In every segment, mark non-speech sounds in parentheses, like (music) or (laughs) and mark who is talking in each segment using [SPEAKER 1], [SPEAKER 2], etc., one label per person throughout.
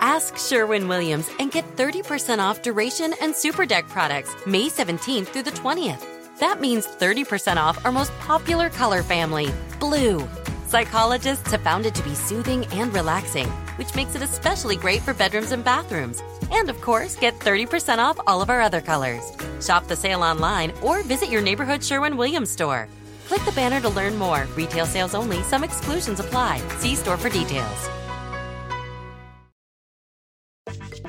[SPEAKER 1] Ask Sherwin Williams and get 30% off duration and super deck products May 17th through the 20th. That means 30% off our most popular color family, blue. Psychologists have found it to be soothing and relaxing, which makes it especially great for bedrooms and bathrooms. And of course, get 30% off all of our other colors. Shop the sale online or visit your neighborhood Sherwin Williams store. Click the banner to learn more. Retail sales only, some exclusions apply. See store for details.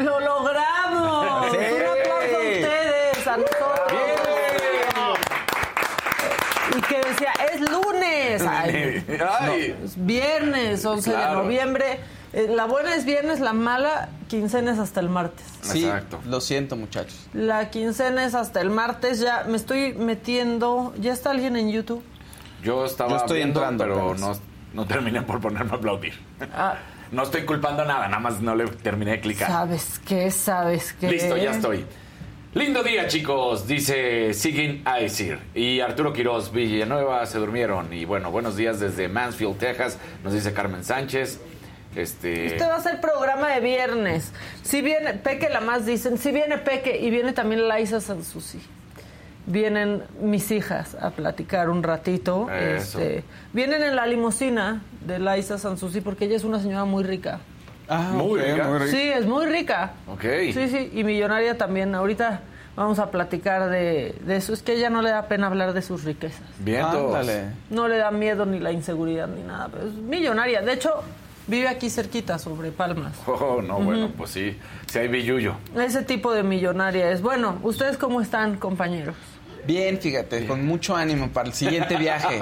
[SPEAKER 2] ¡Lo logramos!
[SPEAKER 3] Sí.
[SPEAKER 2] Un aplauso a ustedes, a nosotros. Y que decía, es lunes. Ay,
[SPEAKER 3] Ay.
[SPEAKER 2] es viernes, 11
[SPEAKER 3] Claro.
[SPEAKER 2] de noviembre. Eh, La buena es viernes, la mala, quincena es hasta el martes.
[SPEAKER 4] Sí,
[SPEAKER 3] Exacto.
[SPEAKER 4] lo siento, muchachos.
[SPEAKER 2] La quincena es hasta el martes, ya me estoy metiendo. ¿Ya está alguien en YouTube?
[SPEAKER 3] Yo estaba
[SPEAKER 4] Yo estoy
[SPEAKER 3] viendo,
[SPEAKER 4] entrando
[SPEAKER 3] pero
[SPEAKER 4] apenas.
[SPEAKER 3] no, no terminé por ponerme a aplaudir.
[SPEAKER 2] Ah,
[SPEAKER 3] (laughs) No estoy culpando nada, nada más no le terminé de clicar.
[SPEAKER 2] ¿Sabes qué? ¿Sabes qué?
[SPEAKER 3] Listo, ya estoy. Lindo día, chicos, dice Sigin Aesir. Y Arturo Quiroz, Villanueva, se durmieron. Y bueno, buenos días desde Mansfield, Texas, nos dice Carmen Sánchez. Este.
[SPEAKER 2] Este va a ser programa de viernes. Si viene Peque, la más dicen, si viene Peque y viene también Laisa Sansusi. Vienen mis hijas a platicar un ratito.
[SPEAKER 3] Eso.
[SPEAKER 2] este, vienen en la limusina de Laisa Sansusi porque ella es una señora muy rica.
[SPEAKER 4] Ah,
[SPEAKER 3] Muy
[SPEAKER 4] ok,
[SPEAKER 3] bien.
[SPEAKER 4] rico.
[SPEAKER 2] Sí, es muy rica.
[SPEAKER 3] Ok.
[SPEAKER 2] Sí, sí, y millonaria también. Ahorita vamos a platicar de, de eso. Es que a ella no le da pena hablar de sus riquezas.
[SPEAKER 3] Vientos.
[SPEAKER 4] Ándale.
[SPEAKER 2] No le da miedo ni la inseguridad ni nada. Pero es millonaria. De hecho, vive aquí cerquita, sobre Palmas.
[SPEAKER 3] Oh, no, bueno, pues sí. Si hay billuyo.
[SPEAKER 2] Ese tipo de millonaria es. Bueno, ¿ustedes cómo están, compañeros?
[SPEAKER 4] Bien, fíjate, con mucho ánimo para el siguiente
[SPEAKER 3] (laughs)
[SPEAKER 4] viaje.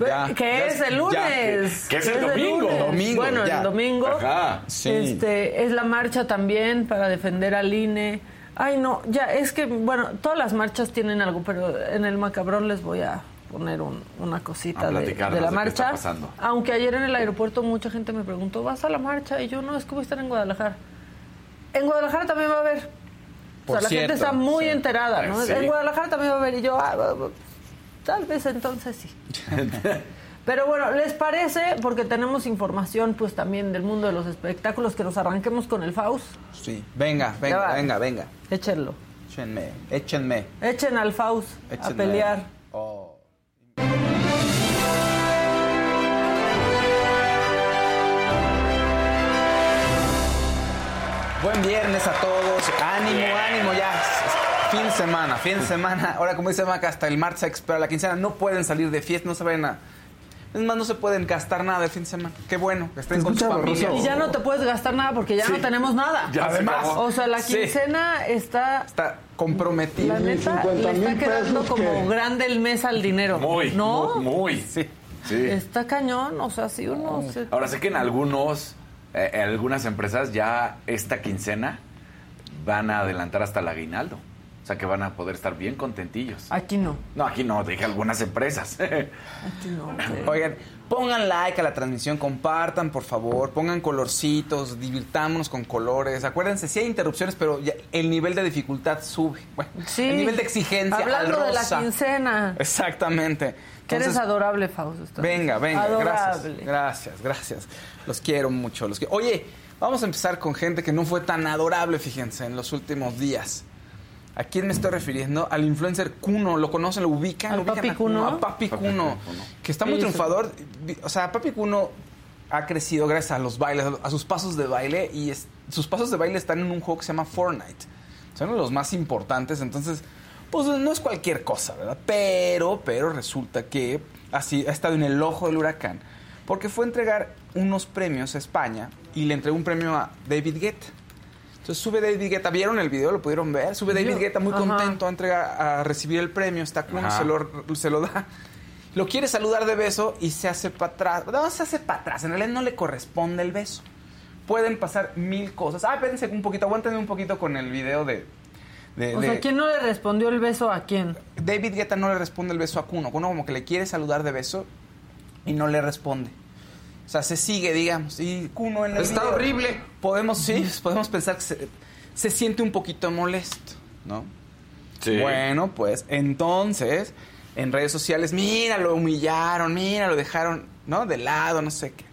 [SPEAKER 4] Ya,
[SPEAKER 2] que
[SPEAKER 4] ya
[SPEAKER 2] es el
[SPEAKER 4] ya.
[SPEAKER 2] lunes.
[SPEAKER 3] que es el
[SPEAKER 2] de
[SPEAKER 3] domingo.
[SPEAKER 2] lunes.
[SPEAKER 4] Domingo,
[SPEAKER 2] bueno,
[SPEAKER 4] ya.
[SPEAKER 2] el domingo.
[SPEAKER 3] Ajá,
[SPEAKER 4] sí.
[SPEAKER 2] Este, es la marcha también para defender al INE. Ay, no, ya, es que, bueno, todas las marchas tienen algo, pero en el macabrón les voy a poner un- una
[SPEAKER 3] A
[SPEAKER 2] cosita de, de
[SPEAKER 3] platicarnos de
[SPEAKER 2] la
[SPEAKER 3] qué
[SPEAKER 2] marcha.
[SPEAKER 3] está pasando.
[SPEAKER 2] Aunque ayer en el aeropuerto mucha gente me preguntó, ¿vas a la marcha? Y yo, no, es que voy a estar en Guadalajara. En Guadalajara también va a haber. o
[SPEAKER 4] Por
[SPEAKER 2] sea, la gente
[SPEAKER 4] cierto,
[SPEAKER 2] está muy
[SPEAKER 4] sí.
[SPEAKER 2] enterada, ¿no?
[SPEAKER 3] Ay, sí.
[SPEAKER 2] En Guadalajara también va a haber. Y yo, ah, va- va- tal vez entonces
[SPEAKER 3] (laughs)
[SPEAKER 2] sí. Pero bueno, ¿les parece? Porque tenemos información pues también del mundo de los espectáculos, que nos arranquemos con el Faust.
[SPEAKER 4] Sí, venga,
[SPEAKER 2] Ya
[SPEAKER 4] venga,
[SPEAKER 2] va.
[SPEAKER 4] venga, venga.
[SPEAKER 2] Échenlo.
[SPEAKER 4] Échenme, échenme.
[SPEAKER 2] Echen al Faust
[SPEAKER 4] échenme.
[SPEAKER 2] a pelear.
[SPEAKER 4] Oh. Buen viernes a todos. Ánimo, ánimo ya. Fin de semana, fin de semana. Ahora, como dice Maca, hasta el martes hay que esperar la quincena. No pueden salir de fiesta, no se vayan a... Es más, no se pueden gastar nada el fin de semana. Qué bueno, que estén con sus familias.
[SPEAKER 2] Y ya no te puedes gastar nada porque ya
[SPEAKER 3] Sí.
[SPEAKER 2] no tenemos nada.
[SPEAKER 3] Ya se
[SPEAKER 4] Además,
[SPEAKER 3] acabó.
[SPEAKER 2] O sea, la
[SPEAKER 4] Sí.
[SPEAKER 2] quincena está...
[SPEAKER 4] Está
[SPEAKER 2] La
[SPEAKER 4] comprometido.
[SPEAKER 2] neta,
[SPEAKER 5] 50
[SPEAKER 2] le está
[SPEAKER 5] mil
[SPEAKER 2] quedando
[SPEAKER 5] pesos
[SPEAKER 2] como
[SPEAKER 5] que-
[SPEAKER 2] grande el mes al dinero.
[SPEAKER 3] Muy.
[SPEAKER 2] ¿No? Este,
[SPEAKER 3] Muy.
[SPEAKER 4] Sí.
[SPEAKER 3] Sí.
[SPEAKER 2] Está cañón, o sea, si uno se...
[SPEAKER 3] Ahora sé que en algunos, eh, en algunas empresas ya esta quincena van a adelantar hasta el aguinaldo. O sea que van a poder estar bien contentillos.
[SPEAKER 6] Aquí no.
[SPEAKER 3] No, aquí no, dije algunas empresas.
[SPEAKER 6] Aquí no. güey.
[SPEAKER 4] Este, Oigan, pongan like a la transmisión, compartan, por favor, pongan colorcitos, divirtámonos con colores. Acuérdense, sí hay interrupciones, pero ya el nivel de dificultad sube. Bueno,
[SPEAKER 6] Sí.
[SPEAKER 4] el nivel de exigencia. al
[SPEAKER 6] Hablando de la
[SPEAKER 4] rosa.
[SPEAKER 6] quincena.
[SPEAKER 4] Exactamente.
[SPEAKER 6] Que eres
[SPEAKER 4] Entonces,
[SPEAKER 6] adorable, Fausto. estás-
[SPEAKER 4] Venga, venga,
[SPEAKER 6] Adorable.
[SPEAKER 4] gracias. Gracias, gracias. Los quiero mucho. Los quiero. Oye, vamos a empezar con gente que no fue tan adorable, fíjense, en los últimos días. ¿A quién me estoy refiriendo? Al influencer Cuno, ¿lo conocen? ¿Lo ubican?
[SPEAKER 6] ¿Al
[SPEAKER 4] ¿Lo ubican
[SPEAKER 6] Papi
[SPEAKER 4] a Kuno?
[SPEAKER 6] Kuno?
[SPEAKER 4] A Papi
[SPEAKER 3] Papi
[SPEAKER 4] Cuno,
[SPEAKER 3] Kuno.
[SPEAKER 4] que está
[SPEAKER 6] Sí,
[SPEAKER 4] muy
[SPEAKER 6] sí.
[SPEAKER 4] triunfador. O sea, Papi Cuno ha crecido gracias a los bailes, a sus pasos de baile, y es- sus pasos de baile están en un juego que se llama Fortnite. Son uno de los más importantes, entonces, pues no es cualquier cosa, ¿verdad? Pero, pero resulta que así ha estado en el ojo del huracán, porque fue a entregar unos premios a España y le entregó un premio a David Guetta. Entonces sube David Guetta, ¿vieron el video? ¿Lo pudieron ver? Sube David
[SPEAKER 6] Yo-
[SPEAKER 4] Guetta muy
[SPEAKER 6] ajá.
[SPEAKER 4] contento a, entregar- a recibir el premio, está Kuno,
[SPEAKER 3] Ajá.
[SPEAKER 4] se lo, se lo da. Lo quiere saludar de beso y se hace para atrás. No, se hace para atrás, en realidad no le corresponde el beso. Pueden pasar mil cosas. Ah, espérense un poquito, aguántenme un poquito con el video de... de-
[SPEAKER 6] O
[SPEAKER 4] de-
[SPEAKER 6] sea, ¿quién no le respondió el beso a quién?
[SPEAKER 4] David Guetta no le responde el beso a Kuno. Kuno como que le quiere saludar de beso y no le responde. O sea, se sigue, digamos. Y Kuno en el
[SPEAKER 5] Está
[SPEAKER 4] video-
[SPEAKER 5] horrible.
[SPEAKER 4] Podemos, sí, podemos pensar que se, se siente un poquito molesto, ¿no?
[SPEAKER 3] Sí.
[SPEAKER 4] Bueno, pues entonces, en redes sociales, mira, lo humillaron, mira, lo dejaron, ¿no? De lado, no sé qué.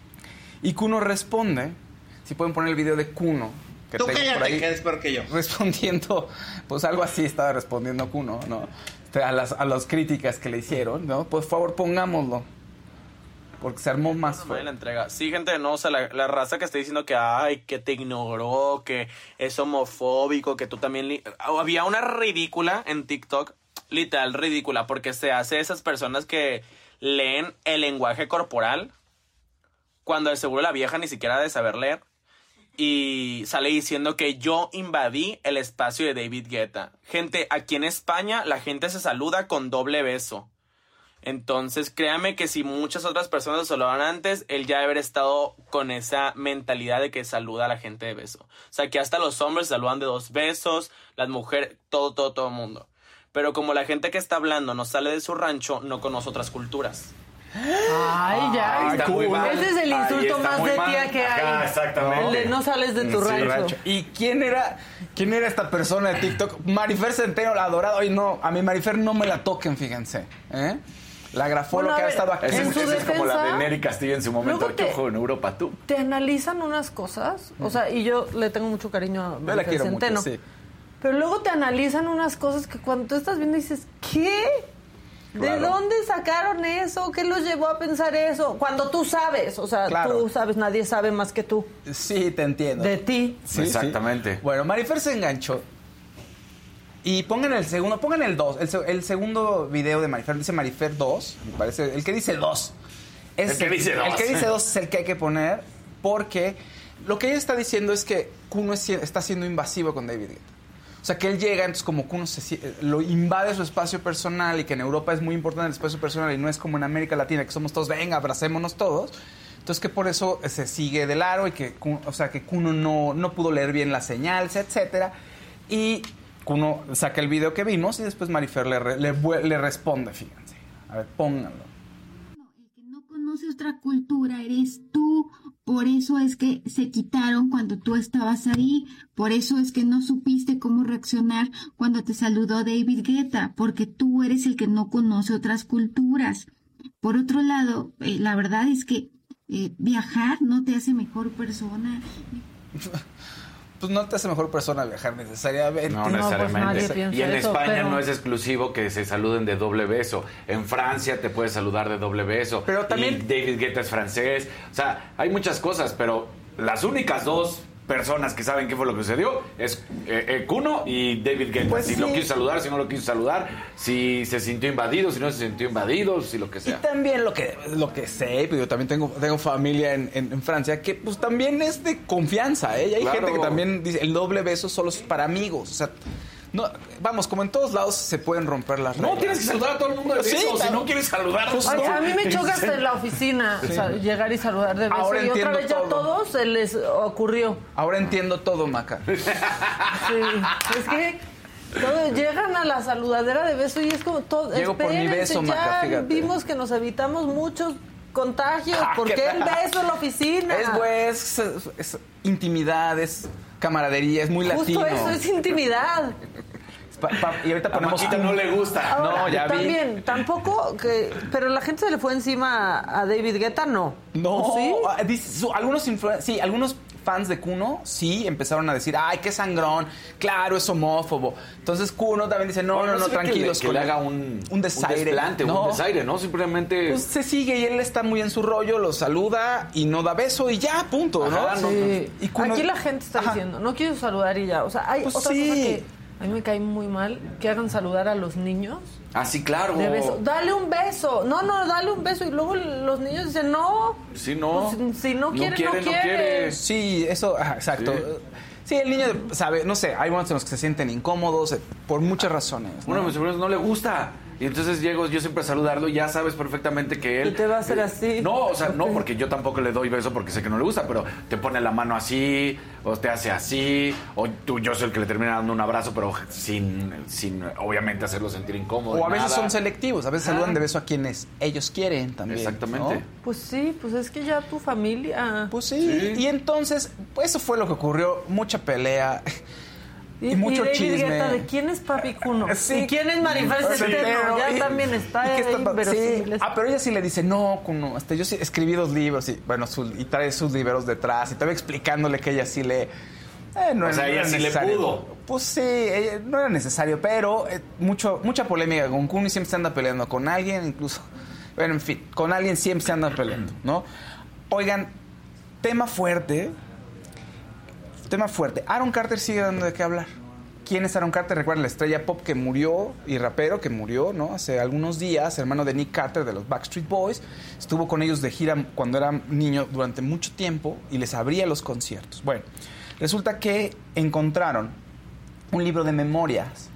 [SPEAKER 4] Y Kuno responde, si pueden poner el video de Kuno. que
[SPEAKER 5] Tú
[SPEAKER 4] tengo por
[SPEAKER 5] cállate,
[SPEAKER 4] ahí
[SPEAKER 5] que es peor que yo.
[SPEAKER 4] respondiendo, pues algo así estaba respondiendo Kuno, ¿no? Este, A las, a las críticas que le hicieron, ¿no? Pues por favor, pongámoslo. Porque se armó más.
[SPEAKER 7] Fue la
[SPEAKER 4] fuerte.
[SPEAKER 7] entrega. Sí, gente, no, o sea, la, la raza que está diciendo que, ay, que te ignoró, que es homofóbico, que tú también... li- Había una ridícula en TikTok, literal ridícula, porque se hace esas personas que leen el lenguaje corporal, cuando de seguro la vieja ni siquiera ha de saber leer, y sale diciendo que yo invadí el espacio de David Guetta. Gente, aquí en España la gente se saluda con doble beso. Entonces, créame que si muchas otras personas se lo dan antes, él ya haber estado con esa mentalidad de que saluda a la gente de beso. O sea, que hasta los hombres saludan de dos besos, las mujeres, todo, todo, todo el mundo. Pero como la gente que está hablando no sale de su rancho, no conoce otras culturas.
[SPEAKER 6] Ay, ya.
[SPEAKER 3] Ahí está muy mal.
[SPEAKER 6] Ese es el
[SPEAKER 3] Ahí
[SPEAKER 6] insulto
[SPEAKER 3] está
[SPEAKER 6] más
[SPEAKER 3] muy
[SPEAKER 6] de
[SPEAKER 3] mal.
[SPEAKER 6] tía que hay.
[SPEAKER 3] Ajá, Ah, exactamente.
[SPEAKER 6] El de no sales de tu
[SPEAKER 3] Sí,
[SPEAKER 6] rancho.
[SPEAKER 3] rancho.
[SPEAKER 4] ¿Y quién era, quién era esta persona de TikTok? Marifer Centeno, la adorada. Oye, no, a mi Marifer no me la toquen, fíjense. ¿eh? La
[SPEAKER 6] Bueno,
[SPEAKER 4] grafóloga
[SPEAKER 6] a
[SPEAKER 4] que ha
[SPEAKER 6] ver,
[SPEAKER 4] estado aquí.
[SPEAKER 3] Esa
[SPEAKER 6] En
[SPEAKER 3] es,
[SPEAKER 6] su
[SPEAKER 3] esa es como la de
[SPEAKER 6] defensa,
[SPEAKER 3] Nery Castillo en su momento.
[SPEAKER 6] luego
[SPEAKER 3] que
[SPEAKER 6] te-
[SPEAKER 3] ojo en Europa tú.
[SPEAKER 6] Te analizan unas cosas, o sea, y yo le tengo mucho cariño a
[SPEAKER 4] Yo la
[SPEAKER 6] Maricel
[SPEAKER 4] quiero mucho,
[SPEAKER 6] Centeno.
[SPEAKER 4] sí.
[SPEAKER 6] Pero luego te analizan unas cosas que cuando tú estás viendo dices, ¿qué? ¿De
[SPEAKER 3] Claro.
[SPEAKER 6] dónde sacaron eso? ¿Qué los llevó a pensar eso? Cuando tú sabes, o sea,
[SPEAKER 4] Claro.
[SPEAKER 6] tú sabes, nadie sabe más que tú
[SPEAKER 4] Sí, te entiendo.
[SPEAKER 6] de ti.
[SPEAKER 4] Sí,
[SPEAKER 3] Exactamente.
[SPEAKER 4] sí. Bueno, Marifer se enganchó. Y pongan el segundo, pongan el 2, el, se- el segundo video de Marifer, dice Marifer 2, me parece, el que dice 2.
[SPEAKER 3] El que dice dos.
[SPEAKER 4] El que dice
[SPEAKER 3] (laughs)
[SPEAKER 4] 2 es el que hay que poner porque lo que ella está diciendo es que Kuno es- está siendo invasivo con David Guetta. O sea, que él llega, entonces como Kuno se si- lo invade su espacio personal y que en Europa es muy importante el espacio personal y no es como en América Latina, que somos todos, venga, abracémonos todos. Entonces que por eso eh, se sigue del aro y que, Kun- o sea, que Kuno no, no pudo leer bien las señales, etcétera. Y Kuno saca el video que vimos y después Marifer le, re- le, vue- le responde, fíjense. A ver, pónganlo.
[SPEAKER 8] No, el que no conoce otra cultura eres tú. Por eso es que se quitaron cuando tú estabas ahí. Por eso es que no supiste cómo reaccionar cuando te saludó David Guetta, porque tú eres el que no conoce otras culturas. Por otro lado, eh, la verdad es que eh, viajar no te hace mejor persona.
[SPEAKER 4] Pues no te hace mejor persona viajar necesariamente.
[SPEAKER 3] No,
[SPEAKER 6] pues
[SPEAKER 3] necesariamente.
[SPEAKER 6] nadie piensa
[SPEAKER 3] y en
[SPEAKER 6] eso,
[SPEAKER 3] España
[SPEAKER 6] pero-
[SPEAKER 3] no es exclusivo que se saluden de doble beso. En Francia te puedes saludar de doble beso.
[SPEAKER 4] Pero también-
[SPEAKER 3] Y David Guetta es francés. O sea, hay muchas cosas, pero las únicas dos personas que saben qué fue lo que sucedió es eh, eh, Kuno y David Guetta.
[SPEAKER 4] Pues
[SPEAKER 3] si
[SPEAKER 4] sí.
[SPEAKER 3] lo quiso saludar, si no lo quiso saludar, si se sintió invadido, si no se sintió invadido, si lo que
[SPEAKER 4] Y
[SPEAKER 3] sea.
[SPEAKER 4] también lo que, lo que sé, pero yo también tengo, tengo familia en, en- en Francia, que pues también es de confianza, ¿eh? Y hay
[SPEAKER 3] Claro.
[SPEAKER 4] gente que también dice, el doble beso solo es para amigos, o sea... No, vamos, como en todos lados se pueden romper las reglas.
[SPEAKER 3] No tienes que saludar a todo el mundo de
[SPEAKER 4] Sí,
[SPEAKER 3] beso. si
[SPEAKER 4] claro.
[SPEAKER 3] Pues no quieres saludar,
[SPEAKER 4] Justo.
[SPEAKER 6] Ay,
[SPEAKER 4] Pues No.
[SPEAKER 6] a mí me choca hasta en la oficina o sea, llegar y saludar de beso.
[SPEAKER 4] Ahora
[SPEAKER 6] y otra
[SPEAKER 4] entiendo
[SPEAKER 6] vez ya a
[SPEAKER 4] todo.
[SPEAKER 6] todos se les ocurrió.
[SPEAKER 4] (laughs) Ahora entiendo todo, Maca.
[SPEAKER 6] Sí. Es que Todo- llegan a la saludadera de beso y es como todo.
[SPEAKER 4] Llego por mi
[SPEAKER 6] espérense,
[SPEAKER 4] beso,
[SPEAKER 6] ya
[SPEAKER 4] Maca, fíjate.
[SPEAKER 6] vimos que nos evitamos muchos contagios.
[SPEAKER 4] Ah,
[SPEAKER 6] ¿Por
[SPEAKER 4] qué
[SPEAKER 6] qué el
[SPEAKER 4] tal.
[SPEAKER 6] beso en la oficina?
[SPEAKER 4] Es, güey, es, es- es intimidad, es camaradería, es muy
[SPEAKER 6] Justo
[SPEAKER 4] latino.
[SPEAKER 6] eso es intimidad.
[SPEAKER 4] Es pa- pa- y ahorita
[SPEAKER 3] A
[SPEAKER 4] ponemos.
[SPEAKER 3] Maquita no le gusta.
[SPEAKER 4] No,
[SPEAKER 6] Ahora,
[SPEAKER 4] ya vi.
[SPEAKER 6] también, tampoco que. Pero la gente se le fue encima a David Guetta, no.
[SPEAKER 4] No,
[SPEAKER 6] ¿O ¿Sí?
[SPEAKER 4] ah, dice- su- algunos influen- sí, algunos fans de Cuno sí empezaron a decir, ay, qué sangrón, claro, es homófobo. Entonces Cuno también dice, no,
[SPEAKER 3] Bueno,
[SPEAKER 4] no, no,
[SPEAKER 3] se ve que le-
[SPEAKER 4] tranquilos,
[SPEAKER 3] Que, le
[SPEAKER 4] colega".
[SPEAKER 3] haga un,
[SPEAKER 4] un desaire,
[SPEAKER 3] Un desplante,
[SPEAKER 4] No.
[SPEAKER 3] un desaire, ¿no? Simplemente.
[SPEAKER 4] Pues se sigue y él está muy en su rollo, lo saluda y no da beso y ya, punto, Ah, ¿no?
[SPEAKER 3] Ajá, no,
[SPEAKER 6] Sí.
[SPEAKER 4] Y Kuno-
[SPEAKER 6] Aquí la gente está
[SPEAKER 4] Ajá.
[SPEAKER 6] diciendo, no quiero saludar y ya. O sea, hay
[SPEAKER 4] Pues
[SPEAKER 6] otra
[SPEAKER 4] sí.
[SPEAKER 6] cosa que a mí me cae muy mal, que hagan saludar a los niños.
[SPEAKER 3] ah, sí, claro.
[SPEAKER 6] De beso. Dale un beso. No, no, dale un beso. Y luego los niños dicen, no.
[SPEAKER 3] Sí, no.
[SPEAKER 6] Pues, si no quiere, no
[SPEAKER 3] quiere,
[SPEAKER 6] quiere.
[SPEAKER 4] Sí, eso, ajá, exacto.
[SPEAKER 3] Sí.
[SPEAKER 4] Sí, el niño sabe, no sé, hay momentos en los que se sienten incómodos eh, por muchas razones. ¿no?
[SPEAKER 3] Uno de mis sobrinos pues, no le gusta. Y entonces llego yo siempre a saludarlo y ya sabes perfectamente que él... eh,
[SPEAKER 6] Y te va a hacer así.
[SPEAKER 3] No, o sea, no, porque yo tampoco le doy beso porque sé que no le gusta, pero te pone la mano así, o te hace así, o tú, yo soy el que le termina dando un abrazo, pero sin, sin obviamente hacerlo sentir incómodo.
[SPEAKER 6] Pues
[SPEAKER 4] o a
[SPEAKER 3] ni
[SPEAKER 4] veces
[SPEAKER 3] nada.
[SPEAKER 4] son selectivos, a veces saludan de beso a quienes ellos quieren también. ¿no?
[SPEAKER 3] Exactamente.
[SPEAKER 6] Pues sí, pues es que ya tu familia.
[SPEAKER 4] Pues sí.
[SPEAKER 3] Sí.
[SPEAKER 4] Y entonces, pues, eso fue lo que ocurrió. Mucha
[SPEAKER 6] (laughs)
[SPEAKER 4] pelea. y mucho
[SPEAKER 6] David
[SPEAKER 4] chisme.
[SPEAKER 6] Guetta, ¿de quién es Papi Cuno?
[SPEAKER 4] (laughs) Sí.
[SPEAKER 6] ¿Y quién es Marifel
[SPEAKER 4] Sí,
[SPEAKER 6] Centeno?
[SPEAKER 4] pero-
[SPEAKER 6] Ya
[SPEAKER 4] y-
[SPEAKER 6] también está
[SPEAKER 4] y que
[SPEAKER 6] ahí,
[SPEAKER 4] está-
[SPEAKER 6] pero
[SPEAKER 4] sí.
[SPEAKER 6] sí, les-
[SPEAKER 4] Ah, pero ella sí le dice, no, Kuno, este, yo sí escribí dos libros y, bueno, su- y trae sus libros detrás y estaba explicándole que ella sí le... eh, no
[SPEAKER 3] O
[SPEAKER 4] era-
[SPEAKER 3] sea,
[SPEAKER 4] no
[SPEAKER 3] ella
[SPEAKER 4] era
[SPEAKER 3] sí le
[SPEAKER 4] necesario.
[SPEAKER 3] pudo.
[SPEAKER 4] Pues sí, eh, no era necesario, pero eh, mucho, mucha polémica con Kuno y siempre se anda peleando con alguien, incluso... Bueno, en fin, con alguien siempre se anda peleando, ¿no? Oigan, tema fuerte, Tema fuerte. Aaron Carter sigue dando de qué hablar. ¿Quién es Aaron Carter? Recuerden, la estrella pop que murió y rapero que murió, ¿no? Hace algunos días, hermano de Nick Carter de los Backstreet Boys. Estuvo con ellos de gira cuando era niño durante mucho tiempo y les abría los conciertos. Bueno, resulta que encontraron un libro de memorias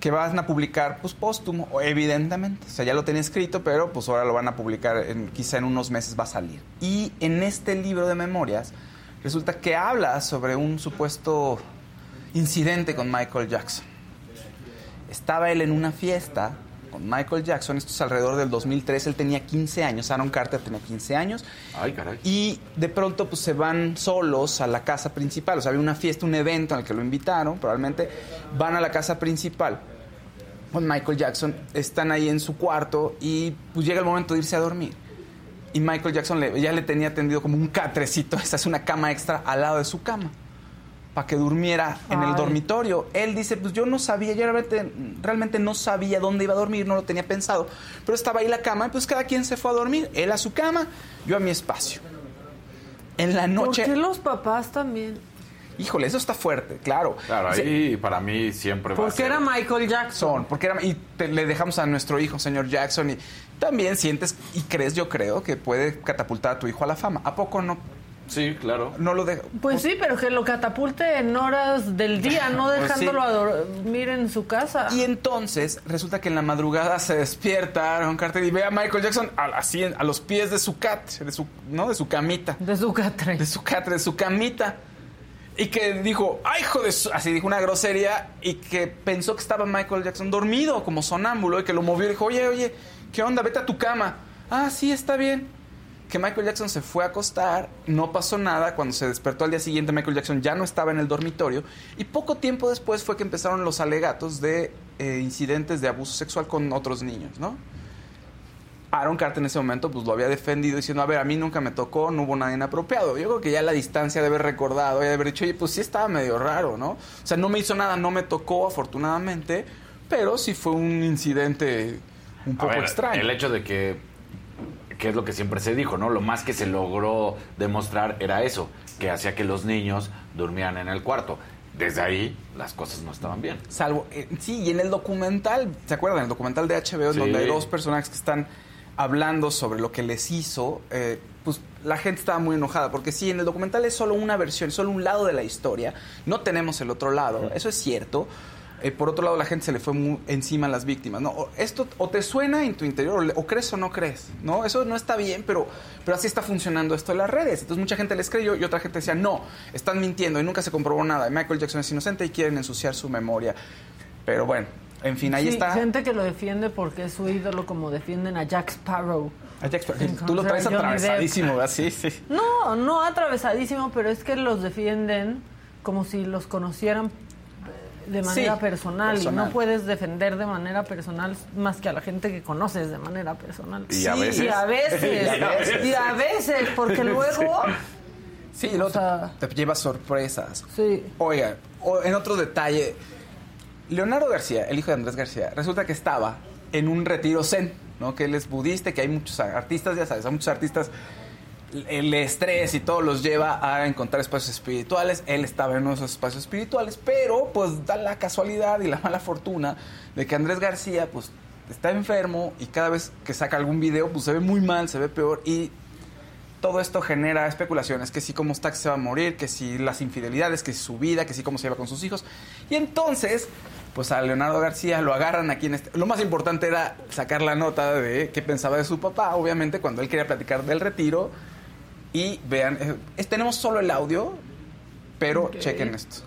[SPEAKER 4] que van a publicar pues póstumo, o- evidentemente. O sea, ya lo tenía escrito, pero pues ahora lo van a publicar, en- quizá en unos meses va a salir. Y en este libro de memorias resulta que habla sobre un supuesto incidente con Michael Jackson. Estaba él en una fiesta con Michael Jackson, esto es alrededor del 2003, él tenía 15 años, Aaron Carter tenía 15 años,
[SPEAKER 3] Ay, caray.
[SPEAKER 4] y de pronto pues se van solos a la casa principal. O sea, había una fiesta, un evento en el que lo invitaron, probablemente. Van a la casa principal con Michael Jackson. Están ahí en su cuarto y pues llega el momento de irse a dormir. Y Michael Jackson le- ya le tenía tendido como un catrecito, (laughs) esa es una cama extra al lado de su cama, para que durmiera en el
[SPEAKER 6] Ay.
[SPEAKER 4] dormitorio. Él dice, pues yo no sabía, yo realmente, realmente no sabía dónde iba a dormir, no lo tenía pensado, pero estaba ahí la cama y pues cada quien se fue a dormir, él a su cama, yo a mi espacio. En la
[SPEAKER 6] ¿Por
[SPEAKER 4] noche,
[SPEAKER 6] qué los papás también?
[SPEAKER 4] híjole, eso está fuerte, claro.
[SPEAKER 3] Claro,
[SPEAKER 4] O sea,
[SPEAKER 3] ahí para mí siempre va a
[SPEAKER 6] Porque
[SPEAKER 3] ser-
[SPEAKER 6] era Michael Jackson.
[SPEAKER 4] son, porque era- y te- le dejamos a nuestro hijo, señor Jackson, y también sientes y crees, yo creo, que puede catapultar a tu hijo a la fama. ¿A poco no,
[SPEAKER 3] Sí, claro.
[SPEAKER 4] no lo dejo?
[SPEAKER 6] Pues sí, pero que lo catapulte en horas del día, no
[SPEAKER 4] Pues sí.
[SPEAKER 6] dejándolo a dormir en su casa.
[SPEAKER 4] Y entonces resulta que en la madrugada se despierta Aaron Carter y ve a Michael Jackson a, así en- a los pies de su cat, de su, ¿no? De su camita.
[SPEAKER 6] De su catre.
[SPEAKER 4] (laughs) De su cat, de su camita. Y que dijo, ¡ay, hijo de su-", Así dijo una grosería y que pensó que estaba Michael Jackson dormido como sonámbulo y que lo movió y dijo, oye, oye, ¿qué onda? Vete a tu cama. Ah, sí, está bien. Que Michael Jackson se fue a acostar, no pasó nada. Cuando se despertó al día siguiente, Michael Jackson ya no estaba en el dormitorio. Y poco tiempo después fue que empezaron los alegatos de eh, incidentes de abuso sexual con otros niños, ¿no? Aaron Carter en ese momento pues lo había defendido diciendo, a ver, a mí nunca me tocó, no hubo nada inapropiado. Yo creo que ya la distancia de haber recordado y de haber dicho, oye, pues sí estaba medio raro, ¿no? O sea, no me hizo nada, no me tocó afortunadamente, pero sí fue un incidente un
[SPEAKER 3] A
[SPEAKER 4] poco
[SPEAKER 3] ver,
[SPEAKER 4] extraño.
[SPEAKER 3] El hecho de que, que es lo que siempre se dijo, ¿no? Lo más que se logró demostrar era eso, que hacía que los niños durmieran en el cuarto. Desde ahí las cosas no estaban bien.
[SPEAKER 4] Salvo, eh, sí, y en el documental, ¿se acuerdan? El documental de HBO,
[SPEAKER 3] Sí.
[SPEAKER 4] donde hay dos personajes que están hablando sobre lo que les hizo, eh, pues la gente estaba muy enojada, porque sí, en el documental es solo una versión, solo un lado de la historia, no tenemos el otro lado, eso es cierto. eh, por otro lado la gente se le fue mu- encima a las víctimas, ¿no? O- esto o te suena en tu interior, o, le- o crees o no crees, ¿no? Eso no está bien, pero, pero así está funcionando esto en las redes. Entonces mucha gente les creyó y otra gente decía, no, están mintiendo y nunca se comprobó nada. Michael Jackson es inocente y quieren ensuciar su memoria. Pero bueno, en fin, ahí
[SPEAKER 2] Sí,
[SPEAKER 4] está.
[SPEAKER 2] gente que lo defiende porque es su ídolo como defienden a Jack Sparrow.
[SPEAKER 4] Ahí te exp- Tú lo traes
[SPEAKER 2] Johnny Depp.
[SPEAKER 4] atravesadísimo, ¿verdad? Sí, sí.
[SPEAKER 2] No, no atravesadísimo, pero es que los defienden como si los conocieran eh, de manera
[SPEAKER 4] Sí,
[SPEAKER 2] personal, y
[SPEAKER 4] personal.
[SPEAKER 2] no puedes defender de manera personal más que a la gente que conoces de manera personal.
[SPEAKER 3] Y a veces.
[SPEAKER 2] Y
[SPEAKER 4] (laughs)
[SPEAKER 2] a veces,
[SPEAKER 3] Y a veces.
[SPEAKER 2] y a veces, porque luego
[SPEAKER 4] Sí, y luego te-
[SPEAKER 2] sea-
[SPEAKER 4] te, lleva sorpresas.
[SPEAKER 2] Sí.
[SPEAKER 4] Oiga, o- en otro detalle, Leonardo García, el hijo de Andrés García, resulta que estaba en un retiro zen, ¿no? Que él es budista, y que hay muchos artistas, ya sabes, a muchos artistas el estrés y todo los lleva a encontrar espacios espirituales. Él estaba en esos espacios espirituales, pero pues da la casualidad y la mala fortuna de que Andrés García pues está enfermo y cada vez que saca algún video pues se ve muy mal, se ve peor y todo esto genera especulaciones, que si cómo está que se va a morir, que si las infidelidades, que si su vida, que si cómo se lleva con sus hijos. Y entonces, pues a Leonardo García lo agarran aquí en este... Lo más importante era sacar la nota de qué pensaba de su papá, obviamente, cuando él quería platicar del retiro. Y vean, eh, es- tenemos solo el audio, pero chequen esto.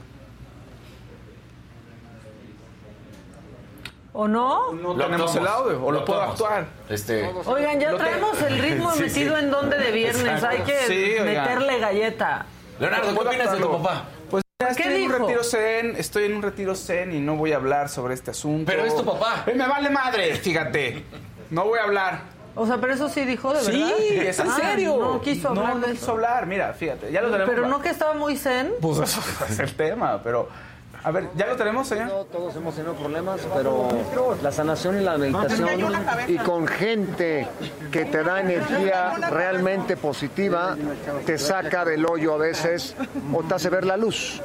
[SPEAKER 2] ¿O no?
[SPEAKER 4] No tenemos el audio, o lo, puedo
[SPEAKER 3] tomamos.
[SPEAKER 4] actuar.
[SPEAKER 3] Este,
[SPEAKER 2] Oigan, ya
[SPEAKER 4] Lo te-
[SPEAKER 2] traemos
[SPEAKER 4] (laughs)
[SPEAKER 2] el ritmo
[SPEAKER 3] Sí,
[SPEAKER 2] metido
[SPEAKER 3] sí.
[SPEAKER 2] en donde de viernes,
[SPEAKER 3] Exacto.
[SPEAKER 2] hay que
[SPEAKER 4] Sí, oigan.
[SPEAKER 2] meterle galleta.
[SPEAKER 3] Leonardo, ¿qué
[SPEAKER 4] Puedo
[SPEAKER 3] opinas de tu
[SPEAKER 4] actuarlo.
[SPEAKER 3] papá?
[SPEAKER 4] Pues estoy en un
[SPEAKER 2] dijo?
[SPEAKER 4] retiro zen, estoy en un retiro zen y no voy a hablar sobre este asunto.
[SPEAKER 3] Pero es tu papá.
[SPEAKER 4] Eh, me vale madre, fíjate. No voy a hablar.
[SPEAKER 2] O sea, pero eso sí dijo de
[SPEAKER 4] Sí,
[SPEAKER 2] verdad.
[SPEAKER 4] es en
[SPEAKER 2] Ah,
[SPEAKER 4] serio.
[SPEAKER 2] No quiso hablar
[SPEAKER 4] No,
[SPEAKER 2] de
[SPEAKER 4] no quiso
[SPEAKER 2] eso.
[SPEAKER 4] hablar, mira, fíjate, ya lo tenemos.
[SPEAKER 2] Pero no que estaba muy zen.
[SPEAKER 4] (laughs) Pues eso es el tema, pero... A ver, ¿ya lo tenemos, señor?
[SPEAKER 9] No, todos hemos tenido problemas, pero la sanación y la meditación y con gente que te da energía realmente positiva, te saca del hoyo a veces o te hace ver la luz.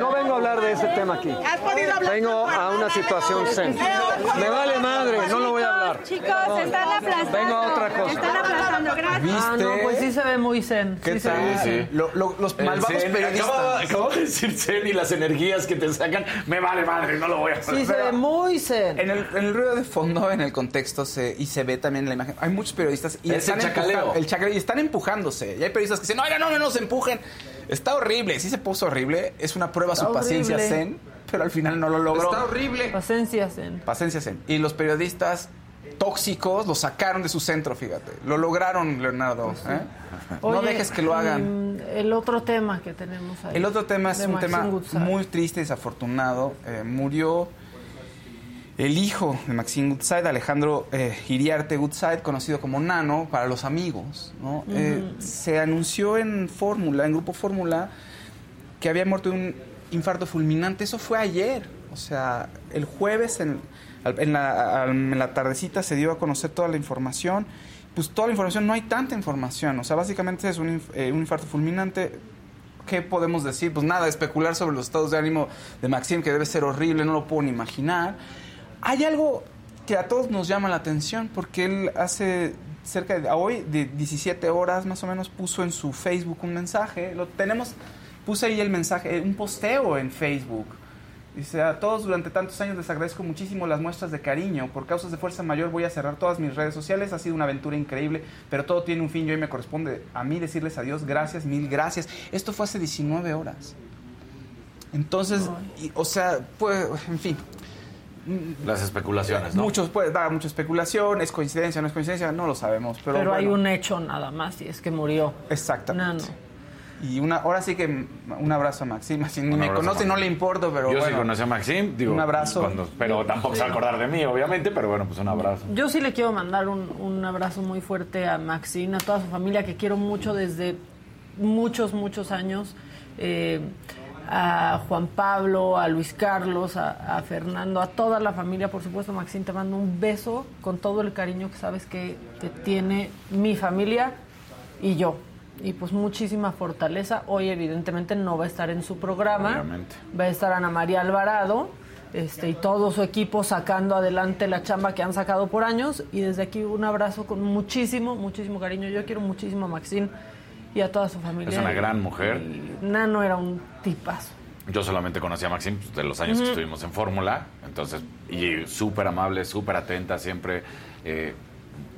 [SPEAKER 9] No vengo a hablar de ese tema aquí. Vengo a una situación zen. Me vale madre, no lo voy a hablar.
[SPEAKER 1] Chicos, están aplastando.
[SPEAKER 9] Vengo a otra cosa.
[SPEAKER 1] Están aplastando, gracias.
[SPEAKER 4] ¿Viste?
[SPEAKER 2] Ah, no, pues sí se ve muy zen.
[SPEAKER 4] ¿Qué
[SPEAKER 2] sí se ve
[SPEAKER 4] tal?
[SPEAKER 2] muy zen.
[SPEAKER 3] Sí, sí.
[SPEAKER 4] Lo- lo- los
[SPEAKER 3] el
[SPEAKER 4] malvados
[SPEAKER 3] Zen,
[SPEAKER 4] periodistas.
[SPEAKER 3] Acabo, acabo de decir Zen y las energías que te sacan, me vale madre, no lo voy a hacer.
[SPEAKER 2] Sí, se
[SPEAKER 4] Pero-
[SPEAKER 2] ve muy zen.
[SPEAKER 4] En el, en el ruido de fondo, en el contexto, se, y se ve también en la imagen. Hay muchos periodistas y
[SPEAKER 3] Es
[SPEAKER 4] están
[SPEAKER 3] el chacaleo.
[SPEAKER 4] empuja- el chacaleo, y están empujándose. Y hay periodistas que dicen, oiga, no, no, no se empujen. Está horrible, sí se puso horrible. Es una prueba
[SPEAKER 2] Está
[SPEAKER 4] su paciencia
[SPEAKER 2] horrible.
[SPEAKER 4] zen, pero al final no lo logró.
[SPEAKER 9] horrible.
[SPEAKER 2] Paciencia zen.
[SPEAKER 4] Paciencia zen. Y los periodistas tóxicos lo sacaron de su centro, fíjate. Lo lograron, Leonardo. ¿eh? no
[SPEAKER 2] Pues Oye,
[SPEAKER 4] dejes que lo hagan.
[SPEAKER 2] mm, El otro tema que tenemos ahí.
[SPEAKER 4] El otro tema es
[SPEAKER 2] de
[SPEAKER 4] un
[SPEAKER 2] Maxim
[SPEAKER 4] tema
[SPEAKER 2] Goodside.
[SPEAKER 4] muy triste y desafortunado. Eh, murió el hijo de Maxine Goodside, Alejandro eh, Iriarte Goodside, conocido como Nano para los amigos. ¿no? Eh, se anunció en Fórmula, en Grupo Fórmula, que había muerto de un infarto fulminante. Eso fue ayer. O sea, el jueves en, al- en la, al- en la tardecita se dio a conocer toda la información. Pues toda la información, no hay tanta información. O sea, básicamente es un, inf- eh, un infarto fulminante. ¿Qué podemos decir? Pues nada, especular sobre los estados de ánimo de Maxim, que debe ser horrible, no lo puedo ni imaginar. Hay algo que a todos nos llama la atención, porque él hace cerca de hoy, de 17 horas más o menos, puso en su Facebook un mensaje. Lo tenemos, puse ahí el mensaje, eh, un posteo en Facebook. Dice, a todos durante tantos años les agradezco muchísimo las muestras de cariño. Por causas de fuerza mayor voy a cerrar todas mis redes sociales. Ha sido una aventura increíble, pero todo tiene un fin y hoy me corresponde a mí decirles adiós, gracias, mil gracias. Esto fue hace 19 horas. Entonces, y- o sea, pues, en fin,
[SPEAKER 3] Las especulaciones, ¿no?
[SPEAKER 4] Muchos, pues, da mucha especulación, es coincidencia, no es coincidencia, no lo sabemos. Pero,
[SPEAKER 2] Pero hay
[SPEAKER 4] bueno,
[SPEAKER 2] un hecho nada más, y es que murió.
[SPEAKER 4] Exactamente.
[SPEAKER 2] Nano.
[SPEAKER 4] Y una, ahora sí que mm, un abrazo a Maxima. Si ni
[SPEAKER 3] Un
[SPEAKER 4] me
[SPEAKER 3] abrazo,
[SPEAKER 4] conoce,
[SPEAKER 3] Maxim.
[SPEAKER 4] no le importo, pero
[SPEAKER 3] Yo sí
[SPEAKER 4] bueno.
[SPEAKER 3] conocí a Maxim, digo.
[SPEAKER 4] Un abrazo.
[SPEAKER 3] cuando- pero tampoco se va a acordar de mí, obviamente, pero bueno, pues un abrazo.
[SPEAKER 2] Yo sí le quiero mandar un, un abrazo muy fuerte a Maxine, a toda su familia que quiero mucho desde muchos, muchos años. Eh, a Juan Pablo, a Luis Carlos, a, a Fernando, a toda la familia, por supuesto, Maxine, te mando un beso con todo el cariño que sabes que, que tiene mi familia y yo. Y pues muchísima fortaleza. Hoy evidentemente no va a estar en su programa.
[SPEAKER 3] Obviamente.
[SPEAKER 2] Va a estar Ana María Alvarado este, y todo su equipo sacando adelante la chamba que han sacado por años. Y desde aquí un abrazo con muchísimo, muchísimo cariño. Yo quiero muchísimo a Maxine
[SPEAKER 6] y a toda su familia.
[SPEAKER 3] Es una gran mujer.
[SPEAKER 6] Nano era un tipazo.
[SPEAKER 3] Yo solamente conocí a Maxim pues, de los años que
[SPEAKER 6] Ujú.
[SPEAKER 3] estuvimos en Fórmula, entonces, y súper amable, súper atenta, siempre eh,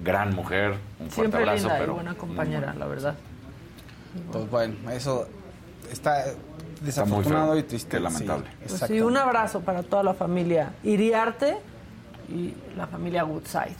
[SPEAKER 3] gran mujer, un fuerte
[SPEAKER 6] Siempre
[SPEAKER 3] abrazo,
[SPEAKER 6] linda
[SPEAKER 3] pero Mm.
[SPEAKER 6] y buena compañera, la verdad.
[SPEAKER 4] Pues bueno, eso está
[SPEAKER 3] muy feo,
[SPEAKER 4] desafortunado y triste.
[SPEAKER 3] qué lamentable.
[SPEAKER 4] Sí,
[SPEAKER 6] Pues sí,
[SPEAKER 4] exactamente.
[SPEAKER 6] un abrazo para toda la familia Iriarte y la familia Woodside.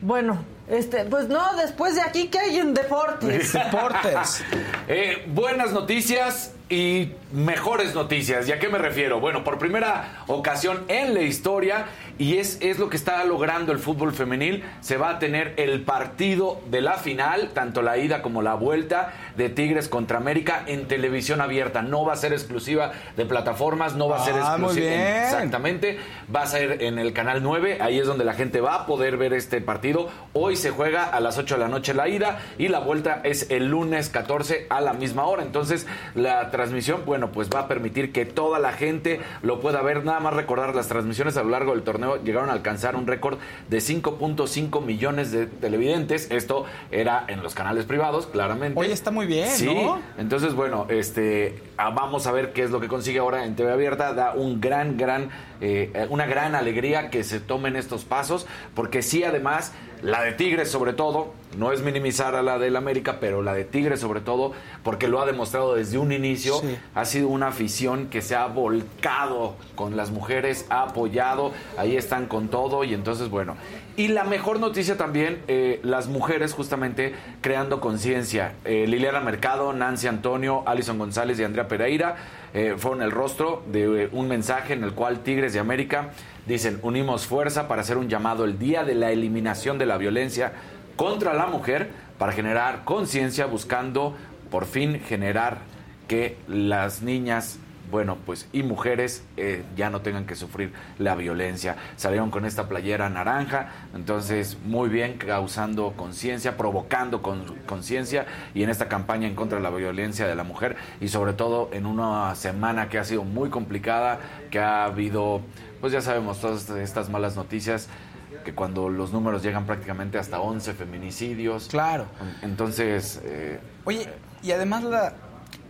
[SPEAKER 6] Bueno, este, pues no, después de aquí, ¿qué hay en (laughs) deportes?
[SPEAKER 4] Pues, Deportes.
[SPEAKER 3] (laughs) Eh, buenas noticias y mejores noticias. ¿Y a qué me refiero? Bueno, por primera ocasión en la historia, y es, es lo que está logrando el fútbol femenil, se va a tener el partido de la final, tanto la ida como la vuelta de Tigres contra América en televisión abierta. No va a ser exclusiva de plataformas, no va a ser
[SPEAKER 4] Ah, muy
[SPEAKER 3] exclusiva.
[SPEAKER 4] bien.
[SPEAKER 3] Exactamente. Va a ser en el canal 9. Ahí es donde la gente va a poder ver este partido. Hoy se juega a las 8 de la noche la ida y la vuelta es el lunes 14 a la misma hora. Entonces, la transmisión, bueno, pues va a permitir que toda la gente lo pueda ver. Nada más recordar, las transmisiones a lo largo del torneo llegaron a alcanzar un récord de 5.5 millones de televidentes. Esto era en los canales privados, claramente.
[SPEAKER 4] Oye, está muy bien,
[SPEAKER 3] Sí,
[SPEAKER 4] ¿no?
[SPEAKER 3] entonces, bueno, este, ah, vamos a ver qué es lo que consigue ahora en TV Abierta. Da un gran, gran, eh, eh, una gran alegría que se tomen estos pasos, porque sí, además, la de Tigres sobre todo, no es minimizar a la del América, pero la de Tigres sobre todo, porque lo ha demostrado desde un inicio,
[SPEAKER 4] Sí.
[SPEAKER 3] ha sido una afición que se ha volcado con las mujeres, ha apoyado, ahí están con todo y entonces bueno. Y la mejor noticia también, eh, las mujeres justamente creando conciencia. Eh, Liliana Mercado, Nancy Antonio, Alison González y Andrea Pereira eh, fueron el rostro de eh, un mensaje en el cual Tigres de América dicen, unimos fuerza para hacer un llamado el día de la eliminación de la violencia contra la mujer para generar conciencia buscando por fin generar que las niñas, bueno, pues y mujeres eh, ya no tengan que sufrir la violencia. Salieron con esta playera naranja, entonces muy bien causando conciencia, provocando con- conciencia y en esta campaña en contra de la violencia de la mujer y sobre todo en una semana que ha sido muy complicada, que ha habido, pues ya sabemos, todas estas malas noticias que cuando los números llegan prácticamente hasta 11 feminicidios.
[SPEAKER 4] Claro.
[SPEAKER 3] Entonces, eh,
[SPEAKER 4] Oye, y además la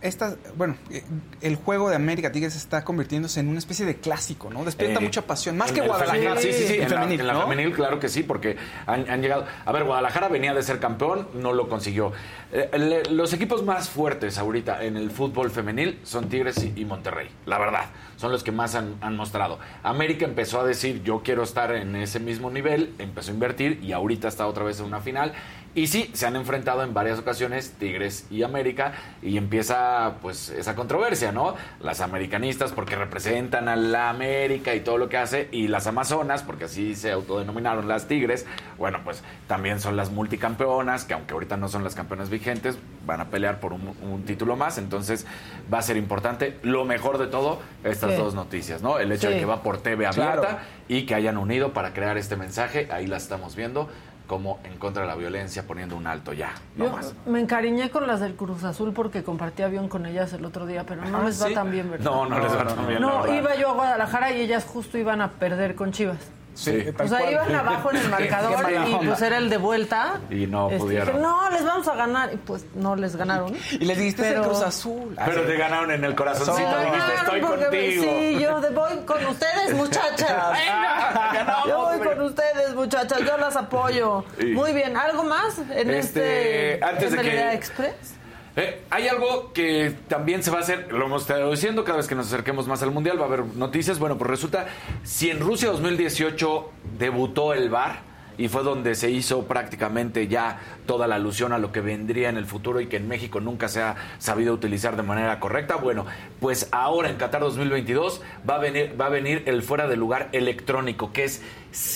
[SPEAKER 4] esta, bueno, eh, el juego de América Tigres está convirtiéndose en una especie de clásico, ¿no? Despierta
[SPEAKER 3] Eh,
[SPEAKER 4] mucha pasión, más
[SPEAKER 3] en
[SPEAKER 4] que
[SPEAKER 3] el
[SPEAKER 4] Guadalajara.
[SPEAKER 3] femenil, Sí, sí, sí.
[SPEAKER 4] el
[SPEAKER 3] En, la-
[SPEAKER 4] femenil,
[SPEAKER 3] en la,
[SPEAKER 4] ¿no?
[SPEAKER 3] femenil, claro que sí, porque han, han llegado. A ver, Guadalajara venía de ser campeón, no lo consiguió. Eh, le- los equipos más fuertes ahorita en el fútbol femenil son Tigres y, y Monterrey, la verdad. Son los que más han, han mostrado. América empezó a decir, yo quiero estar en ese mismo nivel, empezó a invertir y ahorita está otra vez en una final. Y sí, se han enfrentado en varias ocasiones Tigres y América y empieza pues esa controversia, ¿no? Las americanistas porque representan a la América y todo lo que hace y las amazonas porque así se autodenominaron las Tigres, bueno, pues también son las multicampeonas que aunque ahorita no son las campeonas vigentes, van a pelear por un, un título más, entonces va a ser importante lo mejor de todo estas
[SPEAKER 6] Sí.
[SPEAKER 3] dos noticias, ¿no? El hecho de
[SPEAKER 6] Sí.
[SPEAKER 3] que va por TV abierta
[SPEAKER 4] Claro.
[SPEAKER 3] y que hayan unido para crear este mensaje, ahí la estamos viendo como en contra de la violencia poniendo un alto ya, no
[SPEAKER 6] Yo
[SPEAKER 3] más.
[SPEAKER 6] me encariñé con las del Cruz Azul porque compartí avión con ellas el otro día, pero no
[SPEAKER 4] Ah,
[SPEAKER 6] les va
[SPEAKER 4] ¿sí?
[SPEAKER 6] tan bien, ¿verdad?
[SPEAKER 3] No, no les va tan bien, la
[SPEAKER 6] No,
[SPEAKER 3] verdad.
[SPEAKER 6] iba yo a Guadalajara y ellas justo iban a perder con Chivas.
[SPEAKER 3] Sí.
[SPEAKER 4] tal
[SPEAKER 6] O sea,
[SPEAKER 4] cual.
[SPEAKER 6] iban abajo
[SPEAKER 3] (laughs)
[SPEAKER 6] en el
[SPEAKER 4] Qué
[SPEAKER 6] marcador
[SPEAKER 4] mala
[SPEAKER 6] y
[SPEAKER 4] onda.
[SPEAKER 6] pues era el de vuelta. Este,
[SPEAKER 3] Y no pudieron.
[SPEAKER 6] dije, no, les vamos a ganar. Y pues no les ganaron.
[SPEAKER 4] Y les dijiste
[SPEAKER 6] Pero-
[SPEAKER 4] el Cruz Azul. Ah,
[SPEAKER 3] Pero te ganaron en el corazoncito,
[SPEAKER 4] Me
[SPEAKER 6] Me
[SPEAKER 3] dijiste, estoy
[SPEAKER 6] ganaron porque me-
[SPEAKER 3] contigo.
[SPEAKER 6] Sí, yo de- voy con ustedes,
[SPEAKER 3] (laughs)
[SPEAKER 6] muchachas.
[SPEAKER 3] Venga, ganamos,
[SPEAKER 6] Yo voy
[SPEAKER 3] venga.
[SPEAKER 6] con ustedes, muchachas. Yo las apoyo.
[SPEAKER 3] Sí.
[SPEAKER 6] Muy bien. ¿Algo más en
[SPEAKER 3] Este,
[SPEAKER 6] este,
[SPEAKER 3] antes de que-
[SPEAKER 6] Melodía Express?
[SPEAKER 3] Eh, hay algo que también se va a hacer, lo hemos estado diciendo, cada vez que nos acerquemos más al Mundial va a haber noticias. Bueno, pues resulta, si en Rusia 2018 debutó el VAR y fue donde se hizo prácticamente ya toda la alusión a lo que vendría en el futuro y que en México nunca se ha sabido utilizar de manera correcta, bueno, pues ahora en Qatar 2022 va a venir, va a venir el fuera de lugar electrónico, que es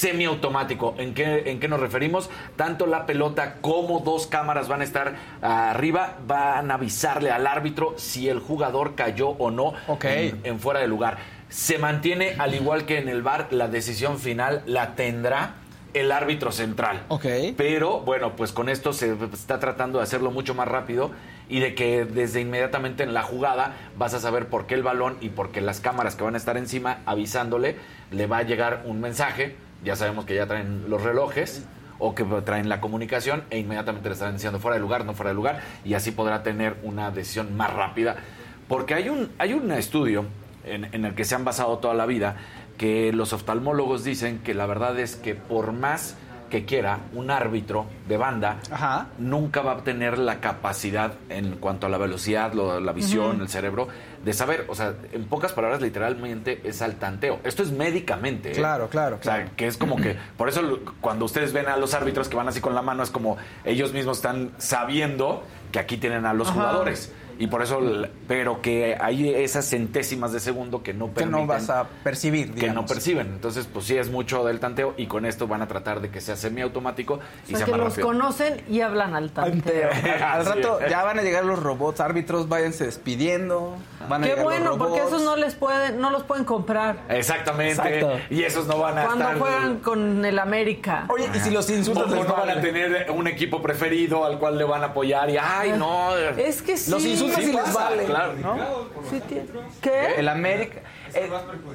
[SPEAKER 3] semiautomático. ¿En qué, ¿En qué nos referimos? Tanto la pelota como dos cámaras van a estar arriba, van a avisarle al árbitro si el jugador cayó o no
[SPEAKER 4] Ok.
[SPEAKER 3] en, en fuera de lugar. Se mantiene, al igual que en el VAR, la decisión final la tendrá el árbitro central.
[SPEAKER 4] Ok.
[SPEAKER 3] Pero bueno, pues con esto se está tratando de hacerlo mucho más rápido y de que desde inmediatamente en la jugada vas a saber por qué el balón y por qué las cámaras que van a estar encima avisándole le va a llegar un mensaje. Ya sabemos que ya traen los relojes. o que traen la comunicación e inmediatamente le estarán diciendo fuera de lugar, no fuera de lugar, y así podrá tener una decisión más rápida. Porque hay un, hay un estudio en, en el que se han basado toda la vida que los oftalmólogos dicen que la verdad es que por más que quiera un árbitro de banda,
[SPEAKER 4] Ajá.
[SPEAKER 3] nunca va a tener la capacidad en cuanto a la velocidad, lo- la visión, el cerebro, de saber. O sea, en pocas palabras, literalmente es al tanteo. Esto es médicamente. ¿eh?
[SPEAKER 4] Claro, claro,
[SPEAKER 3] O sea,
[SPEAKER 4] claro.
[SPEAKER 3] que es como
[SPEAKER 4] (clears throat)
[SPEAKER 3] que. Por eso, lo- cuando ustedes ven a los árbitros que van así con la mano, es como ellos mismos están sabiendo que aquí tienen a los jugadores. Y por eso, l- pero que hay esas centésimas de segundo que no
[SPEAKER 4] Que
[SPEAKER 3] permiten
[SPEAKER 4] no vas a percibir,
[SPEAKER 3] que no
[SPEAKER 4] digamos.
[SPEAKER 3] perciben. Entonces, pues sí es mucho del tanteo y con esto van a tratar de que sea semiautomático y
[SPEAKER 2] O sea,
[SPEAKER 3] sea
[SPEAKER 2] que
[SPEAKER 3] más
[SPEAKER 2] los
[SPEAKER 3] rápido.
[SPEAKER 2] conocen y hablan al (laughs) tanteo.
[SPEAKER 4] Al
[SPEAKER 3] Así
[SPEAKER 4] rato
[SPEAKER 3] es.
[SPEAKER 4] ya van a llegar los robots árbitros, váyanse despidiendo. Van a
[SPEAKER 2] Qué
[SPEAKER 4] llegar los
[SPEAKER 2] bueno, porque
[SPEAKER 4] robots. Eh,
[SPEAKER 2] esos no les pueden, no los pueden comprar
[SPEAKER 3] Exactamente.
[SPEAKER 4] Exacto.
[SPEAKER 3] Y esos no van a
[SPEAKER 2] cuando
[SPEAKER 3] estar
[SPEAKER 2] juegan con el América.
[SPEAKER 4] Oye, y si los
[SPEAKER 3] o,
[SPEAKER 4] insultas les
[SPEAKER 3] o no van a
[SPEAKER 4] vale?
[SPEAKER 3] tener un equipo preferido al cual le van a apoyar y ay, no.
[SPEAKER 2] Ah, Es que sí.
[SPEAKER 4] Los insultas
[SPEAKER 3] Sí
[SPEAKER 4] y les
[SPEAKER 3] pasa,
[SPEAKER 4] vale.
[SPEAKER 3] claro.
[SPEAKER 2] sí tiene- ¿Qué?
[SPEAKER 4] El América. eh,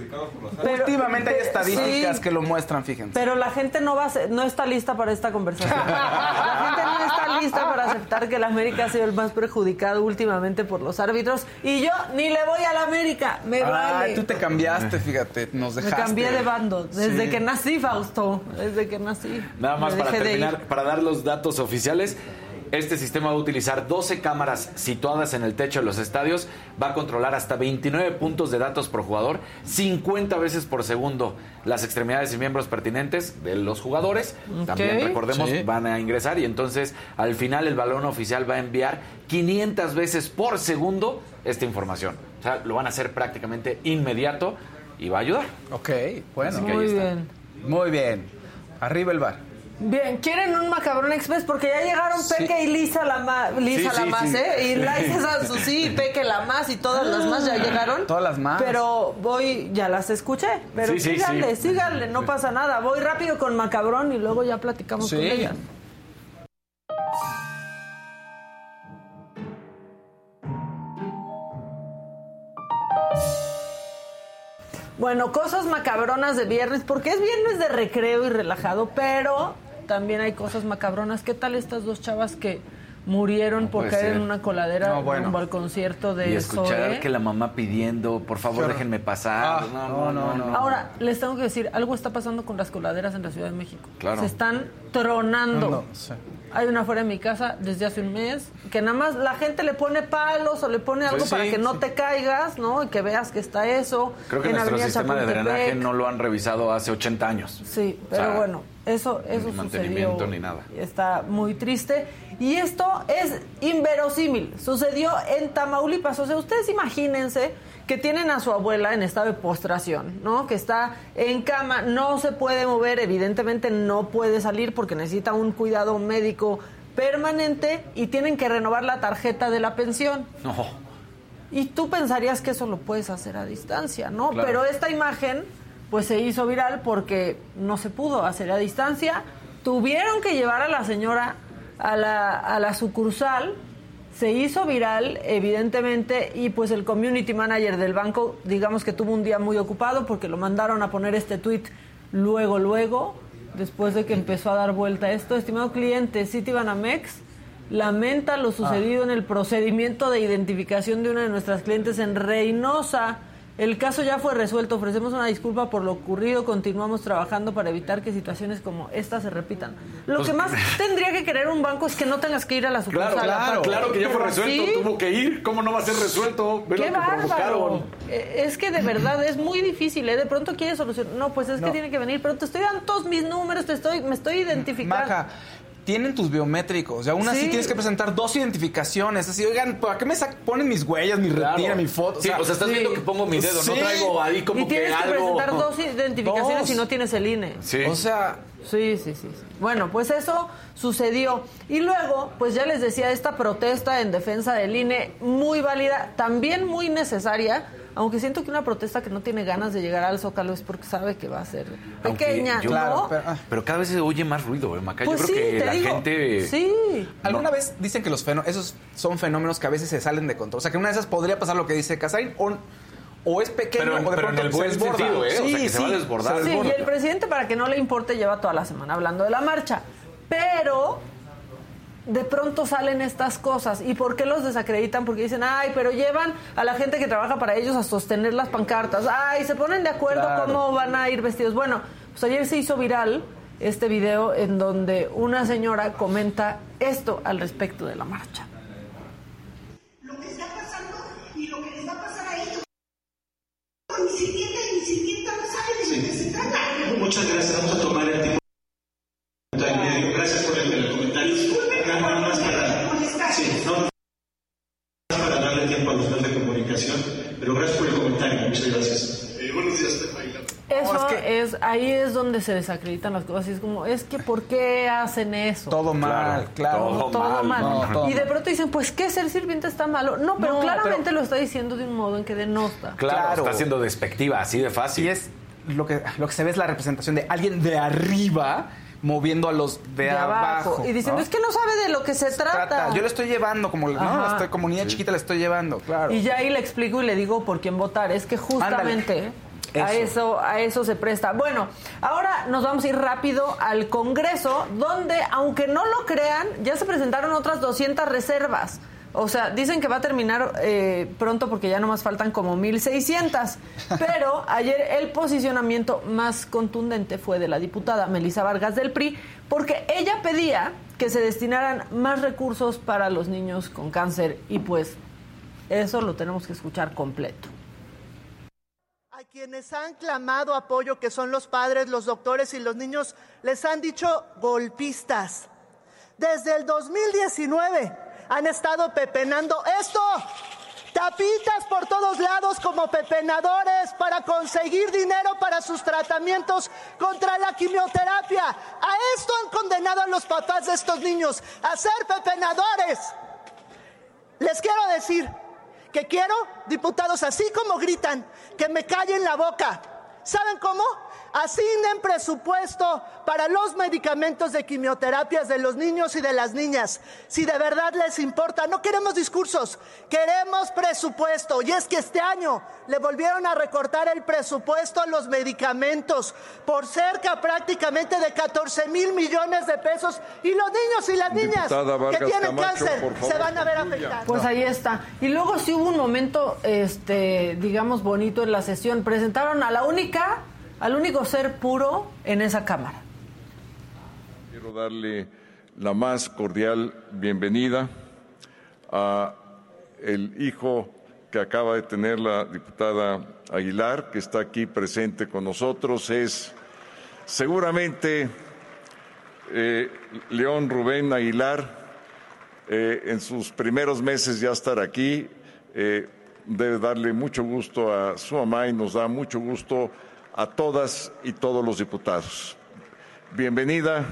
[SPEAKER 2] Pero-
[SPEAKER 4] últimamente hay
[SPEAKER 2] pe-
[SPEAKER 4] estadísticas
[SPEAKER 2] sí,
[SPEAKER 4] que lo muestran, fíjense.
[SPEAKER 2] Pero la gente no va a se- no está lista para esta conversación. La gente no está lista para aceptar que el América ha sido el más perjudicado últimamente por los árbitros y yo ni le voy al América, me
[SPEAKER 4] Ay,
[SPEAKER 2] vale.
[SPEAKER 4] Ah, tú te cambiaste, fíjate, nos
[SPEAKER 2] Me
[SPEAKER 4] dejaste.
[SPEAKER 2] cambié de bando desde
[SPEAKER 4] Sí.
[SPEAKER 2] que nací, Fausto, desde que nací.
[SPEAKER 3] Nada más
[SPEAKER 2] Me
[SPEAKER 3] para
[SPEAKER 2] dejé de ir.
[SPEAKER 3] terminar, para dar los datos oficiales. Este sistema va a utilizar 12 cámaras situadas en el techo de los estadios, va a controlar hasta 29 puntos de datos por jugador, 50 veces por segundo las extremidades y miembros pertinentes de los jugadores, también
[SPEAKER 2] Ok.
[SPEAKER 3] recordemos
[SPEAKER 4] Sí.
[SPEAKER 3] van a ingresar y entonces al final el balón oficial va a enviar 500 veces por segundo esta información. O sea, lo van a hacer prácticamente inmediato y va a ayudar.
[SPEAKER 4] Ok, bueno.
[SPEAKER 3] Así que ahí
[SPEAKER 2] Muy
[SPEAKER 3] está.
[SPEAKER 2] bien.
[SPEAKER 4] Muy bien. Arriba el bar.
[SPEAKER 2] Bien, ¿quieren un macabrón express? Porque ya llegaron Peque y Lisa la más, Lisa
[SPEAKER 3] Sí, sí,
[SPEAKER 2] la más,
[SPEAKER 3] sí. Ah.
[SPEAKER 2] ¿eh? Y Liza Sanzusí, y Peque la más y todas las más ya llegaron.
[SPEAKER 4] Todas las más.
[SPEAKER 2] Pero voy, ya las escuché, pero
[SPEAKER 3] Sí, sí,
[SPEAKER 2] síganle,
[SPEAKER 3] sí.
[SPEAKER 2] Pues síganle, no pasa nada. Voy rápido con macabrón y luego ya platicamos
[SPEAKER 4] Sí.
[SPEAKER 2] con ellas. Bueno, cosas macabronas de viernes, porque es viernes de recreo y relajado, pero también hay cosas macabronas. ¿Qué tal estas dos chavas que murieron por
[SPEAKER 3] puede
[SPEAKER 2] caer
[SPEAKER 3] ser.
[SPEAKER 2] en una coladera
[SPEAKER 4] No, bueno.
[SPEAKER 2] rumbo al concierto de
[SPEAKER 3] y escuchar
[SPEAKER 2] Zoé?
[SPEAKER 3] que la mamá pidiendo, por favor, déjenme pasar.
[SPEAKER 4] Ah, no, no, no.
[SPEAKER 2] Ahora, les tengo que decir, algo está pasando con las coladeras en la Ciudad de México.
[SPEAKER 3] Claro.
[SPEAKER 2] Se están tronando.
[SPEAKER 4] No, sí.
[SPEAKER 2] Hay una fuera de mi casa desde hace un mes que nada más la gente le pone palos o le pone algo
[SPEAKER 4] Pues sí,
[SPEAKER 2] para que no
[SPEAKER 4] sí.
[SPEAKER 2] te caigas, ¿no? Y que veas que está eso.
[SPEAKER 3] Creo que
[SPEAKER 2] En
[SPEAKER 3] nuestro
[SPEAKER 2] Avenida
[SPEAKER 3] sistema de
[SPEAKER 2] Chapultepec.
[SPEAKER 3] drenaje no lo han revisado hace 80 años.
[SPEAKER 2] Sí,
[SPEAKER 3] O
[SPEAKER 2] pero
[SPEAKER 3] sea,
[SPEAKER 2] bueno, eso, eso
[SPEAKER 3] ni mantenimiento
[SPEAKER 2] sucedió.
[SPEAKER 3] ni nada.
[SPEAKER 2] Está muy triste. Y esto es inverosímil. Sucedió en Tamaulipas. O sea, ustedes imagínense que tienen a su abuela en estado de postración, ¿no? Que está en cama, no se puede mover, evidentemente no puede salir porque necesita un cuidado médico permanente y tienen que renovar la tarjeta de la pensión.
[SPEAKER 3] No.
[SPEAKER 2] Y tú pensarías que eso lo puedes hacer a distancia, ¿no?
[SPEAKER 3] Claro.
[SPEAKER 2] Pero esta imagen pues se hizo viral porque no se pudo hacer a distancia. Tuvieron que llevar a la señora a la, a la sucursal. Se hizo viral, evidentemente, y pues el community manager del banco, digamos que tuvo un día muy ocupado porque lo mandaron a poner este tweet luego, luego, después de que empezó a dar vuelta esto. Estimado cliente, Citibanamex lamenta
[SPEAKER 3] Ah.
[SPEAKER 2] lo sucedido en el procedimiento de identificación de una de nuestras clientes en Reynosa. El caso ya fue resuelto. Ofrecemos una disculpa por lo ocurrido. Continuamos trabajando para evitar que situaciones como esta se repitan. Lo
[SPEAKER 3] Pues-
[SPEAKER 2] que
[SPEAKER 3] (laughs)
[SPEAKER 2] más tendría que querer un banco es que no tengas que ir a la sucursal.
[SPEAKER 3] Claro, claro,
[SPEAKER 2] aparte.
[SPEAKER 3] claro que ya fue
[SPEAKER 2] Pero
[SPEAKER 3] resuelto,
[SPEAKER 2] así,
[SPEAKER 3] tuvo que ir. ¿Cómo no va a ser resuelto? Ve lo
[SPEAKER 2] ¡Qué
[SPEAKER 3] que
[SPEAKER 2] bárbaro!
[SPEAKER 3] provocaron.
[SPEAKER 2] Eh, Es que de verdad es muy difícil, ¿eh? De pronto quieres solucionar. No, pues es que tiene que venir, pero te estoy dando todos mis números, te estoy, me estoy identificando.
[SPEAKER 4] Maca, tienen tus biométricos. Y aún así
[SPEAKER 2] Sí.
[SPEAKER 4] tienes que presentar dos identificaciones. Así, oigan, ¿para qué me sac- ponen mis huellas, mi
[SPEAKER 3] Claro.
[SPEAKER 4] retina, mi foto?
[SPEAKER 3] Sí, o sea, estás
[SPEAKER 2] sí.
[SPEAKER 3] viendo que pongo mi dedo, no
[SPEAKER 4] Sí.
[SPEAKER 3] traigo ahí como
[SPEAKER 2] y tienes que,
[SPEAKER 3] algo.
[SPEAKER 2] presentar dos identificaciones
[SPEAKER 4] Dos.
[SPEAKER 2] si no tienes el INE.
[SPEAKER 3] Sí.
[SPEAKER 4] o sea,
[SPEAKER 2] Sí, sí, sí, sí. Bueno, pues eso sucedió. Y luego, pues ya les decía, esta protesta en defensa del INE, muy válida, también muy necesaria, aunque siento que una protesta que no tiene ganas de llegar al Zócalo es porque sabe que va a ser
[SPEAKER 3] Aunque
[SPEAKER 2] pequeña,
[SPEAKER 3] yo-
[SPEAKER 2] ¿no?
[SPEAKER 4] Claro, pero- ah.
[SPEAKER 3] Pero cada vez se oye más ruido, eh, Maca.
[SPEAKER 2] pues
[SPEAKER 3] yo
[SPEAKER 2] sí,
[SPEAKER 3] creo que
[SPEAKER 2] te
[SPEAKER 3] la
[SPEAKER 2] digo.
[SPEAKER 3] gente.
[SPEAKER 2] Sí.
[SPEAKER 4] ¿Alguna
[SPEAKER 3] No.
[SPEAKER 4] vez dicen que los fenómenos, esos son fenómenos que a veces se salen de control? O sea, que una de esas podría pasar lo que dice Casarín, o, o es pequeño
[SPEAKER 3] Pero-
[SPEAKER 4] o de
[SPEAKER 3] pero
[SPEAKER 4] pronto
[SPEAKER 3] en el
[SPEAKER 4] se
[SPEAKER 3] buen
[SPEAKER 4] desborda.
[SPEAKER 3] sentido, ¿eh? O sea, que se va a desbordar.
[SPEAKER 4] se
[SPEAKER 2] Sí,
[SPEAKER 4] desborda.
[SPEAKER 2] y el presidente, para que no le importe, lleva toda la semana hablando de la marcha. Pero de pronto salen estas cosas. ¿Y por qué los desacreditan? Porque dicen, ay, pero llevan a la gente que trabaja para ellos a sostener las pancartas. Ay, se ponen de acuerdo
[SPEAKER 4] Claro.
[SPEAKER 2] cómo van a ir vestidos. Bueno, pues ayer se hizo viral este video en donde una señora comenta esto al respecto de la marcha.
[SPEAKER 10] lo que está pasando y lo que les va a pasar a ellos. Ni siquiera, ni siquiera no saben de lo que se trata.
[SPEAKER 11] Muchas gracias, vamos a tomar el tiempo. Minuto y medio. Gracias por el, el comentario. Nada nada más para, sí, no, nada más para darle tiempo a los medios de comunicación, pero gracias por el comentario, muchas gracias. buenos días,
[SPEAKER 2] Eso es, ahí es donde se desacreditan las cosas. Y es como, es que ¿por qué hacen eso?
[SPEAKER 4] Todo mal, claro.
[SPEAKER 3] todo
[SPEAKER 2] todo mal.
[SPEAKER 4] no, todo
[SPEAKER 2] y de
[SPEAKER 4] mal.
[SPEAKER 2] pronto dicen, pues que ser sirviente está malo. No, pero
[SPEAKER 4] No,
[SPEAKER 2] claramente
[SPEAKER 4] pero-
[SPEAKER 2] lo está diciendo de un modo en que denosta.
[SPEAKER 3] Claro,
[SPEAKER 4] Claro.
[SPEAKER 3] está siendo despectiva, así de fácil.
[SPEAKER 4] Y es lo que, lo que se ve es la representación de alguien de arriba moviendo a los de,
[SPEAKER 2] De abajo. Y diciendo,
[SPEAKER 4] ¿no?
[SPEAKER 2] es que no sabe de lo que se trata.
[SPEAKER 4] Yo le estoy llevando, como, ¿no?
[SPEAKER 2] Ajá.
[SPEAKER 4] La estoy, como niña chiquita le estoy llevando, claro.
[SPEAKER 2] Y ya ahí le explico y le digo por quién votar. Es que justamente
[SPEAKER 4] Ándale.
[SPEAKER 2] a eso, a eso se presta. Bueno, ahora nos vamos a ir rápido al Congreso, donde, aunque no lo crean, ya se presentaron otras 200 reservas. O sea, dicen que va a terminar eh, pronto porque ya nomás faltan como 1.600. Pero ayer el posicionamiento más contundente fue de la diputada Melisa Vargas del PRI, porque ella pedía que se destinaran más recursos para los niños con cáncer y pues eso lo tenemos que escuchar completo.
[SPEAKER 12] A quienes han clamado apoyo, que son los padres, los doctores y los niños, les han dicho golpistas. Desde el 2019 han estado pepenando esto. Tapitas por todos lados como pepenadores para conseguir dinero para sus tratamientos contra la quimioterapia. A esto han condenado a los papás de estos niños, a ser pepenadores. Les quiero decir que quiero, diputados, así como gritan, que me callen la boca. ¿Saben cómo? Asignen presupuesto para los medicamentos de quimioterapias de los niños y de las niñas. Si de verdad les importa, no queremos discursos, queremos presupuesto. Y es que este año le volvieron a recortar el presupuesto a los medicamentos por cerca prácticamente de 14 mil millones de pesos. Y los niños y las niñas
[SPEAKER 9] Diputada Vargas
[SPEAKER 12] que tienen
[SPEAKER 9] Camacho,
[SPEAKER 12] cáncer
[SPEAKER 9] por
[SPEAKER 12] se
[SPEAKER 9] favor,
[SPEAKER 12] van a ver afectados.
[SPEAKER 2] Pues ahí está. Y luego sí hubo un momento, este, digamos, bonito en la sesión. Presentaron a la única, al único ser puro en esa cámara.
[SPEAKER 9] Quiero darle la más cordial bienvenida a el hijo que acaba de tener la diputada Aguilar, que está aquí presente con nosotros. Es seguramente eh, León Rubén Aguilar, eh, en sus primeros meses ya estar aquí. eh, debe darle mucho gusto a su mamá y nos da mucho gusto a todas y todos los diputados. Bienvenida,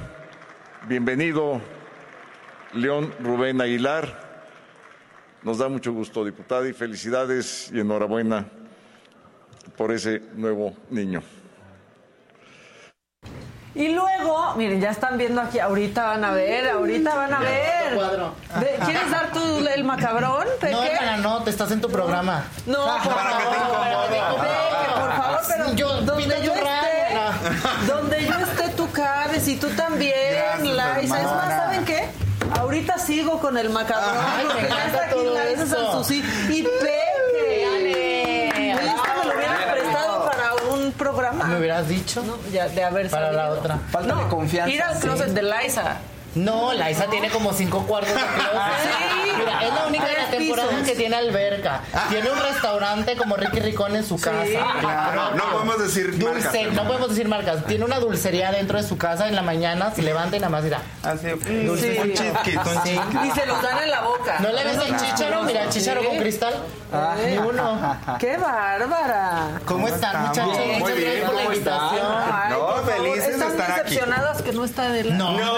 [SPEAKER 9] bienvenido León Rubén Aguilar. Nos da mucho gusto, diputada, y felicidades y enhorabuena por ese nuevo niño.
[SPEAKER 2] Y luego, miren, ya están viendo aquí, ahorita van a ver, ahorita van a ver. De- ¿Quieres dar tú el macabrón?
[SPEAKER 13] No, hermana, no, te estás en tu programa.
[SPEAKER 2] No, por favor, Peque, por favor, pero
[SPEAKER 13] Yo- mira,
[SPEAKER 2] donde yo
[SPEAKER 13] yo
[SPEAKER 2] esté, donde yo esté tú cabes y tú también, Laisa. Es más,
[SPEAKER 13] hermana.
[SPEAKER 2] ¿saben qué? Ahorita sigo con el macabrón,
[SPEAKER 13] Ay,
[SPEAKER 2] porque ya
[SPEAKER 13] me
[SPEAKER 2] está
[SPEAKER 13] encanta
[SPEAKER 2] aquí
[SPEAKER 13] todo
[SPEAKER 2] Laisa
[SPEAKER 13] eso.
[SPEAKER 2] Sanssouci y Peque.
[SPEAKER 13] Ale.
[SPEAKER 2] Oye, esta me lo hubieran prestado para un programa.
[SPEAKER 13] ¿Me hubieras dicho?
[SPEAKER 2] ya, de haber
[SPEAKER 13] Para la otra.
[SPEAKER 4] Falta de confianza.
[SPEAKER 2] Ir al closet de Liza.
[SPEAKER 13] No, la Isa tiene como cinco cuartos de closet.
[SPEAKER 2] Sí.
[SPEAKER 13] Mira, es la única de la
[SPEAKER 2] Tres
[SPEAKER 13] temporada
[SPEAKER 2] pisos.
[SPEAKER 13] que tiene alberca. Tiene un restaurante como Ricky Ricón en su casa.
[SPEAKER 14] Claro, no podemos decir
[SPEAKER 13] Dulce,
[SPEAKER 14] marcas, hermano.
[SPEAKER 13] no podemos decir marcas. Tiene una dulcería dentro de su casa en la mañana, se levanta y nada más dirá.
[SPEAKER 14] Así,
[SPEAKER 13] Dulce.
[SPEAKER 14] un chisquito, un
[SPEAKER 13] Sí.
[SPEAKER 14] chisquito.
[SPEAKER 2] Y se los dan en la boca. Eh.
[SPEAKER 13] ¿No le ves el chícharo? Mira, el chícharo con cristal.
[SPEAKER 2] Ah.
[SPEAKER 13] Ni uno.
[SPEAKER 2] ¡Qué bárbara!
[SPEAKER 13] ¿Cómo están, muchachos?
[SPEAKER 14] Muy
[SPEAKER 13] Muchas
[SPEAKER 14] bien,
[SPEAKER 13] gracias por la
[SPEAKER 14] ¿cómo están?
[SPEAKER 13] invitación.
[SPEAKER 2] Ay,
[SPEAKER 14] No,
[SPEAKER 2] por favor,
[SPEAKER 14] felices de
[SPEAKER 2] están
[SPEAKER 14] estar aquí.
[SPEAKER 2] decepcionadas que no está de la...
[SPEAKER 13] No,
[SPEAKER 14] No,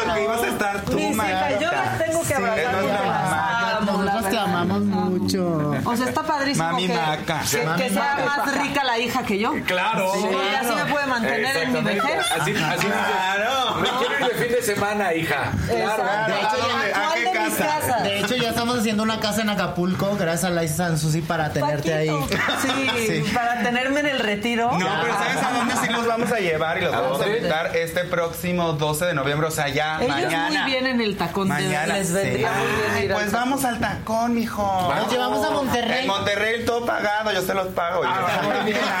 [SPEAKER 14] porque ibas a estar tú,
[SPEAKER 2] Mis hijas, yo las tengo que abrazar.
[SPEAKER 14] es
[SPEAKER 2] porque
[SPEAKER 14] nuestra
[SPEAKER 2] las
[SPEAKER 14] mamá.
[SPEAKER 2] amo, la
[SPEAKER 13] Nosotros te
[SPEAKER 2] verdad.
[SPEAKER 13] amamos mucho.
[SPEAKER 2] O sea, está padrísimo
[SPEAKER 14] Mami
[SPEAKER 2] que,
[SPEAKER 14] Maca.
[SPEAKER 2] que-
[SPEAKER 13] Mami
[SPEAKER 2] que sea
[SPEAKER 13] Maca.
[SPEAKER 2] más rica la hija que yo.
[SPEAKER 3] Claro.
[SPEAKER 2] Sí, porque así me puede mantener en mi
[SPEAKER 3] Exactamente.
[SPEAKER 2] vejez.
[SPEAKER 3] Así, así
[SPEAKER 14] Claro. Eh,
[SPEAKER 3] dices, Me quiero ir de fin de semana, hija.
[SPEAKER 13] Claro.
[SPEAKER 14] ¿A dónde? ¿A
[SPEAKER 2] ¿Cuál
[SPEAKER 14] qué
[SPEAKER 2] de mis
[SPEAKER 14] casa?
[SPEAKER 2] casas?
[SPEAKER 13] De hecho, ya estamos haciendo una casa en Acapulco, gracias a Laisa Sansusi para tenerte ahí.
[SPEAKER 2] Paquito. Sí,
[SPEAKER 13] Sí.
[SPEAKER 2] para mantenerme en el retiro.
[SPEAKER 14] No, pero ¿sabes a dónde sí los vamos a llevar y los
[SPEAKER 2] ¿A
[SPEAKER 14] vamos a
[SPEAKER 2] dónde?
[SPEAKER 14] invitar este próximo 12 de noviembre? O sea, ya
[SPEAKER 2] Ellos
[SPEAKER 14] mañana.
[SPEAKER 2] muy bien en el tacón de-
[SPEAKER 14] Mañana
[SPEAKER 2] les vendría
[SPEAKER 14] sí.
[SPEAKER 2] muy bien
[SPEAKER 14] Ay,
[SPEAKER 2] ir al
[SPEAKER 14] pues
[SPEAKER 2] tacón.
[SPEAKER 14] vamos al tacón, mijo. Vamos.
[SPEAKER 2] llevamos a Monterrey.
[SPEAKER 14] En Monterrey todo pagado, yo se los pago.
[SPEAKER 3] Ah,
[SPEAKER 14] (laughs)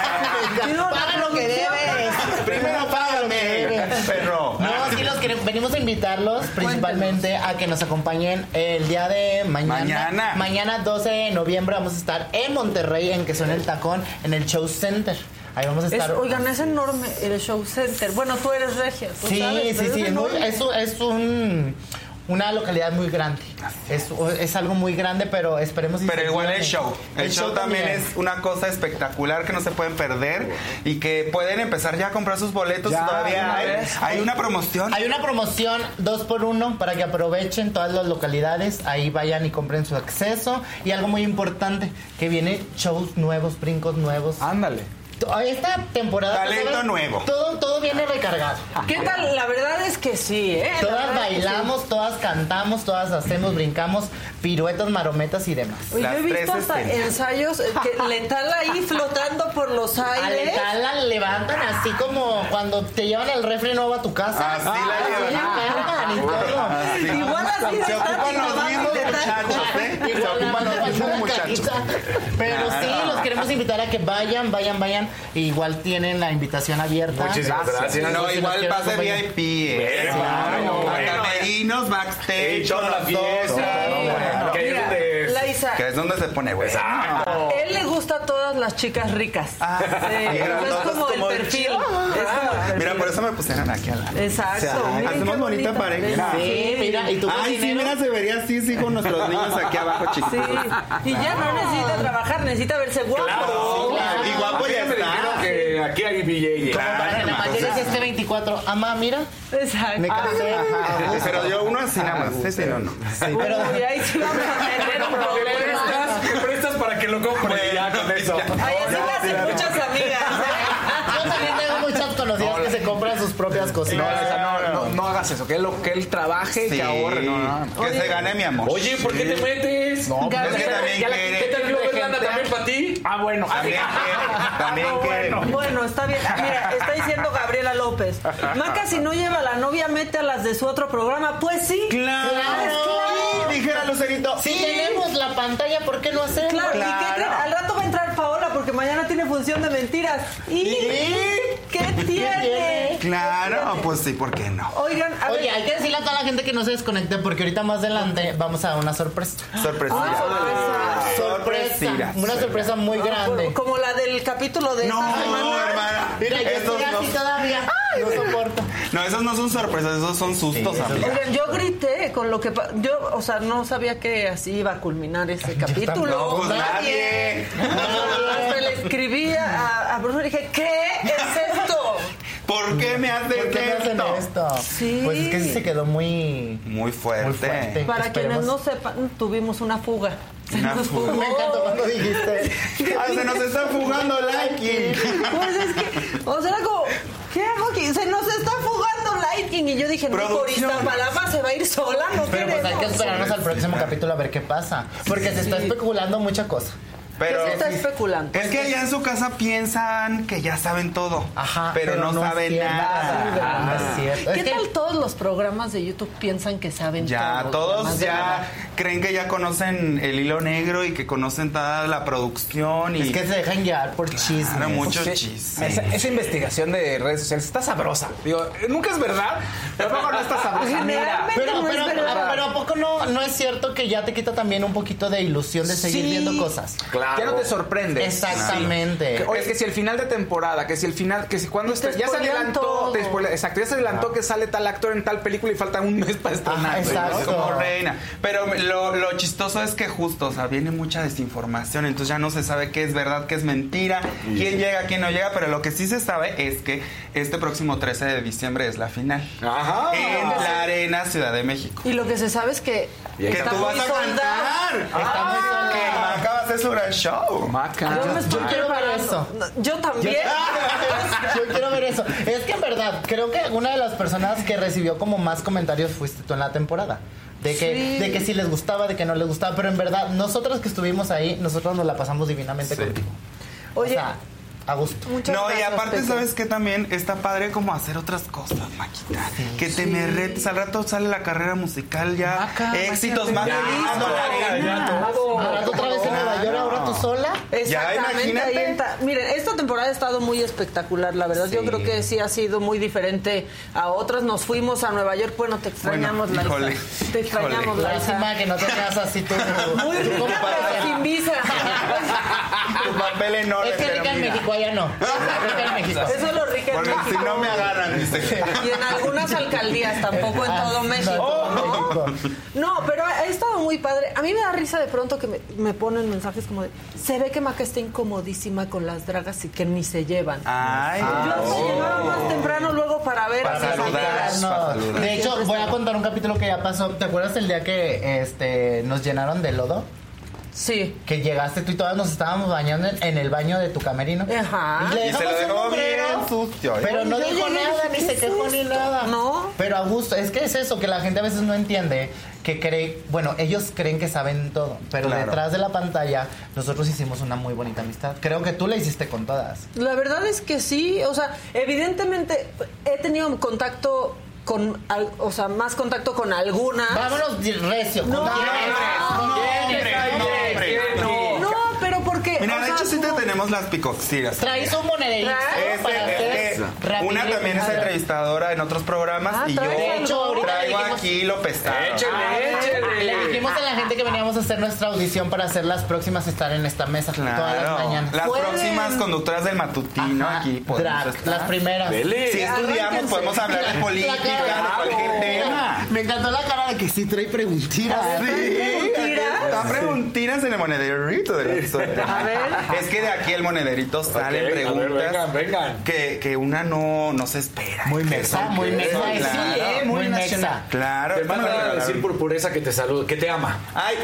[SPEAKER 13] Paga lo que debes.
[SPEAKER 14] Primero págame, perro.
[SPEAKER 13] No, sí los queremos. Venimos a invitarlos principalmente a que nos acompañen el día de mañana.
[SPEAKER 14] Mañana.
[SPEAKER 13] Mañana 12 de noviembre vamos a estar en Monterrey, en que suena el tacón, en el Show Center. Ahí vamos a
[SPEAKER 2] Es-
[SPEAKER 13] estar.
[SPEAKER 2] oigan, es enorme el show center. Bueno, tú eres regia. tú
[SPEAKER 13] sí,
[SPEAKER 2] sabes,
[SPEAKER 13] sí,
[SPEAKER 2] pero
[SPEAKER 13] sí.
[SPEAKER 2] es
[SPEAKER 13] Es, muy-
[SPEAKER 2] enorme.
[SPEAKER 13] es un- es un- una localidad muy grande. Es, es algo muy grande, pero esperemos. y
[SPEAKER 14] Pero
[SPEAKER 13] se
[SPEAKER 14] igual el
[SPEAKER 13] llene.
[SPEAKER 14] show. El, show, también es una cosa espectacular que no se pueden perder y que pueden empezar ya a comprar sus boletos.
[SPEAKER 13] Ya,
[SPEAKER 14] todavía
[SPEAKER 13] una
[SPEAKER 14] hay,
[SPEAKER 13] vez.
[SPEAKER 14] hay una promoción.
[SPEAKER 13] Hay una promoción 2 por 1 para que aprovechen todas las localidades, ahí vayan y compren su acceso y algo muy importante, que viene shows nuevos, brincos nuevos.
[SPEAKER 4] Ándale.
[SPEAKER 13] Esta temporada
[SPEAKER 14] Talento
[SPEAKER 13] ¿sabes?
[SPEAKER 14] nuevo.
[SPEAKER 13] Todo todo viene recargado.
[SPEAKER 2] Ah, ¿Qué tal? La verdad es que sí, ¿eh? La
[SPEAKER 13] Todas
[SPEAKER 2] verdad es que
[SPEAKER 13] bailamos, todas cantamos, todas hacemos, brincamos, piruetas, marometas y demás.
[SPEAKER 2] Oye, yo he visto hasta ensayos eh,
[SPEAKER 13] (laughs)
[SPEAKER 2] que letal ahí flotando por los
[SPEAKER 13] A
[SPEAKER 2] aires.
[SPEAKER 13] Letal la levantan así como cuando te llevan el refri nuevo a tu casa. (laughs)
[SPEAKER 14] Así la llevan.
[SPEAKER 13] levantan y todo.
[SPEAKER 14] Así.
[SPEAKER 2] Igual así de
[SPEAKER 14] Se ocupan
[SPEAKER 2] estática,
[SPEAKER 14] los
[SPEAKER 2] va,
[SPEAKER 14] mismos
[SPEAKER 2] de tal-
[SPEAKER 14] muchachos, ¿eh? Se ocupan los mismos muchachos.
[SPEAKER 13] Pero sí,
[SPEAKER 14] Claro.
[SPEAKER 13] los queremos invitar a que vayan, vayan, vayan. Igual tienen la invitación abierta.
[SPEAKER 3] Muchísimas gracias.
[SPEAKER 14] ah, No,
[SPEAKER 13] Si nos
[SPEAKER 14] igual
[SPEAKER 13] quieren
[SPEAKER 14] pase
[SPEAKER 13] acompañar.
[SPEAKER 14] VIP. eh.
[SPEAKER 3] Claro,
[SPEAKER 14] Claro,
[SPEAKER 3] bueno.
[SPEAKER 14] a camerinos, backstage,
[SPEAKER 3] Hecho la
[SPEAKER 14] las
[SPEAKER 3] fiesta,
[SPEAKER 14] dos.
[SPEAKER 3] bueno. Que
[SPEAKER 2] Mira,
[SPEAKER 3] es-
[SPEAKER 2] la Isa-
[SPEAKER 14] Que es donde se pone, güey.
[SPEAKER 2] Él le gusta a todas las chicas ricas.
[SPEAKER 13] Ah.
[SPEAKER 2] Sí,
[SPEAKER 14] Y eran
[SPEAKER 2] es
[SPEAKER 14] todas
[SPEAKER 2] como el
[SPEAKER 14] de
[SPEAKER 2] perfil.
[SPEAKER 14] chica.
[SPEAKER 2] Es como el perfil.
[SPEAKER 14] Mira, por eso me pusieron aquí al lado.
[SPEAKER 2] Exacto.
[SPEAKER 14] O sea,
[SPEAKER 2] Miren
[SPEAKER 14] hacemos
[SPEAKER 2] qué
[SPEAKER 14] bonita
[SPEAKER 2] bonita.
[SPEAKER 14] pareja.
[SPEAKER 13] Sí, mira, y tú con
[SPEAKER 14] Ay, sí,
[SPEAKER 13] dinero.
[SPEAKER 14] mira, se vería así, sí, con nuestros niños aquí abajo, chiquitos.
[SPEAKER 2] Sí. Y ya no necesita trabajar, necesita verse guapo.
[SPEAKER 14] claro. Y guapo ya
[SPEAKER 3] A mí me
[SPEAKER 14] está.
[SPEAKER 3] dijeron que aquí hay billete.
[SPEAKER 13] Para que nomás llegues este 24. Amá, mira.
[SPEAKER 2] Exacto.
[SPEAKER 13] Me casé. ajá, a gusto.
[SPEAKER 14] Pero yo uno así nada más. Sí, sí, no, no.
[SPEAKER 13] Sí, pero-
[SPEAKER 2] Uy, ahí sí vamos a tener un
[SPEAKER 3] ¿Qué
[SPEAKER 2] problema.
[SPEAKER 3] prestas? ¿Qué prestas para que lo compre? Ya con eso.
[SPEAKER 2] Ay, así me hacen muchas amigas. ¿eh?
[SPEAKER 13] Yo también tengo muchas conocidas que se compran sus propias
[SPEAKER 4] No, o
[SPEAKER 13] cositas.
[SPEAKER 4] sea, no, no, no hagas eso, que él, que él trabaje y
[SPEAKER 14] Sí.
[SPEAKER 4] que ahorre. No, no, no.
[SPEAKER 14] Que se gane mi amor.
[SPEAKER 3] Oye, ¿por qué te metes?
[SPEAKER 4] No,
[SPEAKER 3] Ya
[SPEAKER 14] pues es que
[SPEAKER 3] la-
[SPEAKER 14] también
[SPEAKER 3] ya la-
[SPEAKER 14] quiere.
[SPEAKER 3] ¿Qué tal que luego Irlanda también para ti? Ah, bueno.
[SPEAKER 14] También quiere. También quiere.
[SPEAKER 2] Bueno, está bien. Mira, está diciendo Gabriela López. Maca, si no lleva a la novia, mete a las de su otro programa. Pues sí.
[SPEAKER 14] Claro.
[SPEAKER 13] Claro.
[SPEAKER 14] Dijera Lucerito.
[SPEAKER 13] Si tenemos la pantalla, ¿por qué no hacerlo?
[SPEAKER 2] Claro, ¿y qué creen? Al rato va a entrar Paola porque mañana tiene función de mentiras. ¿Y qué tiene?
[SPEAKER 14] Claro, pues sí, ¿por qué no?
[SPEAKER 2] Oigan, a
[SPEAKER 13] Oye,
[SPEAKER 2] ver,
[SPEAKER 13] hay que decirle a toda la gente que no se desconecte porque ahorita más adelante vamos a una sorpresa.
[SPEAKER 14] Sorpresita.
[SPEAKER 2] Ah,
[SPEAKER 14] Sorpresita.
[SPEAKER 13] Una sorpresa muy grande.
[SPEAKER 2] como la del capítulo de
[SPEAKER 14] No,
[SPEAKER 2] esta semana.
[SPEAKER 14] hermana.
[SPEAKER 13] Mira, yo
[SPEAKER 14] Esos
[SPEAKER 13] estoy así
[SPEAKER 14] no,
[SPEAKER 13] todavía. No soporto.
[SPEAKER 14] no, esos no son sorpresas, esos son sustos, amiga.
[SPEAKER 2] Oigan, yo grité con lo que pa- yo, o sea, no sabía que así iba a culminar ese capítulo.
[SPEAKER 14] No, pues nadie.
[SPEAKER 2] Hasta le escribí a, a Bruno y dije, ¿qué es esto?
[SPEAKER 14] ¿Por qué me
[SPEAKER 13] ¿Por
[SPEAKER 14] hacen
[SPEAKER 13] qué me hacen
[SPEAKER 14] esto?
[SPEAKER 13] esto?
[SPEAKER 2] Sí.
[SPEAKER 13] Pues es que sí se quedó muy.
[SPEAKER 14] Muy fuerte.
[SPEAKER 13] Muy fuerte.
[SPEAKER 2] Para
[SPEAKER 13] Esperemos.
[SPEAKER 2] quienes no sepan, tuvimos una fuga. Se
[SPEAKER 14] Una
[SPEAKER 2] nos
[SPEAKER 14] fuga.
[SPEAKER 2] fugó.
[SPEAKER 13] Me encantó cuando dijiste.
[SPEAKER 14] Ay, se nos está fugando Liking.
[SPEAKER 2] Pues es que, o sea, era como, ¿qué hago aquí? Se nos está fugando Lightning. Y yo dije, no, por
[SPEAKER 14] Producción.
[SPEAKER 2] Iztapalapa se va a ir sola, no
[SPEAKER 13] Pero pues hay que
[SPEAKER 2] queremos.
[SPEAKER 13] esperarnos al próximo capítulo a ver qué pasa. Porque se está especulando mucha cosa.
[SPEAKER 14] Pero
[SPEAKER 2] ¿Qué se está especulando?
[SPEAKER 14] es que allá en su casa piensan que ya saben todo.
[SPEAKER 13] Ajá.
[SPEAKER 14] Pero, no,
[SPEAKER 13] es
[SPEAKER 14] saben
[SPEAKER 13] cierto.
[SPEAKER 14] nada.
[SPEAKER 13] Ah, no es cierto.
[SPEAKER 2] ¿Qué
[SPEAKER 13] Es que-
[SPEAKER 2] tal todos los programas de YouTube piensan que saben
[SPEAKER 14] Ya,
[SPEAKER 2] todo?
[SPEAKER 14] todos
[SPEAKER 2] Además de
[SPEAKER 14] ya
[SPEAKER 2] nada.
[SPEAKER 14] creen que ya conocen el hilo negro y que conocen toda la producción y
[SPEAKER 13] Es que se dejan llevar por chismes.
[SPEAKER 14] Claro, muchos
[SPEAKER 4] Sí,
[SPEAKER 14] chismes.
[SPEAKER 4] Pues Esa, esa investigación de redes sociales está sabrosa. Digo, nunca es verdad, pero luego no está
[SPEAKER 13] Pues
[SPEAKER 4] sabrosa.
[SPEAKER 2] Generalmente
[SPEAKER 13] Pero,
[SPEAKER 2] no
[SPEAKER 13] pero,
[SPEAKER 2] es
[SPEAKER 13] pero,
[SPEAKER 2] verdad.
[SPEAKER 13] pero ¿a poco no, no es cierto que ya te quita también un poquito de ilusión de seguir
[SPEAKER 4] Sí.
[SPEAKER 13] viendo cosas?
[SPEAKER 3] Claro.
[SPEAKER 4] Ya no te sorprende.
[SPEAKER 13] Exactamente.
[SPEAKER 4] Que, Oye, que si el final de temporada, que si el final, que si cuando
[SPEAKER 2] Te
[SPEAKER 4] está, ya se
[SPEAKER 2] spoilean
[SPEAKER 4] adelantó,
[SPEAKER 2] todo.
[SPEAKER 4] te spoile- exacto, ya se adelantó que sale tal actor en tal película y falta un mes para estrenar.
[SPEAKER 13] Ajá, exacto.
[SPEAKER 14] Como reina. Pero lo, lo chistoso es que justo, o sea, viene mucha desinformación, entonces ya no se sabe qué es verdad, qué es mentira, quién llega, quién no llega, pero lo que sí se sabe es que este próximo 13 de diciembre es la final.
[SPEAKER 3] Ajá.
[SPEAKER 14] En la Arena Ciudad de México.
[SPEAKER 2] Y lo que se sabe es que.
[SPEAKER 14] Que
[SPEAKER 2] está
[SPEAKER 14] tú
[SPEAKER 2] muy
[SPEAKER 14] vas a
[SPEAKER 2] soldado.
[SPEAKER 14] cantar. Ah,
[SPEAKER 13] Está muy soldado.
[SPEAKER 14] Que Maca va a hacer su gran show.
[SPEAKER 4] Maca.
[SPEAKER 2] Yo me estoy
[SPEAKER 13] Yo quiero ver
[SPEAKER 2] preparando.
[SPEAKER 13] eso.
[SPEAKER 2] No, Yo también.
[SPEAKER 13] Yo quiero ver eso. Es que en verdad, creo que una de las personas que recibió como más comentarios fuiste tú en la temporada. De que,
[SPEAKER 2] Sí.
[SPEAKER 13] de que sí les gustaba, de que no les gustaba. Pero en verdad, nosotros que estuvimos ahí, nosotros nos la pasamos divinamente contigo.
[SPEAKER 2] Oye,
[SPEAKER 13] O sea, a gusto.
[SPEAKER 14] no, y aparte, ¿sabes qué también? Está padre como hacer otras cosas, Maquita. que te me retes. Al rato sale la carrera musical ya. éxitos, más.
[SPEAKER 13] otra vez en Nueva York, ahora tú sola.
[SPEAKER 2] Exactamente. ahí está. Miren, esta temporada ha estado muy espectacular, la verdad. Yo
[SPEAKER 13] Sí.
[SPEAKER 2] creo que sí ha sido muy diferente a otras. Nos fuimos a Nueva York. Bueno, te extrañamos,
[SPEAKER 13] Bueno,
[SPEAKER 2] Larisa.
[SPEAKER 13] híjole,
[SPEAKER 2] Te extrañamos,
[SPEAKER 13] híjole.
[SPEAKER 2] Larisa.
[SPEAKER 13] Lástima que no te quedas así tú.
[SPEAKER 2] (laughs) Muy
[SPEAKER 13] tú
[SPEAKER 2] rica,
[SPEAKER 13] como
[SPEAKER 2] pero sin visa.
[SPEAKER 13] Tu
[SPEAKER 14] papel enorme.
[SPEAKER 13] Es que rica en México, allá no. Rica en México.
[SPEAKER 2] Eso es lo rica en
[SPEAKER 13] Porque
[SPEAKER 2] México.
[SPEAKER 13] si no me agarran, dice.
[SPEAKER 2] Y en algunas alcaldías, tampoco en
[SPEAKER 13] Ah,
[SPEAKER 2] todo
[SPEAKER 13] no,
[SPEAKER 2] México. ¿no? No, pero ha ha estado muy padre. A mí me da risa de pronto que me, me ponen mensajes como de, se ve que Maca está incomodísima con las dragas y que ni se llevan.
[SPEAKER 14] Ay,
[SPEAKER 2] Yo hasta
[SPEAKER 13] Ah, oh.
[SPEAKER 2] llegaba más temprano luego para ver a mis amigas.
[SPEAKER 13] No. De hecho, voy a contar un capítulo que ya pasó. ¿Te acuerdas el día que este, nos llenaron de lodo?
[SPEAKER 2] Sí.
[SPEAKER 13] Que llegaste tú y todas nos estábamos bañando en, en el baño de tu camerino.
[SPEAKER 2] Ajá.
[SPEAKER 13] Y, le
[SPEAKER 14] Y se
[SPEAKER 13] dejamos
[SPEAKER 14] lo
[SPEAKER 13] un
[SPEAKER 14] dejó
[SPEAKER 13] sombrero,
[SPEAKER 14] bien sucio.
[SPEAKER 13] Pero no
[SPEAKER 14] Yo
[SPEAKER 13] dijo
[SPEAKER 14] llegué y
[SPEAKER 13] nada,
[SPEAKER 14] dije,
[SPEAKER 13] ni se
[SPEAKER 14] ¿qué es
[SPEAKER 13] quejó ni
[SPEAKER 14] esto?
[SPEAKER 13] nada.
[SPEAKER 2] No.
[SPEAKER 13] Pero a gusto, es que es eso, que la gente a veces no entiende, que cree, bueno, ellos creen que saben todo, pero
[SPEAKER 14] Claro.
[SPEAKER 13] detrás de la pantalla nosotros hicimos una muy bonita amistad. Creo que tú la hiciste con todas.
[SPEAKER 2] La verdad es que sí, o sea, evidentemente he tenido contacto con, al- o sea, más contacto con algunas.
[SPEAKER 13] Vámonos di- recio.
[SPEAKER 2] No,
[SPEAKER 13] con-
[SPEAKER 2] No, pero porque...
[SPEAKER 14] Mira,
[SPEAKER 2] o
[SPEAKER 14] de
[SPEAKER 2] sea,
[SPEAKER 14] hecho, sí te tenemos las picoxiras.
[SPEAKER 13] Traes un monederito
[SPEAKER 14] Ese,
[SPEAKER 13] para
[SPEAKER 14] es
[SPEAKER 13] ustedes.
[SPEAKER 14] que una
[SPEAKER 13] rapidito.
[SPEAKER 14] también es entrevistadora en otros programas
[SPEAKER 13] Ah,
[SPEAKER 14] y yo
[SPEAKER 13] traes algo. De hecho, ahorita
[SPEAKER 14] traigo
[SPEAKER 13] le dijimos-
[SPEAKER 14] aquí lo pesado.
[SPEAKER 13] Le dijimos a la gente que veníamos a hacer nuestra audición para hacer las próximas estar en esta mesa todas
[SPEAKER 14] Claro.
[SPEAKER 13] las mañanas.
[SPEAKER 14] Las próximas conductoras del matutino aquí podemos
[SPEAKER 13] drag,
[SPEAKER 14] estar.
[SPEAKER 13] las primeras. Dele.
[SPEAKER 14] Si estudiamos,
[SPEAKER 13] Arránquense.
[SPEAKER 14] podemos hablar de
[SPEAKER 13] La
[SPEAKER 14] política,
[SPEAKER 13] cara.
[SPEAKER 14] de cualquier tema.
[SPEAKER 13] Me encantó la cara de que sí trae preguntitas.
[SPEAKER 14] ¿Preguntiras? Están preguntinas en el monederito de la suerte.
[SPEAKER 13] A ver.
[SPEAKER 14] Es que de aquí el monederito salen
[SPEAKER 3] a ver,
[SPEAKER 14] preguntas.
[SPEAKER 3] vengan, vengan.
[SPEAKER 14] Que, que una no, no se espera. Muy
[SPEAKER 3] mexa, muy mexa. Sí, eh, muy mexa.
[SPEAKER 14] Claro.
[SPEAKER 3] Te manda a decir por pureza que te saluda, que te ama.
[SPEAKER 14] Ay,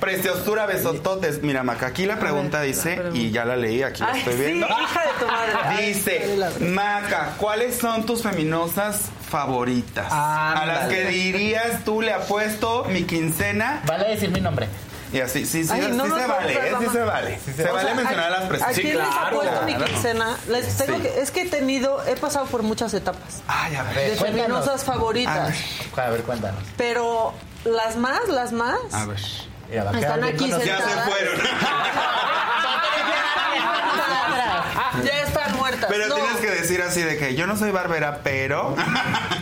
[SPEAKER 14] preciosura, besototes. Mira, Maca, aquí la pregunta dice, y ya la leí, aquí la
[SPEAKER 2] Ay,
[SPEAKER 14] estoy
[SPEAKER 2] sí,
[SPEAKER 14] viendo. Ah,
[SPEAKER 2] hija de tu madre. Ay,
[SPEAKER 14] Dice, Maca, ¿cuáles son tus feminosas favoritas? a las
[SPEAKER 13] Ándale.
[SPEAKER 14] que dirías tú le apuesto mi quincena.
[SPEAKER 13] Vale decir mi nombre.
[SPEAKER 14] Y así, sí, sí,
[SPEAKER 2] Ay,
[SPEAKER 14] sí
[SPEAKER 2] no nos
[SPEAKER 14] se
[SPEAKER 2] vamos
[SPEAKER 14] vale,
[SPEAKER 2] al
[SPEAKER 14] eh, sí
[SPEAKER 2] programa.
[SPEAKER 14] se vale. Se
[SPEAKER 2] O
[SPEAKER 14] vale
[SPEAKER 2] sea,
[SPEAKER 14] mencionar
[SPEAKER 2] ¿a-
[SPEAKER 14] las
[SPEAKER 2] ¿A
[SPEAKER 14] preciosas.
[SPEAKER 2] quién les apuesto mi
[SPEAKER 14] Claro.
[SPEAKER 2] quincena? Les tengo
[SPEAKER 14] Sí.
[SPEAKER 2] que- es que he tenido, he pasado por muchas etapas.
[SPEAKER 14] Ay, a
[SPEAKER 2] De feminosas favoritas.
[SPEAKER 13] A ver, cuéntanos.
[SPEAKER 2] Pero las más, las más.
[SPEAKER 14] Ah, A ver.
[SPEAKER 13] Mira, va a
[SPEAKER 2] Están
[SPEAKER 13] quedar bien
[SPEAKER 2] aquí
[SPEAKER 13] con nosotros.
[SPEAKER 2] sentadas. (laughs) Ya están muertas.
[SPEAKER 14] (laughs) Pero
[SPEAKER 2] No.
[SPEAKER 14] tienes que decir así de que yo no soy barbera,
[SPEAKER 2] (laughs)
[SPEAKER 14] pero...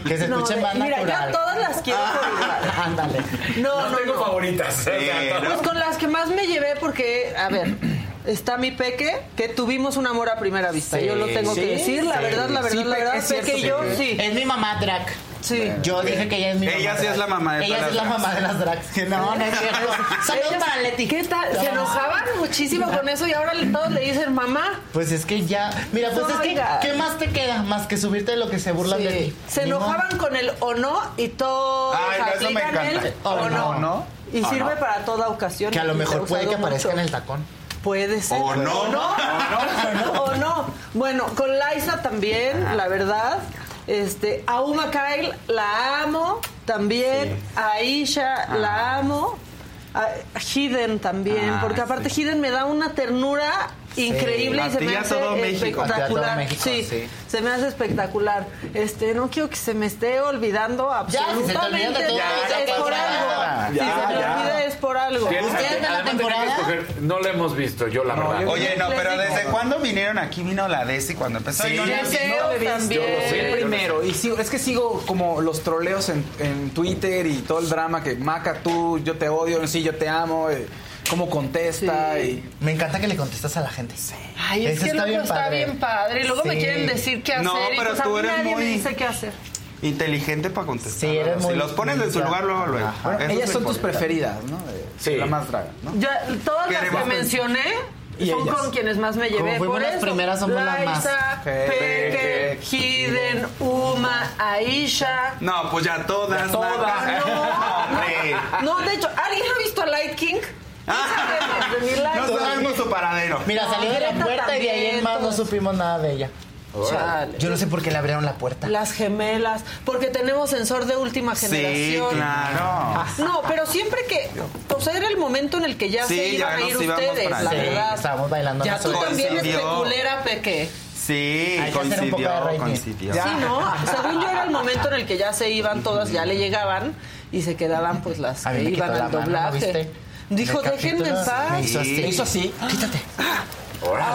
[SPEAKER 13] que se
[SPEAKER 2] No,
[SPEAKER 13] escuchen
[SPEAKER 2] de-
[SPEAKER 13] más
[SPEAKER 2] mira, yo
[SPEAKER 13] natural. Ah,
[SPEAKER 2] a todas las quiero por igual.
[SPEAKER 13] (laughs) Ándale.
[SPEAKER 2] No, no, no.
[SPEAKER 3] favoritas.
[SPEAKER 2] Pues
[SPEAKER 3] Pero-
[SPEAKER 2] con las que más me llevé porque, a
[SPEAKER 13] (clears throat)
[SPEAKER 2] ver, está mi peque, que tuvimos un amor a primera vista.
[SPEAKER 13] Sí,
[SPEAKER 2] yo lo tengo
[SPEAKER 13] sí,
[SPEAKER 2] que decir, la
[SPEAKER 13] sí.
[SPEAKER 2] verdad, la verdad,
[SPEAKER 13] Sí,
[SPEAKER 2] la
[SPEAKER 13] Peque,
[SPEAKER 2] verdad,
[SPEAKER 13] es
[SPEAKER 2] peque,
[SPEAKER 13] cierto,
[SPEAKER 2] y yo sí.
[SPEAKER 13] Es mi mamá drag.
[SPEAKER 2] Sí.
[SPEAKER 13] Yo dije que ella es mi mamá.
[SPEAKER 14] Eh, Ella sí
[SPEAKER 13] drag.
[SPEAKER 14] es la mamá de
[SPEAKER 13] Ella
[SPEAKER 14] todas
[SPEAKER 13] sí es la
[SPEAKER 14] las drags.
[SPEAKER 13] mamá de las drags. Que No, no es cierto. (laughs) Saludos
[SPEAKER 2] Ellas-
[SPEAKER 13] para Leti.
[SPEAKER 2] ¿Qué tal? Se enojaban muchísimo con eso y ahora todos le dicen mamá.
[SPEAKER 13] Pues es que ya. Mira, pues es que.
[SPEAKER 2] Oiga.
[SPEAKER 13] ¿Qué más te queda más que subirte de lo que se burlan
[SPEAKER 2] Sí.
[SPEAKER 13] de ti?
[SPEAKER 2] Se
[SPEAKER 13] Ni modo.
[SPEAKER 2] enojaban con el o no y todos
[SPEAKER 13] Ay, no, eso me
[SPEAKER 2] aplican
[SPEAKER 13] encanta.
[SPEAKER 2] el
[SPEAKER 13] O
[SPEAKER 2] o
[SPEAKER 13] no,
[SPEAKER 2] no.
[SPEAKER 13] ¿no?
[SPEAKER 2] Y
[SPEAKER 13] O
[SPEAKER 2] sirve
[SPEAKER 13] no.
[SPEAKER 2] para toda ocasión.
[SPEAKER 13] Que a lo
[SPEAKER 2] Y se
[SPEAKER 13] mejor
[SPEAKER 2] ha
[SPEAKER 13] puede que
[SPEAKER 2] usado
[SPEAKER 13] aparezca
[SPEAKER 2] mucho.
[SPEAKER 13] en el tacón.
[SPEAKER 2] Puede ser.
[SPEAKER 13] O no.
[SPEAKER 2] O no. O no. Bueno, con Laisa también, la verdad. Este, a Uma Kyle la amo también. A Aisha la amo. A Hidden también,
[SPEAKER 13] Ah,
[SPEAKER 2] porque aparte Hidden me da una ternura increíble
[SPEAKER 13] A
[SPEAKER 2] y se
[SPEAKER 13] ti
[SPEAKER 2] me
[SPEAKER 13] y a
[SPEAKER 2] hace
[SPEAKER 13] todo México. A ti y a todo
[SPEAKER 2] espectacular.
[SPEAKER 13] México,
[SPEAKER 2] sí,
[SPEAKER 13] sí.
[SPEAKER 2] se me hace espectacular. Este, no quiero que se me esté olvidando
[SPEAKER 13] te olvida
[SPEAKER 2] absolutamente.
[SPEAKER 13] todo, ya
[SPEAKER 2] es
[SPEAKER 13] pasa
[SPEAKER 2] por
[SPEAKER 13] nada.
[SPEAKER 2] algo. Si
[SPEAKER 3] Ya,
[SPEAKER 2] se me
[SPEAKER 3] ya.
[SPEAKER 2] olvida es por algo.
[SPEAKER 3] Tienes que- además tenía que escoger, no la hemos visto, yo la verdad.
[SPEAKER 14] Oye, no, pero ¿desde cuándo vinieron aquí? Vino la Desi cuando empezó.
[SPEAKER 4] Sí,
[SPEAKER 14] Yo no-
[SPEAKER 4] no le diste.
[SPEAKER 14] también.
[SPEAKER 4] Yo lo sé,
[SPEAKER 14] Yo lo sé.
[SPEAKER 4] primero. Y sigo- es que sigo como los troleos en, en Twitter y todo el drama que Maca tú, yo te odio, sí, yo te amo, eh, cómo contesta. Y...
[SPEAKER 13] Me encanta que le contestas a la gente. Sí.
[SPEAKER 2] Ay, es
[SPEAKER 13] Eso
[SPEAKER 2] que
[SPEAKER 13] está
[SPEAKER 2] luego
[SPEAKER 13] bien
[SPEAKER 2] está
[SPEAKER 13] padre.
[SPEAKER 2] bien padre. Y luego me
[SPEAKER 13] Sí.
[SPEAKER 2] quieren decir qué hacer.
[SPEAKER 14] No,
[SPEAKER 2] y
[SPEAKER 14] pero
[SPEAKER 2] pues a
[SPEAKER 14] tú
[SPEAKER 2] mí
[SPEAKER 14] eres
[SPEAKER 2] nadie
[SPEAKER 14] muy-
[SPEAKER 2] me dice qué hacer.
[SPEAKER 14] Inteligente para contestar.
[SPEAKER 13] Sí, eres muy-
[SPEAKER 14] si los pones en su
[SPEAKER 13] muy-
[SPEAKER 14] lugar, luego, luego.
[SPEAKER 13] Ajá.
[SPEAKER 14] Eso
[SPEAKER 4] Ellas
[SPEAKER 14] es
[SPEAKER 4] son tus
[SPEAKER 14] importante.
[SPEAKER 4] preferidas, ¿no? De- La más draga, ¿no?
[SPEAKER 2] Ya, todas las
[SPEAKER 4] Queremos-
[SPEAKER 2] que mencioné
[SPEAKER 4] Y
[SPEAKER 2] son
[SPEAKER 4] ellas.
[SPEAKER 2] con quienes más me llevé.
[SPEAKER 13] Como fuimos
[SPEAKER 2] Por
[SPEAKER 13] las
[SPEAKER 2] eso,
[SPEAKER 13] primeras, somos las más.
[SPEAKER 2] Laisa, Peque, Hiden, Uma, Aisha.
[SPEAKER 14] No, pues ya todas.
[SPEAKER 2] Ya todas.
[SPEAKER 14] Maca.
[SPEAKER 2] No.
[SPEAKER 14] (laughs) Hombre.
[SPEAKER 2] No, de hecho, ¿alguien ha visto a Light King? De mi Light
[SPEAKER 14] No
[SPEAKER 2] King.
[SPEAKER 14] sabemos su paradero.
[SPEAKER 13] Mira, salí de la
[SPEAKER 2] Violeta
[SPEAKER 13] puerta y de ahí en
[SPEAKER 2] también,
[SPEAKER 13] más no supimos nada de ella.
[SPEAKER 2] Chale.
[SPEAKER 13] Yo no sé por qué le abrieron la puerta.
[SPEAKER 2] Las gemelas, porque tenemos sensor de última
[SPEAKER 13] Sí,
[SPEAKER 2] generación.
[SPEAKER 13] claro.
[SPEAKER 2] Ah, No, pero siempre que, o sea, era el momento en el que ya
[SPEAKER 14] Sí,
[SPEAKER 2] se iban
[SPEAKER 14] ya
[SPEAKER 2] a
[SPEAKER 14] nos
[SPEAKER 2] ir
[SPEAKER 14] íbamos
[SPEAKER 2] ustedes,
[SPEAKER 14] para
[SPEAKER 2] la
[SPEAKER 14] allá. Sí,
[SPEAKER 2] verdad.
[SPEAKER 13] estábamos bailando
[SPEAKER 2] Ya tú
[SPEAKER 13] nosotros.
[SPEAKER 2] también eres
[SPEAKER 14] Coincidió.
[SPEAKER 2] peculera, Peque.
[SPEAKER 14] Sí,
[SPEAKER 13] Hay que hacer un poco de
[SPEAKER 14] coincidió,
[SPEAKER 13] reggae.
[SPEAKER 14] coincidió.
[SPEAKER 2] Sí, ¿no? Según yo era el momento en el que ya se iban todas, ya le llegaban y se quedaban pues las
[SPEAKER 13] A mí
[SPEAKER 2] que
[SPEAKER 13] me
[SPEAKER 2] iban
[SPEAKER 13] quitó
[SPEAKER 2] al
[SPEAKER 13] la mano, ¿no
[SPEAKER 2] doblaje.
[SPEAKER 13] viste?
[SPEAKER 2] Dijo,
[SPEAKER 13] En el
[SPEAKER 2] déjenme en
[SPEAKER 13] capítulo
[SPEAKER 2] paz.
[SPEAKER 13] me hizo así. Me hizo así.
[SPEAKER 2] Quítate. Ahora,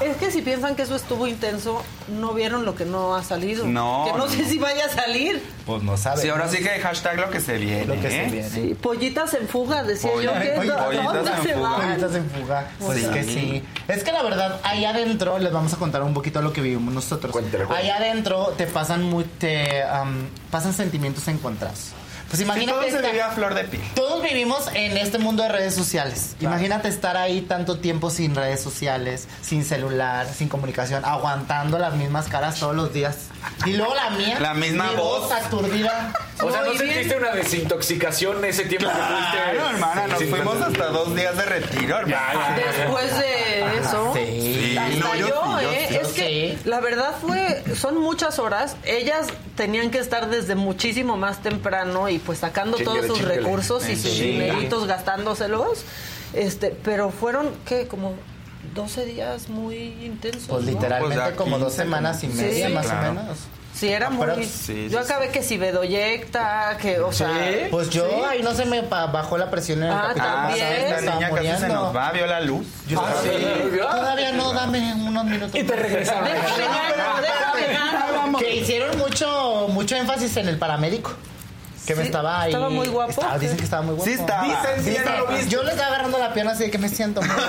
[SPEAKER 2] es que si piensan que eso estuvo intenso, no vieron lo que no ha salido.
[SPEAKER 14] No,
[SPEAKER 2] Que no, sé
[SPEAKER 14] no.
[SPEAKER 2] si vaya a salir.
[SPEAKER 14] Pues no
[SPEAKER 13] sabe,
[SPEAKER 14] Sí, ahora
[SPEAKER 13] ¿no?
[SPEAKER 14] sí que hashtag lo que se viene. Lo que se viene.
[SPEAKER 2] Sí, pollitas en fuga, decía yo
[SPEAKER 14] (laughs) Pollitas
[SPEAKER 2] que
[SPEAKER 14] en
[SPEAKER 2] ¿a
[SPEAKER 14] fuga.
[SPEAKER 2] dónde se van?
[SPEAKER 13] Pollitas en fuga. Pues
[SPEAKER 14] Sí.
[SPEAKER 13] es que sí. Es que la verdad, ahí adentro, les vamos a contar un poquito lo que vivimos nosotros. Eh, Ahí adentro te pasan muy, te, am, pasan sentimientos encontrados. Pues imagínate.
[SPEAKER 14] todo se
[SPEAKER 13] esta-
[SPEAKER 14] vive a flor de piel.
[SPEAKER 13] Todos vivimos en este mundo de redes sociales. Imagínate estar ahí tanto tiempo sin redes sociales, sin celular, sin comunicación, aguantando las mismas caras todos los días. Y luego la mía.
[SPEAKER 3] La misma
[SPEAKER 13] mi
[SPEAKER 3] voz.
[SPEAKER 13] aturdida. pues,
[SPEAKER 3] O sea, ¿no
[SPEAKER 13] Muy bien.
[SPEAKER 3] sentiste una desintoxicación ese tiempo que
[SPEAKER 14] Claro,
[SPEAKER 3] fuiste?
[SPEAKER 14] hermana, nos
[SPEAKER 3] Sí,
[SPEAKER 14] fuimos
[SPEAKER 3] sí.
[SPEAKER 14] hasta dos días de retiro, hermana.
[SPEAKER 2] Después de eso,
[SPEAKER 14] Sí.
[SPEAKER 2] hasta
[SPEAKER 14] No,
[SPEAKER 2] yo,
[SPEAKER 14] yo sí, yo
[SPEAKER 2] ¿eh?
[SPEAKER 14] sí,
[SPEAKER 2] es
[SPEAKER 14] yo
[SPEAKER 2] que la verdad fue, son muchas horas. Ellas tenían que estar desde muchísimo más temprano y pues sacando
[SPEAKER 15] Chíngale,
[SPEAKER 2] todos sus
[SPEAKER 15] chíngale.
[SPEAKER 2] recursos y
[SPEAKER 15] En
[SPEAKER 2] sus
[SPEAKER 15] chinga.
[SPEAKER 2] dineritos, gastándoselos. Este, pero fueron, ¿qué? Como 12 días muy intensos.
[SPEAKER 13] Pues
[SPEAKER 2] ¿no?
[SPEAKER 13] literalmente
[SPEAKER 14] Pues,
[SPEAKER 13] como
[SPEAKER 14] aquí,
[SPEAKER 13] dos semanas y
[SPEAKER 2] sí.
[SPEAKER 13] media,
[SPEAKER 2] Sí,
[SPEAKER 13] más
[SPEAKER 2] claro.
[SPEAKER 13] o menos.
[SPEAKER 2] Sí, era
[SPEAKER 13] Aprox.
[SPEAKER 2] muy.
[SPEAKER 13] Sí,
[SPEAKER 2] yo acabé que si Bedoyecta, que, o sea.
[SPEAKER 13] Pues yo
[SPEAKER 2] sí.
[SPEAKER 13] ahí no se me pa- bajó la presión en el
[SPEAKER 2] Ah,
[SPEAKER 13] capítulo
[SPEAKER 2] también.
[SPEAKER 13] pasado,
[SPEAKER 2] Esta
[SPEAKER 13] estaba
[SPEAKER 14] niña casi se
[SPEAKER 13] muriendo.
[SPEAKER 14] nos va, vio la luz.
[SPEAKER 13] Yo estaba- Todavía no, dame unos minutos. Y te
[SPEAKER 14] regresaron.
[SPEAKER 15] Déjame gano, déjame gano.
[SPEAKER 13] Que hicieron mucho, mucho énfasis en el paramédico. Que me estaba ahí.
[SPEAKER 2] estaba muy guapo,
[SPEAKER 13] Estaba-
[SPEAKER 2] ¿o qué?
[SPEAKER 13] dicen que estaba muy guapo.
[SPEAKER 14] Sí estaba. Dicen, sí, ya no lo viste.
[SPEAKER 13] Yo le estaba agarrando la pierna así de que me siento muy mal.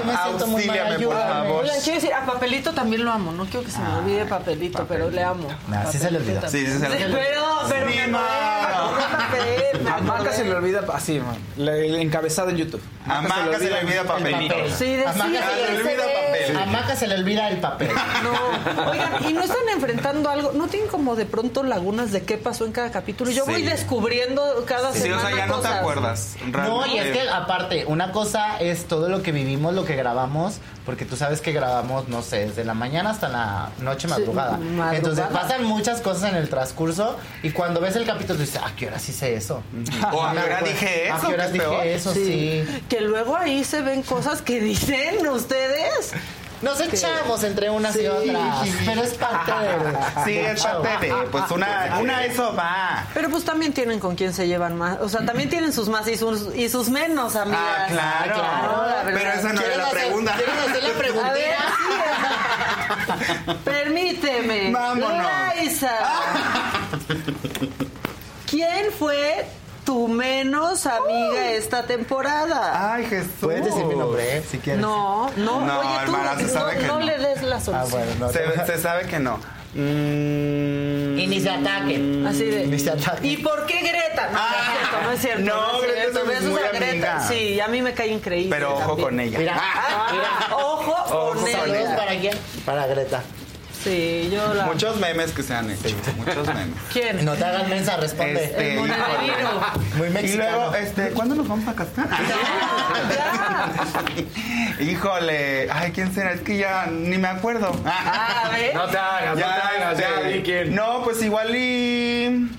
[SPEAKER 13] Yo me siento muy mal.
[SPEAKER 14] Auxíliame, por
[SPEAKER 13] ayúdame.
[SPEAKER 14] favor.
[SPEAKER 2] Oigan, quiero decir, a Papelito también lo amo. No quiero que se me olvide Papelito, pero le amo.
[SPEAKER 13] Nah, sí se le olvidó.
[SPEAKER 14] Ah, Sí, sí, se le olvidó.
[SPEAKER 2] Pero, pero me acordé, me
[SPEAKER 4] A Maca
[SPEAKER 2] acordé.
[SPEAKER 4] se le olvida así, man. Le- El encabezado en YouTube.
[SPEAKER 14] A Maca se le olvida papelito. Ah,
[SPEAKER 2] Sí,
[SPEAKER 13] A Maca
[SPEAKER 2] decía.
[SPEAKER 13] se le olvida papel. A Maca se le olvida el papel.
[SPEAKER 2] No. Oigan, y no están enfrentando algo, no tienen como de pronto lagunas de qué pasó en cada capítulo. Yo
[SPEAKER 14] Sí.
[SPEAKER 2] voy descubriendo cada
[SPEAKER 14] Sí, o
[SPEAKER 2] semana
[SPEAKER 14] sea, ya no te
[SPEAKER 2] cosas.
[SPEAKER 14] acuerdas.
[SPEAKER 13] No, y es
[SPEAKER 14] realmente.
[SPEAKER 13] que aparte, una cosa es todo lo que vivimos, lo que grabamos, porque tú sabes que grabamos, no sé, desde la mañana hasta la noche madrugada.
[SPEAKER 2] madrugada.
[SPEAKER 13] Entonces pasan muchas cosas en el transcurso y cuando ves el capítulo dices, ¿a qué hora hice eso?
[SPEAKER 14] (laughs) O a qué hora dije
[SPEAKER 13] Ah, ¿A
[SPEAKER 14] eso,
[SPEAKER 13] qué
[SPEAKER 14] que
[SPEAKER 13] hora
[SPEAKER 14] es
[SPEAKER 13] (laughs) dije
[SPEAKER 14] peor.
[SPEAKER 13] eso? Sí.
[SPEAKER 2] Que luego ahí se ven cosas que dicen ustedes.
[SPEAKER 13] Nos echamos entre unas y otras, pero es parte
[SPEAKER 14] (laughs)
[SPEAKER 13] de...
[SPEAKER 14] Sí, es parte de, pues una, una eso va.
[SPEAKER 2] Pero pues también tienen con quién se llevan más. O sea, también tienen sus más y sus, y sus menos, amigas.
[SPEAKER 14] Ah, claro.
[SPEAKER 2] No,
[SPEAKER 13] Ah,
[SPEAKER 2] la verdad.
[SPEAKER 14] Pero esa no era la pregunta. (laughs)
[SPEAKER 13] la preguntita?
[SPEAKER 2] A ver, así es. Permíteme.
[SPEAKER 14] Vámonos. (laughs)
[SPEAKER 2] Loaiza, ¿Quién fue tu menos
[SPEAKER 14] Uh.
[SPEAKER 2] amiga esta temporada?
[SPEAKER 14] Ay, Jesús.
[SPEAKER 13] Puedes decir mi nombre, eh, si quieres.
[SPEAKER 2] No, no,
[SPEAKER 14] Ah, No,
[SPEAKER 2] oye, tú
[SPEAKER 14] hermana, se
[SPEAKER 2] no,
[SPEAKER 14] sabe que
[SPEAKER 2] no
[SPEAKER 14] no.
[SPEAKER 2] le des la
[SPEAKER 13] Ah,
[SPEAKER 2] solución.
[SPEAKER 13] bueno, no.
[SPEAKER 14] Se, se sabe que no. Mm.
[SPEAKER 13] Y ni se ataquen.
[SPEAKER 2] Mm, Así de.
[SPEAKER 13] Ni se ataquen.
[SPEAKER 2] ¿Y por qué Greta? No, no es cierto,
[SPEAKER 14] Ah. no,
[SPEAKER 2] no es
[SPEAKER 14] Greta
[SPEAKER 2] cierto.
[SPEAKER 14] es
[SPEAKER 2] No, Besos
[SPEAKER 14] muy
[SPEAKER 2] a Greta.
[SPEAKER 14] amiga.
[SPEAKER 2] Sí, a mí me cae increíble.
[SPEAKER 14] Pero ojo
[SPEAKER 2] también.
[SPEAKER 14] con ella.
[SPEAKER 13] Mira,
[SPEAKER 2] Ah, mira, ojo, con
[SPEAKER 14] con
[SPEAKER 2] ella.
[SPEAKER 13] saludos para quién? Para Greta.
[SPEAKER 2] Sí, yo la.
[SPEAKER 14] Muchos memes que se han hecho. Muchos memes.
[SPEAKER 2] ¿Quién?
[SPEAKER 13] No te hagas mensa, responde. Eh,
[SPEAKER 14] Este,
[SPEAKER 2] El monedero.
[SPEAKER 13] Muy
[SPEAKER 14] Y
[SPEAKER 13] mexicano.
[SPEAKER 14] luego, este, ¿cuándo nos vamos a casar? (laughs) Híjole, ay, ¿quién será? Es que ya ni me acuerdo.
[SPEAKER 2] A ver.
[SPEAKER 3] No te hagas, no te hagas,
[SPEAKER 14] este,
[SPEAKER 3] ya vi quién.
[SPEAKER 14] No, pues igual y.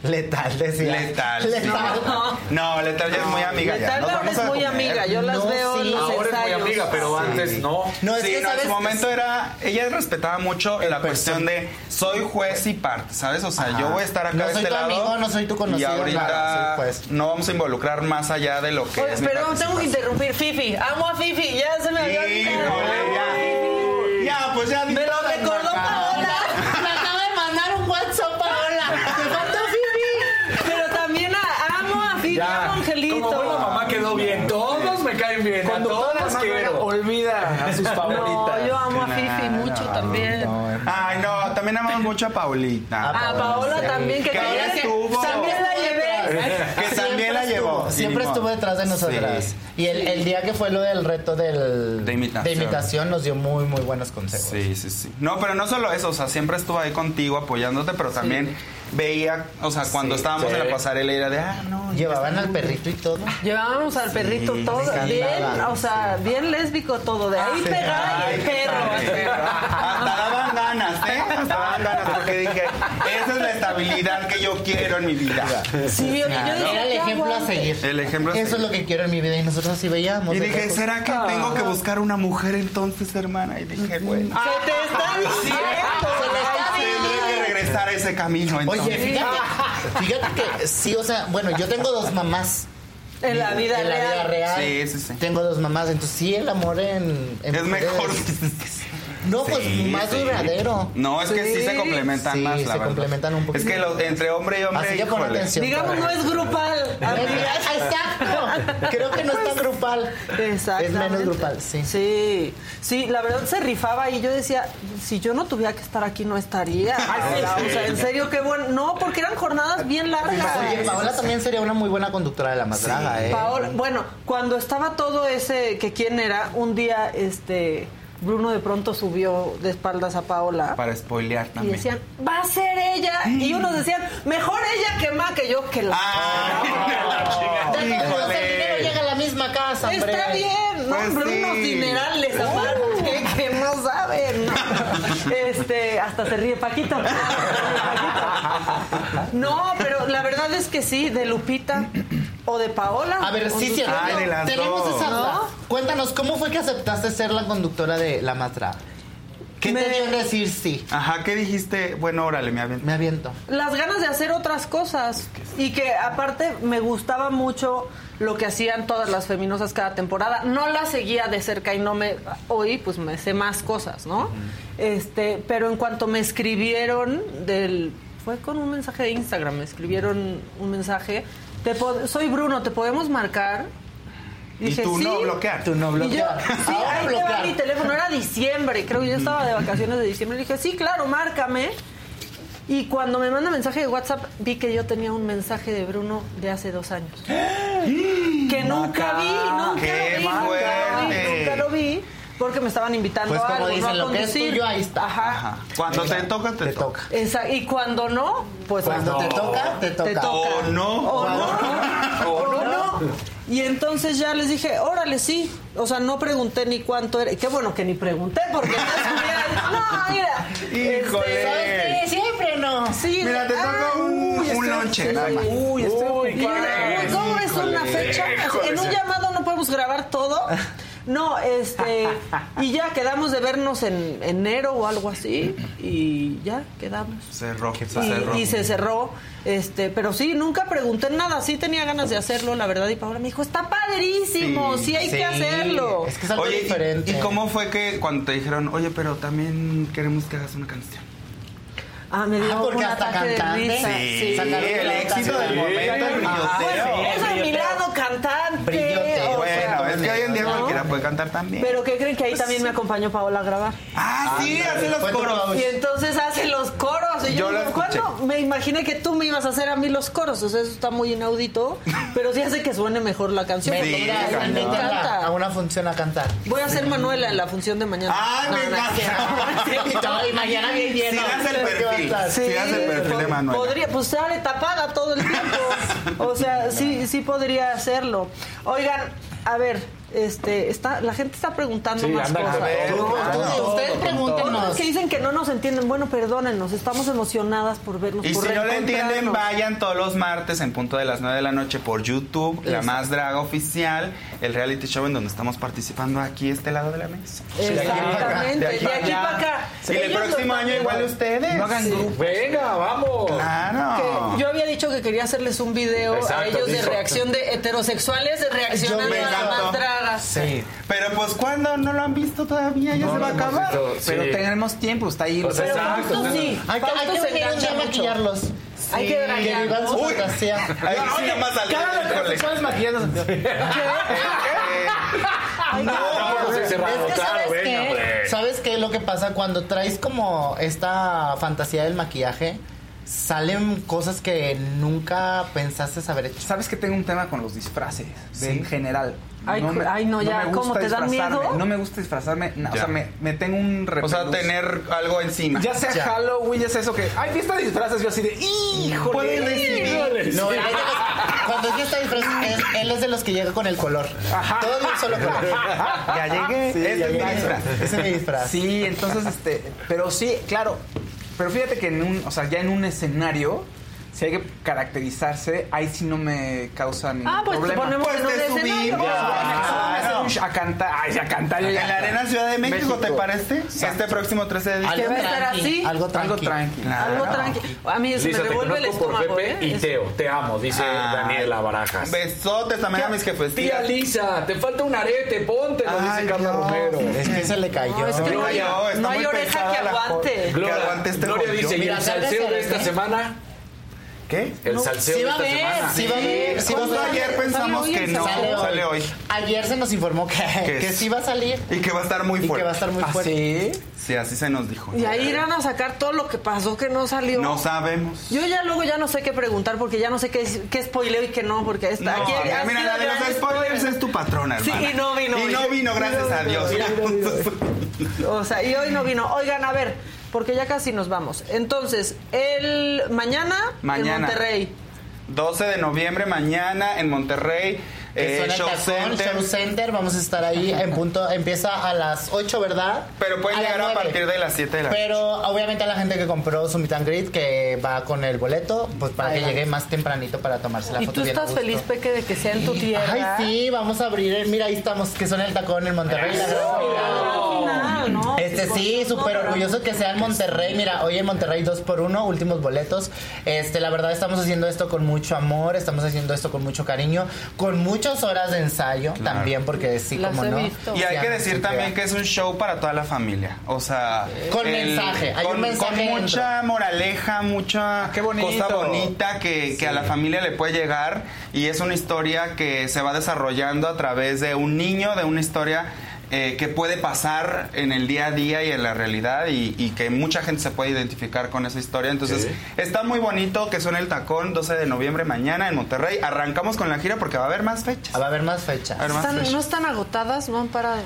[SPEAKER 13] Letal, decía.
[SPEAKER 14] Letal.
[SPEAKER 13] Letal.
[SPEAKER 2] No.
[SPEAKER 14] No, Letal ya es muy amiga. ya.
[SPEAKER 2] Letal
[SPEAKER 14] Nos
[SPEAKER 2] ahora
[SPEAKER 14] vamos
[SPEAKER 2] es
[SPEAKER 14] a
[SPEAKER 2] muy
[SPEAKER 14] comer.
[SPEAKER 2] amiga. Yo las
[SPEAKER 13] No,
[SPEAKER 2] veo en
[SPEAKER 13] sí.
[SPEAKER 2] los
[SPEAKER 3] Ahora es muy
[SPEAKER 2] ensayos.
[SPEAKER 3] amiga, pero antes no.
[SPEAKER 13] No, es
[SPEAKER 14] sí,
[SPEAKER 13] que
[SPEAKER 14] no, en
[SPEAKER 13] sabes
[SPEAKER 14] su momento era. Ella respetaba mucho la cuestión de soy juez y parte, ¿sabes? O sea, yo voy a estar acá
[SPEAKER 13] No
[SPEAKER 14] de
[SPEAKER 13] soy
[SPEAKER 14] este
[SPEAKER 13] tu
[SPEAKER 14] lado.
[SPEAKER 13] amigo, no soy tu conocido,
[SPEAKER 14] Y ahorita
[SPEAKER 13] nada, soy juez.
[SPEAKER 14] no vamos a involucrar más allá de lo que.
[SPEAKER 2] Oye,
[SPEAKER 14] es mi
[SPEAKER 2] perdón, tengo que interrumpir. Fifi, amo a Fifi. Ya se me había olvidado.
[SPEAKER 14] Híjole, ya. Ya, pues ya. di
[SPEAKER 2] Me lo
[SPEAKER 14] todas,
[SPEAKER 2] recordó
[SPEAKER 14] Maca.
[SPEAKER 2] Paola.
[SPEAKER 13] Me acaba de mandar un WhatsApp, Paola. Te faltó Fifi.
[SPEAKER 2] Pero también a- amo a Fifi, amo a Angelito.
[SPEAKER 3] Como buena mamá quedó bien. Todos me caen bien. A todos quiero.
[SPEAKER 4] Olvida
[SPEAKER 3] (laughs)
[SPEAKER 4] a sus favoritas.
[SPEAKER 2] No, yo amo a Fifi mucho también.
[SPEAKER 14] Ay, no, también amamos mucho a Paulita.
[SPEAKER 2] a Ah, Paola también, que
[SPEAKER 14] Que
[SPEAKER 2] también-
[SPEAKER 14] ella estuvo. (laughs)
[SPEAKER 2] También la llevé.
[SPEAKER 14] Que también
[SPEAKER 13] la
[SPEAKER 14] estuvo,
[SPEAKER 13] llevó,
[SPEAKER 14] sí,
[SPEAKER 13] siempre
[SPEAKER 14] ni modo.
[SPEAKER 13] estuvo detrás de nosotras.
[SPEAKER 14] Sí.
[SPEAKER 13] Y el, el día que fue lo del reto del,
[SPEAKER 14] De imitación.
[SPEAKER 13] nos dio muy, muy buenos consejos.
[SPEAKER 14] Sí, sí, sí. No, pero no solo eso, o sea, siempre estuvo ahí contigo apoyándote, pero también veía, o sea, cuando
[SPEAKER 13] Sí,
[SPEAKER 14] estábamos
[SPEAKER 13] sí.
[SPEAKER 14] en la pasarela era de, ah, no.
[SPEAKER 13] Llevaban al perrito y todo.
[SPEAKER 2] Llevábamos al perrito
[SPEAKER 14] me
[SPEAKER 2] todo,
[SPEAKER 14] encantaba. Ah,
[SPEAKER 2] bien, o sea, bien lésbico todo, de ahí
[SPEAKER 14] sí.
[SPEAKER 2] pegada y
[SPEAKER 14] Ay,
[SPEAKER 2] el
[SPEAKER 14] qué padre.
[SPEAKER 2] perro.
[SPEAKER 14] Hasta daban ganas, ¿eh? Hasta daban ganas, porque dije, esa es la estabilidad que yo quiero en mi vida.
[SPEAKER 13] Sí,
[SPEAKER 14] Claro.
[SPEAKER 13] era el ejemplo a seguir.
[SPEAKER 14] El ejemplo a
[SPEAKER 13] Eso es lo que quiero en mi vida y nosotros así veíamos.
[SPEAKER 14] Y
[SPEAKER 13] de pues,
[SPEAKER 14] dije,
[SPEAKER 13] lejos.
[SPEAKER 14] ¿será que tengo que buscar una mujer entonces, hermana? Y dije, bueno.
[SPEAKER 2] Se Ah,
[SPEAKER 13] (laughs)
[SPEAKER 2] te está diciendo.
[SPEAKER 14] Tendré que regresar a ese camino.
[SPEAKER 13] Ah, Oye,
[SPEAKER 14] entonces.
[SPEAKER 13] fíjate, fíjate que sí, o sea, bueno, yo tengo dos mamás.
[SPEAKER 2] En la vida
[SPEAKER 13] En la vida
[SPEAKER 2] real.
[SPEAKER 13] real.
[SPEAKER 2] Sí,
[SPEAKER 13] Tengo dos mamás, entonces sí, el amor en. en
[SPEAKER 14] Es mejor. (laughs)
[SPEAKER 13] No, pues
[SPEAKER 14] Sí,
[SPEAKER 13] más
[SPEAKER 14] sí.
[SPEAKER 13] duradero.
[SPEAKER 14] No, es que sí se complementan
[SPEAKER 13] Sí,
[SPEAKER 14] más, la
[SPEAKER 13] se
[SPEAKER 14] verdad.
[SPEAKER 13] complementan un
[SPEAKER 14] Es
[SPEAKER 13] poquito.
[SPEAKER 14] que los- entre hombre y hombre.
[SPEAKER 13] Así que pon
[SPEAKER 14] híjole.
[SPEAKER 13] atención.
[SPEAKER 2] Digamos, no es grupal.
[SPEAKER 13] No (laughs) es- Exacto. Creo que no es tan grupal.
[SPEAKER 2] Exactamente.
[SPEAKER 13] Es menos grupal, sí.
[SPEAKER 2] Sí, sí, la verdad se rifaba y yo decía, si yo no tuviera que estar aquí no
[SPEAKER 13] (laughs)
[SPEAKER 2] estaría. O sea, en serio, qué bueno. No, porque eran jornadas bien largas.
[SPEAKER 13] Oye, Paola también sería una muy buena conductora de la más draga, ¿eh?
[SPEAKER 2] Paola, bueno, cuando estaba todo ese que quién era, un día este Bruno de pronto subió de espaldas a Paola
[SPEAKER 14] Para spoilear
[SPEAKER 2] y
[SPEAKER 14] también.
[SPEAKER 2] decían, va a ser ella. Y unos decían, mejor ella que más que yo que la.
[SPEAKER 13] Ah,
[SPEAKER 14] Ah,
[SPEAKER 13] Ya todos los del dinero llega a la misma casa, hombre.
[SPEAKER 2] Está bien, no,
[SPEAKER 13] Pues
[SPEAKER 2] hombre, unos
[SPEAKER 13] sí. Uh.
[SPEAKER 2] dinerales aparte, que, que no saben.
[SPEAKER 13] (laughs)
[SPEAKER 2] ¿no? Este, hasta se ríe Paquito. No, pero la verdad es que sí, de Lupita o de Paola.
[SPEAKER 13] A ver, sí, sí,
[SPEAKER 2] Ay, de las
[SPEAKER 13] tenemos
[SPEAKER 2] dos.
[SPEAKER 13] esa
[SPEAKER 2] ¿No?
[SPEAKER 13] duda. Cuéntanos, ¿cómo fue que aceptaste ser la conductora de La Más Draga? ¿Qué te dio en decir sí?
[SPEAKER 14] Ajá, ¿qué dijiste? Bueno, órale, me aviento.
[SPEAKER 13] Me aviento.
[SPEAKER 2] las ganas de hacer otras cosas y que aparte me gustaba mucho lo que hacían todas las feminosas cada temporada. No las seguía de cerca y no me hoy pues me sé más cosas, ¿no? Este, pero en cuanto me escribieron del fue con un mensaje de Instagram, me escribieron un mensaje, te po- soy Bruno, te podemos marcar. Dije,
[SPEAKER 14] y tú no
[SPEAKER 2] "Sí".
[SPEAKER 14] bloquear.
[SPEAKER 13] Tú no
[SPEAKER 2] Y yo, sí, ahí te va mi teléfono, era diciembre, creo que yo estaba de vacaciones de diciembre. Le dije, sí, claro, márcame. Y cuando me manda mensaje de WhatsApp, vi que yo tenía un mensaje de Bruno de hace dos años.
[SPEAKER 13] (gasps)
[SPEAKER 2] que nunca vi, nunca
[SPEAKER 14] Qué
[SPEAKER 2] lo vi, nunca lo vi,
[SPEAKER 14] fuerte.
[SPEAKER 2] nunca lo vi, porque me estaban invitando
[SPEAKER 13] Pues
[SPEAKER 2] a
[SPEAKER 13] como
[SPEAKER 2] algo, no
[SPEAKER 13] dicen,
[SPEAKER 2] a
[SPEAKER 13] lo que es
[SPEAKER 2] conducir.
[SPEAKER 13] tuyo, ahí está.
[SPEAKER 2] Ajá.
[SPEAKER 14] Cuando te toca, te, toca.
[SPEAKER 2] Esa- y cuando no, pues
[SPEAKER 13] Cuando te toca, te toca.
[SPEAKER 14] O no.
[SPEAKER 2] O no. (laughs) O no. Y entonces ya les dije, órale, sí. O sea, no pregunté ni cuánto era. Y Qué bueno que ni pregunté, porque ya estuviera- (laughs) No, mira. Este,
[SPEAKER 14] Híjole.
[SPEAKER 13] ¿Sabes qué? Siempre no.
[SPEAKER 2] Sí,
[SPEAKER 14] Mira, te
[SPEAKER 2] ah,
[SPEAKER 14] toca un, un lonche. nada más.
[SPEAKER 2] Uy, estoy
[SPEAKER 14] Uy,
[SPEAKER 2] y una-
[SPEAKER 14] qué-
[SPEAKER 2] ¿Cómo es una
[SPEAKER 14] Híjole.
[SPEAKER 2] fecha?
[SPEAKER 14] Híjole.
[SPEAKER 2] En un llamado no podemos grabar todo. No, este. Y ya quedamos de vernos en enero o algo así. Y ya quedamos.
[SPEAKER 14] Cerró,
[SPEAKER 2] y,
[SPEAKER 14] cerró.
[SPEAKER 2] y se cerró. Este, pero sí, nunca pregunté nada, sí tenía ganas de hacerlo, la verdad, y Paola me dijo, está padrísimo, sí, hay que hacerlo.
[SPEAKER 14] Oye, ¿y- ¿y, cómo fue que cuando te dijeron, oye, pero también queremos que hagas una canción?
[SPEAKER 2] Ah, me dio
[SPEAKER 13] Ah, porque
[SPEAKER 2] un
[SPEAKER 13] hasta
[SPEAKER 2] ataque de
[SPEAKER 13] cantante.
[SPEAKER 2] risa.
[SPEAKER 13] Sí, sacaron
[SPEAKER 14] el
[SPEAKER 13] la
[SPEAKER 14] éxito
[SPEAKER 13] canción.
[SPEAKER 14] del momento, el
[SPEAKER 13] Ah,
[SPEAKER 14] brilloteo.
[SPEAKER 13] bueno,
[SPEAKER 2] Eso es mi lado cantante.
[SPEAKER 13] Brilloteo.
[SPEAKER 2] o sea,
[SPEAKER 14] Bueno, es que hoy en día
[SPEAKER 2] ¿no?
[SPEAKER 14] cualquiera puede cantar también.
[SPEAKER 2] Pero que creen que ahí también me acompañó Paola a grabar.
[SPEAKER 14] ah, sí, hace los coros.
[SPEAKER 4] Pues
[SPEAKER 2] Y entonces hace los coros. Y
[SPEAKER 14] Yo
[SPEAKER 2] yo,
[SPEAKER 14] la
[SPEAKER 2] digo,
[SPEAKER 14] escuché.
[SPEAKER 2] ¿cuándo? Me imaginé que tú me ibas a hacer a mí los coros. O sea, eso está muy inaudito. Pero sí hace que suene mejor la canción.
[SPEAKER 13] Mentira,
[SPEAKER 2] Porque me
[SPEAKER 13] invítenla
[SPEAKER 2] encanta.
[SPEAKER 13] a una función a cantar.
[SPEAKER 2] Voy a ser Manuela en la función de mañana.
[SPEAKER 14] Ay, me encanta. (laughs)
[SPEAKER 13] Y todo, y mañana bien lleno.
[SPEAKER 14] Sí, hace el
[SPEAKER 13] ¿Qué va a
[SPEAKER 14] perfil.
[SPEAKER 13] estar?
[SPEAKER 14] Sí, hace el perfil de
[SPEAKER 2] pod-
[SPEAKER 14] Manuela.
[SPEAKER 2] Podría, pues sale tapada todo el tiempo. O sea, sí, sí podría hacerlo. Oigan, a ver, este, está, la gente está preguntando
[SPEAKER 3] Sí,
[SPEAKER 2] más
[SPEAKER 3] anda con
[SPEAKER 2] cosas.
[SPEAKER 3] todo,
[SPEAKER 2] Ah,
[SPEAKER 3] con
[SPEAKER 2] sí,
[SPEAKER 3] todo,
[SPEAKER 2] ustedes
[SPEAKER 3] con
[SPEAKER 2] pregúntenos.
[SPEAKER 3] todo.
[SPEAKER 2] Otros que dicen que no nos entienden, bueno, perdónenos, estamos emocionadas por vernos.
[SPEAKER 14] Y
[SPEAKER 2] por
[SPEAKER 14] si no la entienden,
[SPEAKER 2] reencontrarnos.
[SPEAKER 14] vayan todos los martes en punto de las 9 de la noche por YouTube, La
[SPEAKER 2] Exacto.
[SPEAKER 14] Más Draga Oficial, el reality show en donde estamos participando aquí, este lado de la mesa.
[SPEAKER 2] Exactamente, de aquí para acá.
[SPEAKER 14] Y el
[SPEAKER 2] Ellos
[SPEAKER 14] próximo
[SPEAKER 2] lo
[SPEAKER 14] año
[SPEAKER 2] están
[SPEAKER 14] igual
[SPEAKER 2] viendo.
[SPEAKER 14] ustedes. No hagan grupos.
[SPEAKER 3] Venga, vamos.
[SPEAKER 4] Ah.
[SPEAKER 14] Claro.
[SPEAKER 2] Que yo había dicho que quería hacerles un video a
[SPEAKER 3] Exacto,
[SPEAKER 2] ellos de
[SPEAKER 3] dijo.
[SPEAKER 2] reacción de heterosexuales reaccionando
[SPEAKER 14] Me
[SPEAKER 2] a las
[SPEAKER 14] encantó.
[SPEAKER 2] más dragas.
[SPEAKER 14] Sí. Pero pues cuando no lo han visto todavía, ya
[SPEAKER 3] No
[SPEAKER 14] se va a
[SPEAKER 3] lo hemos
[SPEAKER 14] acabar.
[SPEAKER 3] visto, sí.
[SPEAKER 4] Pero tenemos tiempo, está ahí.
[SPEAKER 3] Pues
[SPEAKER 4] Pero
[SPEAKER 3] exacto,
[SPEAKER 4] justo
[SPEAKER 3] exacto.
[SPEAKER 4] sí.
[SPEAKER 13] Hay que, hay que
[SPEAKER 2] Pautos
[SPEAKER 13] venir un día a
[SPEAKER 2] enganchan mucho.
[SPEAKER 13] maquillarlos.
[SPEAKER 2] Hay que
[SPEAKER 13] Que
[SPEAKER 2] draguear.
[SPEAKER 13] vivan su fantasía.
[SPEAKER 14] Ahí sí, nada más
[SPEAKER 4] Cada
[SPEAKER 14] al día, híjole.
[SPEAKER 4] homosexuales maquillados.
[SPEAKER 13] ah, eh.
[SPEAKER 3] Vámonos encerrados,
[SPEAKER 13] Es que
[SPEAKER 3] claro,
[SPEAKER 13] ¿sabes
[SPEAKER 3] venga,
[SPEAKER 13] qué?
[SPEAKER 3] hombre.
[SPEAKER 13] ¿Sabes qué es lo que pasa cuando traes como esta fantasía del maquillaje? salen cosas que nunca pensaste haber hecho.
[SPEAKER 4] Sabes que tengo un tema con los disfraces de-
[SPEAKER 13] Sí.
[SPEAKER 4] en general.
[SPEAKER 13] Ay,
[SPEAKER 4] me-
[SPEAKER 13] ay, no, ya,
[SPEAKER 4] me gusta
[SPEAKER 13] ¿cómo te da
[SPEAKER 4] disfrazarme,
[SPEAKER 13] miedo?
[SPEAKER 4] No me gusta disfrazarme, na- o
[SPEAKER 14] Ya.
[SPEAKER 4] sea, me, me tengo un
[SPEAKER 14] O sea,
[SPEAKER 4] repelús.
[SPEAKER 14] tener algo encima.
[SPEAKER 4] Ya sea
[SPEAKER 14] Ya.
[SPEAKER 4] Halloween, ya sea eso que. Ay, fiesta de disfraces, yo así de. ¡Híjole!
[SPEAKER 13] Puedes decidir. No, él es de los- cuando es fiesta de disfraz, él, él es de los que llega con el color. Todo de un solo color.
[SPEAKER 4] Ya llegué.
[SPEAKER 13] Sí,
[SPEAKER 4] Ese
[SPEAKER 13] ya
[SPEAKER 4] es mi
[SPEAKER 13] llegué.
[SPEAKER 4] disfraz.
[SPEAKER 13] Ese es mi disfraz.
[SPEAKER 4] Sí, entonces, este. Pero sí, claro. Pero fíjate que en un. O sea, ya en un escenario. Si hay que caracterizarse, ahí sí no me causa ningún
[SPEAKER 2] Ah, pues te
[SPEAKER 4] problema.
[SPEAKER 2] ponemos en un escenario.
[SPEAKER 4] subimos,
[SPEAKER 2] Ah,
[SPEAKER 4] hacer un sh- a cantar. Ay, sí, a cantar. yo ya-
[SPEAKER 14] En la Arena Ciudad de México, ¿te parece?
[SPEAKER 4] Exacto.
[SPEAKER 14] Este próximo 13 de diciembre.
[SPEAKER 2] ¿Que va a estar así?
[SPEAKER 13] Algo
[SPEAKER 14] tranqui. Algo tranqui.
[SPEAKER 2] Algo tranqui. A mí se me
[SPEAKER 3] Lisa, te
[SPEAKER 2] revuelve el
[SPEAKER 3] conozco por
[SPEAKER 2] estómago,
[SPEAKER 3] Pepe
[SPEAKER 2] ¿eh?
[SPEAKER 3] y Teo. Te amo, dice Daniela Barajas.
[SPEAKER 14] Besotes también a mis jefes.
[SPEAKER 3] Tía Lisa, te falta un arete, ponte, lo dice Carla Romero.
[SPEAKER 13] Es que se le cayó.
[SPEAKER 14] es que no hay-
[SPEAKER 3] Gloria,
[SPEAKER 14] no hay oreja que aguante.
[SPEAKER 3] Gloria,
[SPEAKER 14] Que aguante este
[SPEAKER 3] Gloria
[SPEAKER 14] jodido.
[SPEAKER 3] dice, ¿y
[SPEAKER 14] Mira,
[SPEAKER 3] el
[SPEAKER 14] sal de
[SPEAKER 3] salseo de
[SPEAKER 14] Cerezo.
[SPEAKER 3] esta semana?
[SPEAKER 14] ¿Qué?
[SPEAKER 3] El salseo
[SPEAKER 13] Sí
[SPEAKER 3] de
[SPEAKER 13] va a
[SPEAKER 3] esta
[SPEAKER 13] haber,
[SPEAKER 3] semana.
[SPEAKER 13] sí va a haber, sí va a
[SPEAKER 14] Justo
[SPEAKER 13] haber.
[SPEAKER 14] ayer pensamos
[SPEAKER 13] Sale hoy,
[SPEAKER 14] que no,
[SPEAKER 13] sale hoy.
[SPEAKER 14] sale hoy.
[SPEAKER 13] Ayer se nos informó que,
[SPEAKER 14] Que
[SPEAKER 13] que
[SPEAKER 14] es-
[SPEAKER 13] sí va a salir.
[SPEAKER 14] Y que va a estar muy
[SPEAKER 13] Y que
[SPEAKER 14] fuerte.
[SPEAKER 13] va a estar muy ¿Ah, fuerte.
[SPEAKER 14] sí? Sí, así se nos dijo.
[SPEAKER 2] Y ahí irán a sacar todo lo que pasó que no salió.
[SPEAKER 14] No sabemos.
[SPEAKER 2] Yo ya luego ya no sé qué preguntar porque ya no sé qué, es- qué spoileo y qué no, porque
[SPEAKER 14] No,
[SPEAKER 2] está aquí.
[SPEAKER 14] mira,
[SPEAKER 2] ha
[SPEAKER 14] mira,
[SPEAKER 2] sido
[SPEAKER 14] la de los
[SPEAKER 2] gran
[SPEAKER 14] spoilers es tu patrona,
[SPEAKER 2] Sí,
[SPEAKER 14] hermana.
[SPEAKER 2] y no vino.
[SPEAKER 14] Y no vino, gracias
[SPEAKER 2] Y no
[SPEAKER 14] a Dios.
[SPEAKER 2] vino, O sea, y hoy no vino. Oigan, a ver, porque ya casi nos vamos. Entonces, el mañana, en
[SPEAKER 14] Mañana.
[SPEAKER 2] Monterrey.
[SPEAKER 14] 12 de noviembre, mañana, en Monterrey.
[SPEAKER 13] Que
[SPEAKER 14] eh,
[SPEAKER 13] suena el
[SPEAKER 14] show
[SPEAKER 13] tacón,
[SPEAKER 14] Center.
[SPEAKER 13] Show Center, vamos a estar ahí en punto, empieza a las 8, ¿verdad?
[SPEAKER 14] Pero pueden
[SPEAKER 13] A las
[SPEAKER 14] llegar a
[SPEAKER 13] nueve.
[SPEAKER 14] partir de las 7 de la noche.
[SPEAKER 13] Pero obviamente a la gente que compró su meet and greet, que va con el boleto, pues para que
[SPEAKER 2] Adelante.
[SPEAKER 13] llegue más tempranito para tomarse la
[SPEAKER 2] y
[SPEAKER 13] foto.
[SPEAKER 2] tú
[SPEAKER 13] bien a
[SPEAKER 2] estás
[SPEAKER 13] gusto.
[SPEAKER 2] feliz, Peque, de que sea en tu tierra.
[SPEAKER 13] Ay, sí, vamos a abrir. el- Mira, ahí estamos, que son el tacón en Monterrey. la gran final. Este sí, súper orgulloso que sea en Monterrey. Mira, hoy en Monterrey 2 por 1 últimos boletos. Este, la verdad estamos haciendo esto con mucho amor, estamos haciendo esto con mucho cariño, con muchas horas de ensayo también, porque sí,
[SPEAKER 14] Las
[SPEAKER 13] como
[SPEAKER 14] he
[SPEAKER 13] no.
[SPEAKER 14] visto. Y hay
[SPEAKER 13] sí,
[SPEAKER 14] que
[SPEAKER 13] han-
[SPEAKER 14] decir
[SPEAKER 13] sí,
[SPEAKER 14] también que es un show para toda la familia. O sea,
[SPEAKER 13] Con mensaje, hay un
[SPEAKER 14] con,
[SPEAKER 13] mensaje
[SPEAKER 14] con
[SPEAKER 13] dentro.
[SPEAKER 14] mucha moraleja, mucha
[SPEAKER 4] bonito.
[SPEAKER 14] cosa bonita que, que a la familia le puede llegar. Y es una historia que se va desarrollando a través de un niño, de una historia eh, que puede pasar en el día a día y en la realidad. Y, y que mucha gente se puede identificar con esa historia. Entonces,
[SPEAKER 3] Sí.
[SPEAKER 14] está muy bonito que suene el tacón 12 de noviembre mañana en Monterrey. Arrancamos con la gira porque va a haber más fechas.
[SPEAKER 13] Va a haber más fechas.
[SPEAKER 2] Están- no están agotadas, no han parado.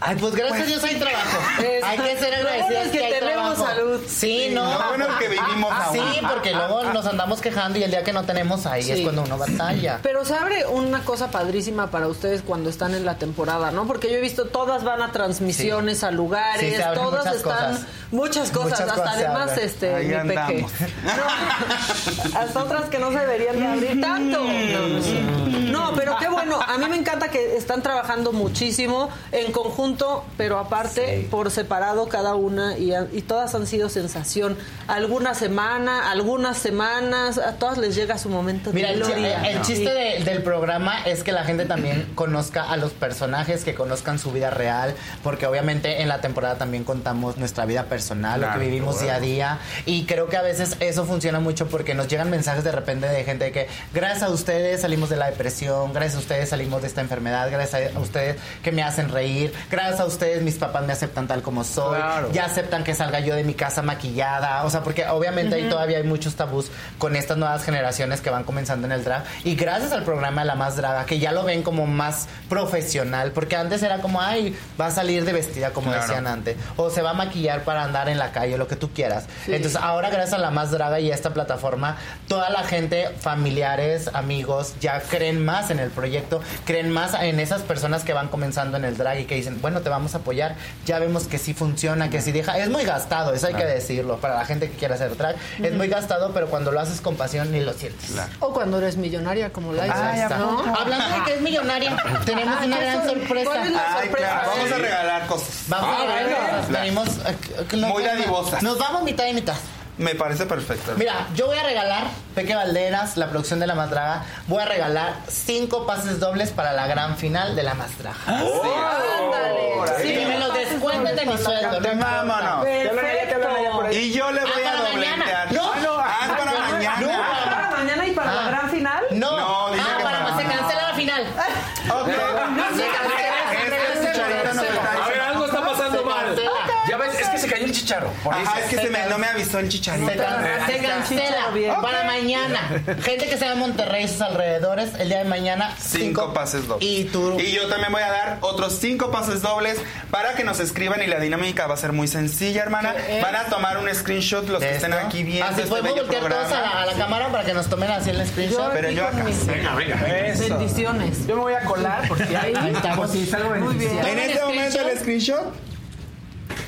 [SPEAKER 13] Ay, pues gracias a Dios hay trabajo. Hay que ser
[SPEAKER 2] Lo
[SPEAKER 13] agradecidos
[SPEAKER 2] bueno es que
[SPEAKER 13] hay
[SPEAKER 2] tenemos
[SPEAKER 13] trabajo.
[SPEAKER 2] salud.
[SPEAKER 13] Sí, no.
[SPEAKER 14] Lo bueno es que vivimos
[SPEAKER 13] Ah, Sí,
[SPEAKER 14] aún.
[SPEAKER 13] porque luego nos andamos quejando y el día que no tenemos ahí es
[SPEAKER 2] Sí.
[SPEAKER 13] cuando uno batalla.
[SPEAKER 2] Pero se abre una cosa padrísima para ustedes cuando están en la temporada, ¿no? Porque yo he visto todas van a transmisiones, a
[SPEAKER 13] Sí,
[SPEAKER 2] lugares,
[SPEAKER 13] se abren
[SPEAKER 2] todas
[SPEAKER 13] muchas
[SPEAKER 2] están
[SPEAKER 13] cosas.
[SPEAKER 2] muchas cosas,
[SPEAKER 13] Muchas
[SPEAKER 2] hasta
[SPEAKER 13] cosas se
[SPEAKER 2] además
[SPEAKER 13] abren.
[SPEAKER 2] este
[SPEAKER 13] Ahí
[SPEAKER 2] mi peque.
[SPEAKER 13] andamos.
[SPEAKER 2] (laughs) No, hasta otras que no se deberían de abrir tanto. No, no, es cierto. No, pero qué bueno, a mí me encanta que están trabajando muchísimo en conjunto, pero aparte por separado cada una y, a- y todas han sido sensación. Alguna semana, algunas semanas, a todas les llega su momento
[SPEAKER 13] Mira,
[SPEAKER 2] de
[SPEAKER 13] el, chi-
[SPEAKER 2] gloria.
[SPEAKER 13] el chiste de- del programa es que la gente también (clears throat) conozca a los personajes, que conozcan su vida real, porque obviamente en la temporada también contamos nuestra vida personal,
[SPEAKER 16] Claro,
[SPEAKER 13] lo que vivimos día a
[SPEAKER 16] claro.
[SPEAKER 13] día, y creo que a veces eso funciona mucho porque nos llegan mensajes de repente de gente que gracias a ustedes salimos de la depresión, gracias a ustedes salimos de esta enfermedad, gracias a ustedes que me hacen reír, gracias a ustedes mis papás me aceptan tal como soy,
[SPEAKER 4] Claro.
[SPEAKER 13] ya aceptan que salga yo de mi casa maquillada, o sea, porque obviamente ahí
[SPEAKER 4] Ujú.
[SPEAKER 13] todavía hay muchos tabús con estas nuevas generaciones que van comenzando en el drag y gracias al programa La Más Draga que ya lo ven como más profesional, porque antes era como, ay, va a salir de vestida como
[SPEAKER 16] Claro.
[SPEAKER 13] decían antes, o se va a maquillar para andar en la calle, lo que tú quieras.
[SPEAKER 16] Sí.
[SPEAKER 13] Entonces, ahora gracias a La Más Draga y a esta plataforma, toda la gente, familiares, amigos, ya creen más en el proyecto, creen más en esas personas que van comenzando en el drag y que dicen, bueno, te vamos a apoyar, ya vemos que sí funciona, que sí deja, es muy gastado, eso hay que
[SPEAKER 2] Claro.
[SPEAKER 13] decirlo, para la gente que quiere hacer drag, es muy gastado, pero cuando lo haces con pasión ni lo sientes.
[SPEAKER 2] O cuando eres millonaria como la
[SPEAKER 13] Ay,
[SPEAKER 2] Isa,
[SPEAKER 13] ¿a
[SPEAKER 2] ¿no?
[SPEAKER 13] poco? Hablando de que es millonaria, tenemos
[SPEAKER 2] Ay,
[SPEAKER 13] una
[SPEAKER 2] ¿qué
[SPEAKER 13] gran
[SPEAKER 2] sor-
[SPEAKER 13] sorpresa.
[SPEAKER 2] ¿Cuál es la
[SPEAKER 13] Ay,
[SPEAKER 2] sorpresa?
[SPEAKER 13] claro,
[SPEAKER 14] Vamos a
[SPEAKER 13] Sí.
[SPEAKER 14] regalar cosas.
[SPEAKER 2] Ah,
[SPEAKER 13] Vamos a ver, tenemos, eh, que- no-
[SPEAKER 14] Muy dadivosas.
[SPEAKER 13] Nos vamos mitad y mitad.
[SPEAKER 14] Me parece perfecto.
[SPEAKER 13] Mira, yo voy a regalar, Peque Valderas, la producción de La Madraga, voy a regalar cinco pases dobles para la gran final de La Madraga.
[SPEAKER 14] Ah, Ándale.
[SPEAKER 13] Sí,
[SPEAKER 14] Sí.
[SPEAKER 13] me los descuenten de mi sueldo.
[SPEAKER 14] Te mamo, ¿no? Te hablan allá, te hablan allá por ahí. Y yo le
[SPEAKER 13] Ah,
[SPEAKER 14] voy a
[SPEAKER 13] para
[SPEAKER 14] dobletear.
[SPEAKER 13] mañana. No,
[SPEAKER 14] Ah, no, ah, para mañana.
[SPEAKER 2] ¿Es para mañana y para la gran final?
[SPEAKER 13] No,
[SPEAKER 14] No, dice
[SPEAKER 13] ah,
[SPEAKER 14] que
[SPEAKER 13] para,
[SPEAKER 14] para-
[SPEAKER 13] se cancela
[SPEAKER 14] (laughs)
[SPEAKER 13] la final. Se cancela, se cancela, se cancela.
[SPEAKER 3] A ver, algo está pasando
[SPEAKER 13] Se
[SPEAKER 3] mal.
[SPEAKER 13] cancela.
[SPEAKER 3] Ya ves, es que se cayó el chicharro. Por
[SPEAKER 14] Ajá,
[SPEAKER 3] eso.
[SPEAKER 14] es que se me- no me avisó el chicharito.
[SPEAKER 13] Se cancela, se Marcela, para mañana. Gente que sea de Monterrey y sus alrededores, el día de mañana.
[SPEAKER 14] Cinco, pases dobles. Y, yo también voy a dar otros cinco pases dobles para que nos escriban y la dinámica va a ser muy sencilla, hermana.
[SPEAKER 13] ¿Qué es?
[SPEAKER 14] Van a tomar un screenshot los que estén aquí viendo
[SPEAKER 13] Así
[SPEAKER 14] este
[SPEAKER 13] podemos
[SPEAKER 14] bello
[SPEAKER 13] voltear todos a
[SPEAKER 14] programa.
[SPEAKER 13] la, a la cámara para que nos tomen así el screenshot.
[SPEAKER 14] Yo Pero aquí yo con acá. mis- Venga, venga, venga. Eso.
[SPEAKER 2] Bendiciones.
[SPEAKER 13] Yo me voy a colar porque ahí estamos.
[SPEAKER 2] Pues sí, salgo Muy bien. beneficiado.
[SPEAKER 14] En este
[SPEAKER 2] ¿Toman el
[SPEAKER 14] momento el screenshot.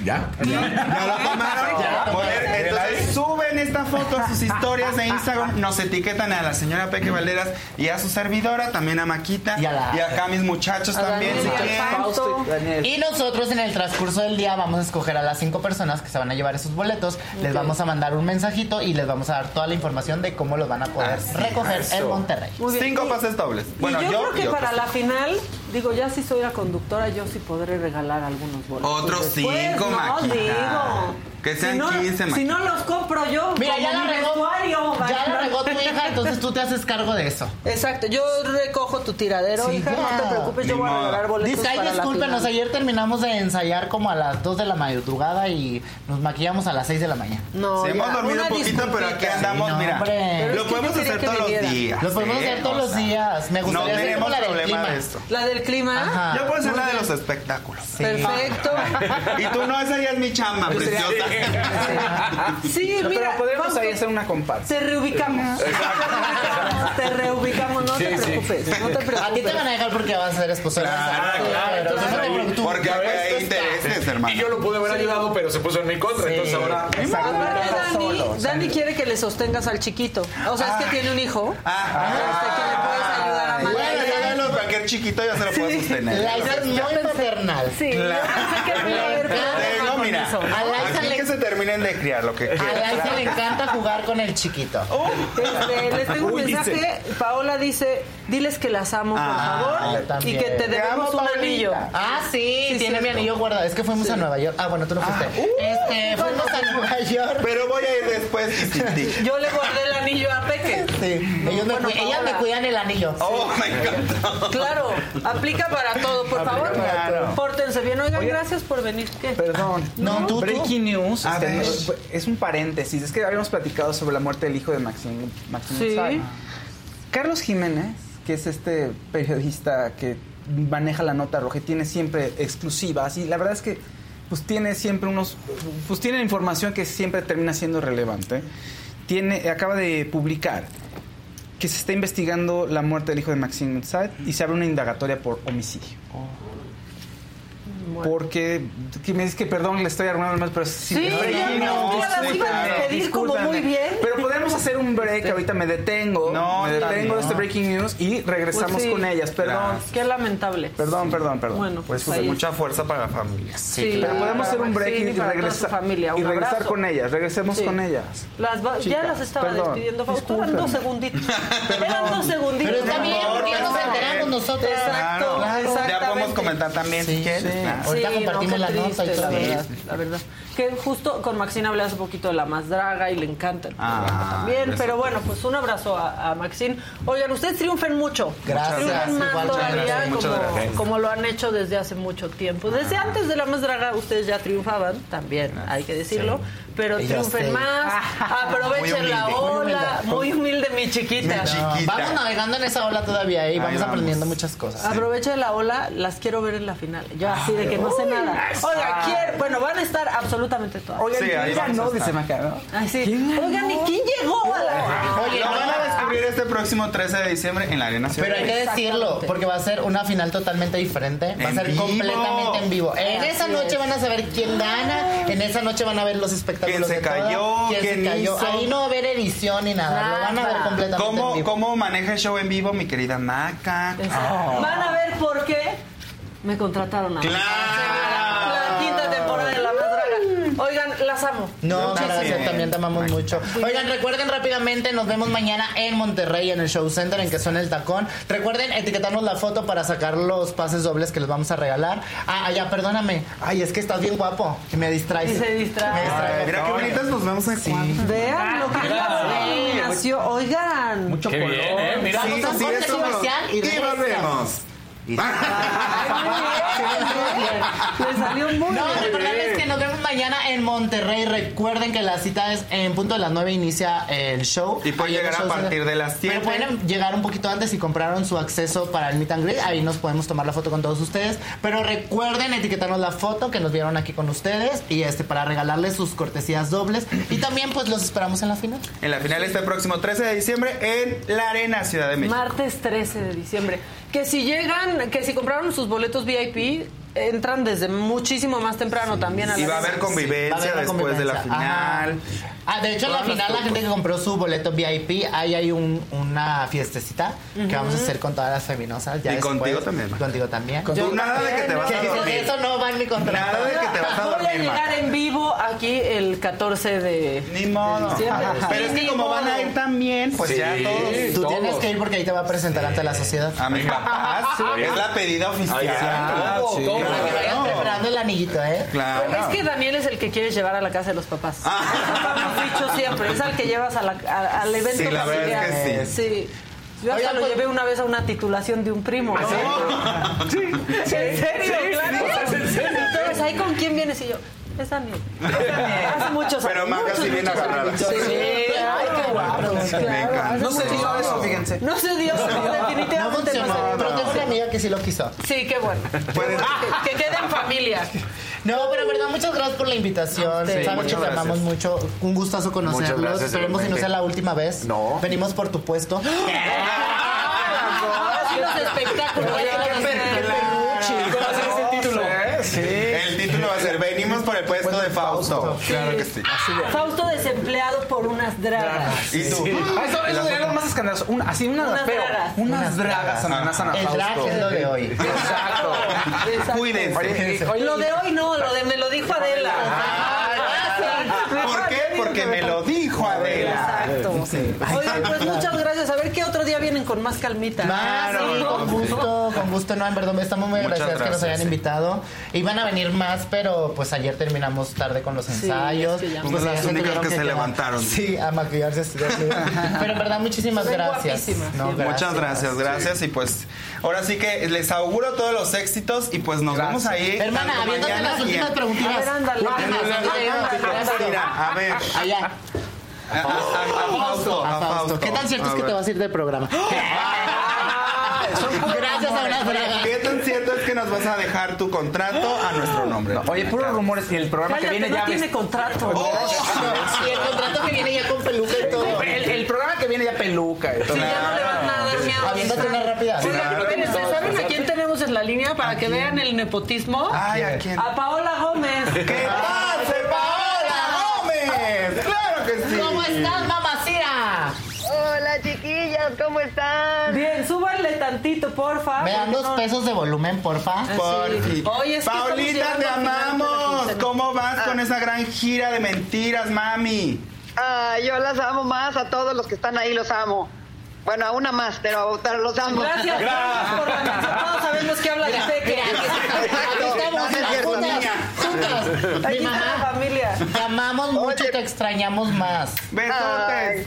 [SPEAKER 16] Ya.
[SPEAKER 14] Ya lo tomaron. Bueno, Entonces suben esta foto a sus historias de Instagram. Nos etiquetan a la señora
[SPEAKER 13] Mm.
[SPEAKER 14] Peque Valderas y a su servidora, también a Maquita. Y, acá a mis muchachos
[SPEAKER 13] A
[SPEAKER 14] también.
[SPEAKER 13] Daniel
[SPEAKER 14] si
[SPEAKER 13] y al
[SPEAKER 14] quieren.
[SPEAKER 13] Fausto. Y nosotros en el transcurso del día vamos a escoger a las cinco personas que se van a llevar esos boletos. Les
[SPEAKER 14] Ok.
[SPEAKER 13] vamos a mandar un mensajito y les vamos a dar toda la información de cómo los van a poder recoger
[SPEAKER 14] eso.
[SPEAKER 13] en Monterrey.
[SPEAKER 2] Muy bien.
[SPEAKER 14] Cinco pases dobles. Bueno,
[SPEAKER 2] y yo, creo
[SPEAKER 14] y
[SPEAKER 2] que
[SPEAKER 14] otros
[SPEAKER 2] para la
[SPEAKER 14] cinco.
[SPEAKER 2] final, digo, ya si soy la conductora, yo sí podré regalar algunos boletos.
[SPEAKER 14] Otros
[SPEAKER 2] después,
[SPEAKER 14] cinco,
[SPEAKER 2] no,
[SPEAKER 14] Maquita.
[SPEAKER 2] digo.
[SPEAKER 14] Que sean
[SPEAKER 2] si no,
[SPEAKER 14] 15,
[SPEAKER 2] Si
[SPEAKER 14] Maquita.
[SPEAKER 2] no los compro yo,
[SPEAKER 13] Mira,
[SPEAKER 2] como
[SPEAKER 13] ya la
[SPEAKER 2] mi
[SPEAKER 13] regó-
[SPEAKER 2] vestuario,
[SPEAKER 13] ya
[SPEAKER 2] va.
[SPEAKER 13] la regó tu hija, entonces tú te haces cargo de eso.
[SPEAKER 2] (laughs) Exacto, yo recojo tu tiradero,
[SPEAKER 13] Sí,
[SPEAKER 2] hija,
[SPEAKER 13] ya.
[SPEAKER 2] no te preocupes, yo
[SPEAKER 13] Ni
[SPEAKER 2] voy a
[SPEAKER 13] modo.
[SPEAKER 2] regalar boletos
[SPEAKER 13] Dice, ay,
[SPEAKER 2] para la
[SPEAKER 13] discúlpenos,
[SPEAKER 2] final".
[SPEAKER 13] ayer terminamos de ensayar como a las 2 de la madrugada y nos maquillamos a las 6 de la mañana.
[SPEAKER 2] No,
[SPEAKER 14] Sí, hemos ya, dormido una poquito, disculpita. pero aquí andamos, mira, Pero lo es que podemos yo quería hacer que todos los viniera. días,
[SPEAKER 13] Lo podemos
[SPEAKER 14] ¿eh?
[SPEAKER 13] hacer todos
[SPEAKER 14] O
[SPEAKER 13] los
[SPEAKER 14] sea,
[SPEAKER 13] días. Me
[SPEAKER 14] no
[SPEAKER 13] gustaría hacer
[SPEAKER 14] tenemos
[SPEAKER 13] como la del
[SPEAKER 14] problema
[SPEAKER 13] clima.
[SPEAKER 14] de esto.
[SPEAKER 2] La del clima.
[SPEAKER 13] Ajá.
[SPEAKER 14] Yo puedo ser
[SPEAKER 13] Muy
[SPEAKER 14] la de
[SPEAKER 13] bien.
[SPEAKER 14] los espectáculos.
[SPEAKER 2] Perfecto.
[SPEAKER 13] (laughs)
[SPEAKER 14] Y tú no, esa ya es mi chamba,
[SPEAKER 4] Yo sería-
[SPEAKER 14] preciosa.
[SPEAKER 13] Ah,
[SPEAKER 2] Sí,
[SPEAKER 4] No,
[SPEAKER 2] mira,
[SPEAKER 4] Pero podemos
[SPEAKER 2] vamos
[SPEAKER 4] ahí hacer una comparsa.
[SPEAKER 2] Te reubicamos. (laughs) Te reubicamos, no te
[SPEAKER 4] Sí, sí.
[SPEAKER 2] preocupes. No te preocupes.
[SPEAKER 13] A ti te van a dejar porque vas a ser esposa.
[SPEAKER 3] Claro, claro, entonces ahí-
[SPEAKER 14] Porque hay intereses, hermano.
[SPEAKER 3] Y yo lo pude haber ayudado, pero se puso en mi contra. Entonces ahora.
[SPEAKER 2] Ni modo, aparte, Dani, Dani quiere que le sostengas al chiquito. O sea,
[SPEAKER 13] Ah.
[SPEAKER 2] es que tiene un hijo.
[SPEAKER 14] Ah, Bueno, yo de los cualquier chiquito ya se lo puedo sostener.
[SPEAKER 13] La Isa es muy paternal. Sí.
[SPEAKER 14] Tengo, mira,
[SPEAKER 13] A la Isa
[SPEAKER 14] aquí
[SPEAKER 13] le
[SPEAKER 14] que se terminen de criar lo que
[SPEAKER 13] A
[SPEAKER 14] quieran.
[SPEAKER 13] Laisa le encanta jugar con el chiquito.
[SPEAKER 2] Este, les tengo un
[SPEAKER 13] Uy,
[SPEAKER 2] mensaje.
[SPEAKER 13] dice.
[SPEAKER 2] Paola dice: Diles que las amo, por
[SPEAKER 13] Ah, yo
[SPEAKER 2] favor. Y
[SPEAKER 13] también.
[SPEAKER 2] que te
[SPEAKER 13] Te
[SPEAKER 2] debemos
[SPEAKER 13] amo,
[SPEAKER 2] un
[SPEAKER 13] Paulita.
[SPEAKER 2] anillo.
[SPEAKER 13] Ah, sí, tiene mi anillo guardado. Es que fuimos a Nueva York. Ah, bueno, tú no fuiste. este, fuimos a Nueva York.
[SPEAKER 14] Pero voy a ir después. y sin ti.
[SPEAKER 2] Yo le guardé el anillo a Peque.
[SPEAKER 13] Sí. Ellos me
[SPEAKER 2] Bueno,
[SPEAKER 13] cu- ellas
[SPEAKER 2] Paola.
[SPEAKER 13] me cuidan el anillo.
[SPEAKER 14] Oh, my God.
[SPEAKER 2] Claro, aplica para todo, por
[SPEAKER 13] Aplica
[SPEAKER 2] favor.
[SPEAKER 13] para todo.
[SPEAKER 2] Pórtense bien. Oigan, gracias por venir. ¿Qué? Ah,
[SPEAKER 4] Perdón.
[SPEAKER 13] No, tú, tú.
[SPEAKER 4] Breaking news.
[SPEAKER 14] A
[SPEAKER 4] este,
[SPEAKER 14] ver.
[SPEAKER 4] no, es un paréntesis. Es que habíamos platicado sobre la muerte del hijo de Maxim, Maxim
[SPEAKER 2] Sí.
[SPEAKER 4] González. Carlos Jiménez, que es este periodista que maneja la nota roja y tiene siempre exclusivas. Y la verdad es que pues tiene siempre unos. Pues tiene información que siempre termina siendo relevante. Tiene, acaba de publicar que se está investigando la muerte del hijo de Maxim González y se abre una indagatoria por homicidio. Porque que me dices que perdón, le estoy arruinando el mes, pero sí,
[SPEAKER 2] Sí,
[SPEAKER 4] pero-
[SPEAKER 2] ya,
[SPEAKER 4] Sí,
[SPEAKER 2] ya, ya las
[SPEAKER 4] discúlpame,
[SPEAKER 2] iban a
[SPEAKER 4] claro.
[SPEAKER 2] pedir como
[SPEAKER 4] Discúlpame.
[SPEAKER 2] muy bien.
[SPEAKER 4] Pero podemos hacer un break,
[SPEAKER 13] Este,
[SPEAKER 4] ahorita me detengo,
[SPEAKER 14] No,
[SPEAKER 4] oh, me
[SPEAKER 14] está
[SPEAKER 4] detengo
[SPEAKER 14] bien.
[SPEAKER 4] de este breaking news y regresamos
[SPEAKER 2] Pues sí.
[SPEAKER 4] con ellas, perdón.
[SPEAKER 14] Gracias.
[SPEAKER 2] Qué lamentable.
[SPEAKER 4] Perdón, perdón, perdón.
[SPEAKER 2] Bueno, pues
[SPEAKER 14] Pues
[SPEAKER 2] ahí.
[SPEAKER 14] mucha fuerza para la familia.
[SPEAKER 2] Sí,
[SPEAKER 4] Pero podemos hacer un
[SPEAKER 2] para
[SPEAKER 4] break y,
[SPEAKER 2] Maxine y para toda
[SPEAKER 4] regresa-
[SPEAKER 2] su familia. Un
[SPEAKER 4] y regresar
[SPEAKER 2] abrazo.
[SPEAKER 4] con ellas. Regresemos
[SPEAKER 2] Sí.
[SPEAKER 4] con ellas.
[SPEAKER 2] Las va- ya
[SPEAKER 4] Chicas,
[SPEAKER 2] las estaba
[SPEAKER 4] perdón,
[SPEAKER 2] despidiendo, Fausto. Eran dos segunditos. Eran dos segunditos.
[SPEAKER 13] Pero está bien, porque ya nos enteramos nosotros.
[SPEAKER 2] Exacto.
[SPEAKER 14] Claro, ya podemos
[SPEAKER 2] exactamente.
[SPEAKER 14] comentar también si quieres. Claro.
[SPEAKER 13] Ahorita
[SPEAKER 2] Sí,
[SPEAKER 13] compartimos
[SPEAKER 2] no,
[SPEAKER 13] la
[SPEAKER 2] qué
[SPEAKER 13] nota y
[SPEAKER 2] triste,
[SPEAKER 13] todo.
[SPEAKER 2] la verdad, la verdad. Que justo con Maxine hablé hace poquito de la más draga y le encanta el programa
[SPEAKER 13] Ah,
[SPEAKER 2] también.
[SPEAKER 13] eso.
[SPEAKER 2] Pero bueno, pues un abrazo a, a Maxine. Oigan, ustedes triunfen mucho.
[SPEAKER 13] Gracias,
[SPEAKER 2] Triunfen más
[SPEAKER 13] igual, muchas
[SPEAKER 2] todavía
[SPEAKER 13] gracias, muchas
[SPEAKER 2] como,
[SPEAKER 13] gracias.
[SPEAKER 2] como lo han hecho desde hace mucho tiempo. Desde antes de la más draga ustedes ya triunfaban, también hay que decirlo. Pero
[SPEAKER 13] Ellas
[SPEAKER 2] triunfen
[SPEAKER 13] Ah, sí.
[SPEAKER 2] más,
[SPEAKER 13] (laughs) Muy
[SPEAKER 2] aprovechen la
[SPEAKER 13] humilde.
[SPEAKER 2] ola. Muy humilde mi chiquita.
[SPEAKER 13] Vamos navegando en esa ola todavía ¿eh? y vamos,
[SPEAKER 2] vamos.
[SPEAKER 13] aprendiendo muchas cosas.
[SPEAKER 2] Aprovechen la ola, las quiero ver en la final. Yo así de que no sé
[SPEAKER 13] Uy,
[SPEAKER 2] nada.
[SPEAKER 13] esa.
[SPEAKER 2] Oiga, quiero, bueno, van a estar absolutamente todas.
[SPEAKER 4] Oigan, ¿quién ganó? Dice Maca, ¿no?
[SPEAKER 2] Ay, sí. Oigan, ¿y quién llegó a la
[SPEAKER 14] Oye, lo van a descubrir este próximo 13 de diciembre en la Arena Ciudad.
[SPEAKER 13] Pero hay que decirlo, porque va a ser una final totalmente diferente. Va a
[SPEAKER 14] En
[SPEAKER 13] ser
[SPEAKER 14] vivo.
[SPEAKER 13] completamente en vivo. En
[SPEAKER 14] Así
[SPEAKER 13] esa noche
[SPEAKER 14] es.
[SPEAKER 13] van a saber quién gana. En esa noche van a ver los espectáculos.
[SPEAKER 14] ¿Quién se
[SPEAKER 13] de todo,
[SPEAKER 14] cayó? ¿Quién
[SPEAKER 13] se cayó.
[SPEAKER 14] hizo?
[SPEAKER 13] Ahí no va a haber edición ni nada. Lo van a ver completamente en
[SPEAKER 14] ¿Cómo,
[SPEAKER 13] vivo.
[SPEAKER 14] ¿Cómo maneja el show en vivo, mi querida Maca? Oh.
[SPEAKER 2] Van a ver por qué me contrataron a la quinta temporada de La Más Draga. Oigan, las amo.
[SPEAKER 14] Ah,
[SPEAKER 13] No,
[SPEAKER 2] Muchísimo.
[SPEAKER 13] gracias, también te amamos mucho. Oigan, recuerden rápidamente, nos vemos mañana en Monterrey, en el Show Center, en que suena el tacón. Recuerden etiquetarnos la foto para sacar los pases dobles que les vamos a regalar. Ah, ya, perdóname. Ay, es que estás bien guapo, que me distraes.
[SPEAKER 2] Y se distrae.
[SPEAKER 13] Me distraes.
[SPEAKER 14] Mira qué bonitas nos vemos en cuatro.
[SPEAKER 2] Vean lo que es la combinación. Oigan.
[SPEAKER 4] Mucho
[SPEAKER 14] Qué bien, ¿eh? Mira,
[SPEAKER 2] Sí,
[SPEAKER 14] vamos a un
[SPEAKER 2] sí,
[SPEAKER 14] corte
[SPEAKER 2] eso no-
[SPEAKER 14] comercial y
[SPEAKER 2] Y
[SPEAKER 14] regresamos.
[SPEAKER 2] volvemos. Le salió muy
[SPEAKER 13] No,
[SPEAKER 2] bien.
[SPEAKER 13] recordarles que nos vemos mañana en Monterrey. Recuerden que la cita es en punto de las 9 inicia el show. Y
[SPEAKER 14] pueden llegar a partir de las 7.
[SPEAKER 13] Pero pueden llegar un poquito antes si compraron su acceso para el meet and greet. Ahí nos podemos tomar la foto con todos ustedes. Pero recuerden etiquetarnos la foto que nos vieron aquí con ustedes y este para regalarles sus cortesías dobles. Y también pues los esperamos en la final.
[SPEAKER 14] En la final este próximo 13 de diciembre en La Arena, Ciudad de México.
[SPEAKER 2] Martes 13 de diciembre. Que si llegan, que si compraron sus boletos VIP, entran desde muchísimo más temprano también a la
[SPEAKER 14] Y va a haber
[SPEAKER 2] mesa.
[SPEAKER 14] convivencia
[SPEAKER 13] Sí, va a haber
[SPEAKER 14] después de la
[SPEAKER 13] convivencia.
[SPEAKER 14] final.
[SPEAKER 13] Ah, de hecho, en la
[SPEAKER 14] Todas las
[SPEAKER 13] final, la gente que compró su boleto VIP, ahí hay un- una fiestecita que vamos a hacer con todas las feminosas. Ya
[SPEAKER 14] Y
[SPEAKER 13] después.
[SPEAKER 14] contigo también,
[SPEAKER 13] Y contigo también.
[SPEAKER 14] Con- Tú nada de que te vas a
[SPEAKER 13] dicen,
[SPEAKER 14] dormir.
[SPEAKER 13] Eso no va en mi contrato.
[SPEAKER 14] Nada de que te
[SPEAKER 13] (laughs)
[SPEAKER 14] vas a
[SPEAKER 2] Voy a
[SPEAKER 14] dormir,
[SPEAKER 2] llegar
[SPEAKER 14] Marta.
[SPEAKER 2] en vivo aquí el 14 de
[SPEAKER 14] Ni modo.
[SPEAKER 2] diciembre.
[SPEAKER 14] Pero es
[SPEAKER 2] Ni
[SPEAKER 14] que como van a
[SPEAKER 2] modo.
[SPEAKER 14] ir también, pues
[SPEAKER 13] Sí,
[SPEAKER 14] ya todos.
[SPEAKER 13] Tú tienes que ir porque ahí te va a presentar ante la sociedad.
[SPEAKER 14] A mi papá. Es la pedida oficial.
[SPEAKER 13] Ah, sí. Para que vayas preparando el anillito, ¿eh?
[SPEAKER 14] Claro.
[SPEAKER 2] Es que Daniel es el que quieres llevar a la casa de los papás. Lo hemos dicho siempre, es al que llevas a la- a- al evento
[SPEAKER 14] Sí, la verdad es que
[SPEAKER 2] familiar. sí. Yo hasta
[SPEAKER 13] Oigan,
[SPEAKER 2] lo
[SPEAKER 13] pues-
[SPEAKER 2] llevé una vez a una titulación de un primo. ¿no?
[SPEAKER 15] Sí.
[SPEAKER 2] ¿En serio?
[SPEAKER 15] Sí,
[SPEAKER 2] claro.
[SPEAKER 15] sí, en serio.
[SPEAKER 2] Entonces, ¿ahí con quién vienes? Y yo, es Daniel. Hace muchos años.
[SPEAKER 14] Pero Maca sí
[SPEAKER 2] muchos,
[SPEAKER 14] viene
[SPEAKER 2] muchos
[SPEAKER 14] agarrada.
[SPEAKER 2] años. Sí,
[SPEAKER 13] Ay, qué guapo.
[SPEAKER 14] encanta.
[SPEAKER 2] hace
[SPEAKER 14] No se
[SPEAKER 2] muchos
[SPEAKER 14] dio
[SPEAKER 2] años.
[SPEAKER 14] eso, fíjense.
[SPEAKER 2] No se dio, definitivamente
[SPEAKER 13] No funcionó,
[SPEAKER 2] no se dio.
[SPEAKER 13] pero tengo una amiga que sí lo quiso.
[SPEAKER 2] Sí, qué bueno. Que, que quede en familia.
[SPEAKER 13] No, pero verdad, muchas gracias por la invitación.
[SPEAKER 2] Sí,
[SPEAKER 13] Saben
[SPEAKER 2] muchas
[SPEAKER 13] que te
[SPEAKER 2] gracias.
[SPEAKER 13] amamos mucho. Un gustazo
[SPEAKER 3] Muchas
[SPEAKER 13] conocerlos.
[SPEAKER 3] gracias,
[SPEAKER 13] Esperemos que no
[SPEAKER 3] igualmente.
[SPEAKER 13] sea la última vez. No. Venimos por tu puesto.
[SPEAKER 2] Ahora sí los espectáculos.
[SPEAKER 14] El título va a ser Venimos por el puesto de Fausto. Claro que sí.
[SPEAKER 2] Fausto desempleado por unas dragas.
[SPEAKER 14] Y tú.
[SPEAKER 4] Ah, eso, eso sería lo más escandaloso. Un- así, una
[SPEAKER 2] Unas
[SPEAKER 4] pero
[SPEAKER 2] dragas.
[SPEAKER 4] Unas dragas amenazan a
[SPEAKER 13] El
[SPEAKER 4] Fausto.
[SPEAKER 13] drag es lo de hoy.
[SPEAKER 4] Exacto.
[SPEAKER 14] Cuídense.
[SPEAKER 2] Lo de hoy no, lo de me lo dijo Adela. Ah,
[SPEAKER 14] ¿Por qué? Porque me lo dijo Adela.
[SPEAKER 2] Exacto. Oigan, pues muchas gracias. A ver qué otro día vienen con más calmita.
[SPEAKER 13] Claro,
[SPEAKER 2] Sí,
[SPEAKER 13] con gusto, con gusto, no, en verdad estamos muy
[SPEAKER 14] Muchas
[SPEAKER 13] agradecidas que nos
[SPEAKER 14] gracias,
[SPEAKER 13] hayan
[SPEAKER 14] sí.
[SPEAKER 13] invitado. Iban a venir más, pero pues ayer terminamos tarde con los ensayos.
[SPEAKER 2] es que ya-
[SPEAKER 13] Pues,
[SPEAKER 14] Somos
[SPEAKER 13] ellas
[SPEAKER 14] las
[SPEAKER 13] se
[SPEAKER 14] únicas
[SPEAKER 13] tuvieron
[SPEAKER 14] que se
[SPEAKER 13] quedar-
[SPEAKER 14] levantaron.
[SPEAKER 13] Sí, a maquillarse. sí, sí. Pero en verdad, muchísimas
[SPEAKER 2] Son
[SPEAKER 13] gracias.
[SPEAKER 2] guapísimas,
[SPEAKER 13] No,
[SPEAKER 2] sí.
[SPEAKER 14] Muchas gracias, gracias. Y pues, ahora sí que les auguro todos los éxitos y pues nos vemos ahí.
[SPEAKER 13] Hermana,
[SPEAKER 14] tanto
[SPEAKER 13] aviéntate
[SPEAKER 14] mañana
[SPEAKER 13] las
[SPEAKER 14] y
[SPEAKER 13] últimas
[SPEAKER 14] en-
[SPEAKER 13] preguntitas.
[SPEAKER 2] A ver, ándale.
[SPEAKER 13] Últimas,
[SPEAKER 2] Ándale,
[SPEAKER 13] ándale,
[SPEAKER 2] ándale,
[SPEAKER 13] ándale.
[SPEAKER 14] Mira, a ver.
[SPEAKER 13] Allá,
[SPEAKER 14] A, a- a- a Fausto, a Fausto.
[SPEAKER 13] ¿Qué tan cierto es que
[SPEAKER 14] ver.
[SPEAKER 13] te vas a ir del programa? Gracias a unas dragas.
[SPEAKER 14] ¿Qué tan cierto es que nos vas a dejar tu contrato a nuestro nombre?
[SPEAKER 4] Oye, puros rumores. Y el programa que
[SPEAKER 2] Cállate,
[SPEAKER 4] viene ya
[SPEAKER 2] no tiene
[SPEAKER 4] ves-
[SPEAKER 2] contrato. Oh,
[SPEAKER 13] Y el contrato que viene ya con peluca y todo.
[SPEAKER 4] El, el programa que viene ya peluca. y todo.
[SPEAKER 2] Ya no le vas nada, miedo.
[SPEAKER 13] Aviéntate una rápida.
[SPEAKER 2] Oigan, espérense, ¿Saben a quién tenemos en la línea para que vean el nepotismo?
[SPEAKER 4] Ah,
[SPEAKER 14] Ay, ¿a quién?
[SPEAKER 2] A Paola Gómez.
[SPEAKER 14] ¡Que
[SPEAKER 13] Ah,
[SPEAKER 14] pase Paola Gómez! ¡Claro que sí!
[SPEAKER 13] ¿Cómo estás, mamacita?
[SPEAKER 10] Hola chiquillas, ¿cómo están?
[SPEAKER 2] Bien, súbanle tantito, porfa.
[SPEAKER 13] Me dan
[SPEAKER 2] porque
[SPEAKER 13] dos
[SPEAKER 2] no-
[SPEAKER 13] pesos de volumen, porfa.
[SPEAKER 14] Porfi.
[SPEAKER 2] Oye, es que
[SPEAKER 14] Paulita,
[SPEAKER 2] estamos
[SPEAKER 14] te
[SPEAKER 2] llegando al final de la
[SPEAKER 14] amamos.
[SPEAKER 2] quincena.
[SPEAKER 14] ¿Cómo vas
[SPEAKER 13] Ah.
[SPEAKER 14] con esa gran gira de mentiras, mami?
[SPEAKER 10] Ah, yo las amo más, a todos los que están ahí los amo. Bueno, a una más, pero a otras los amo.
[SPEAKER 2] Gracias, Gracias. por la mención. Todos sabemos que habla de peque.
[SPEAKER 13] Aquí estamos,
[SPEAKER 14] No es cierto,
[SPEAKER 13] juntas,
[SPEAKER 14] niña.
[SPEAKER 13] juntas. Mi
[SPEAKER 2] Aquí
[SPEAKER 10] (laughs)
[SPEAKER 2] está la
[SPEAKER 13] mamá,
[SPEAKER 2] familia.
[SPEAKER 13] te amamos mucho y te extrañamos más.
[SPEAKER 14] Besotes.
[SPEAKER 10] Ay,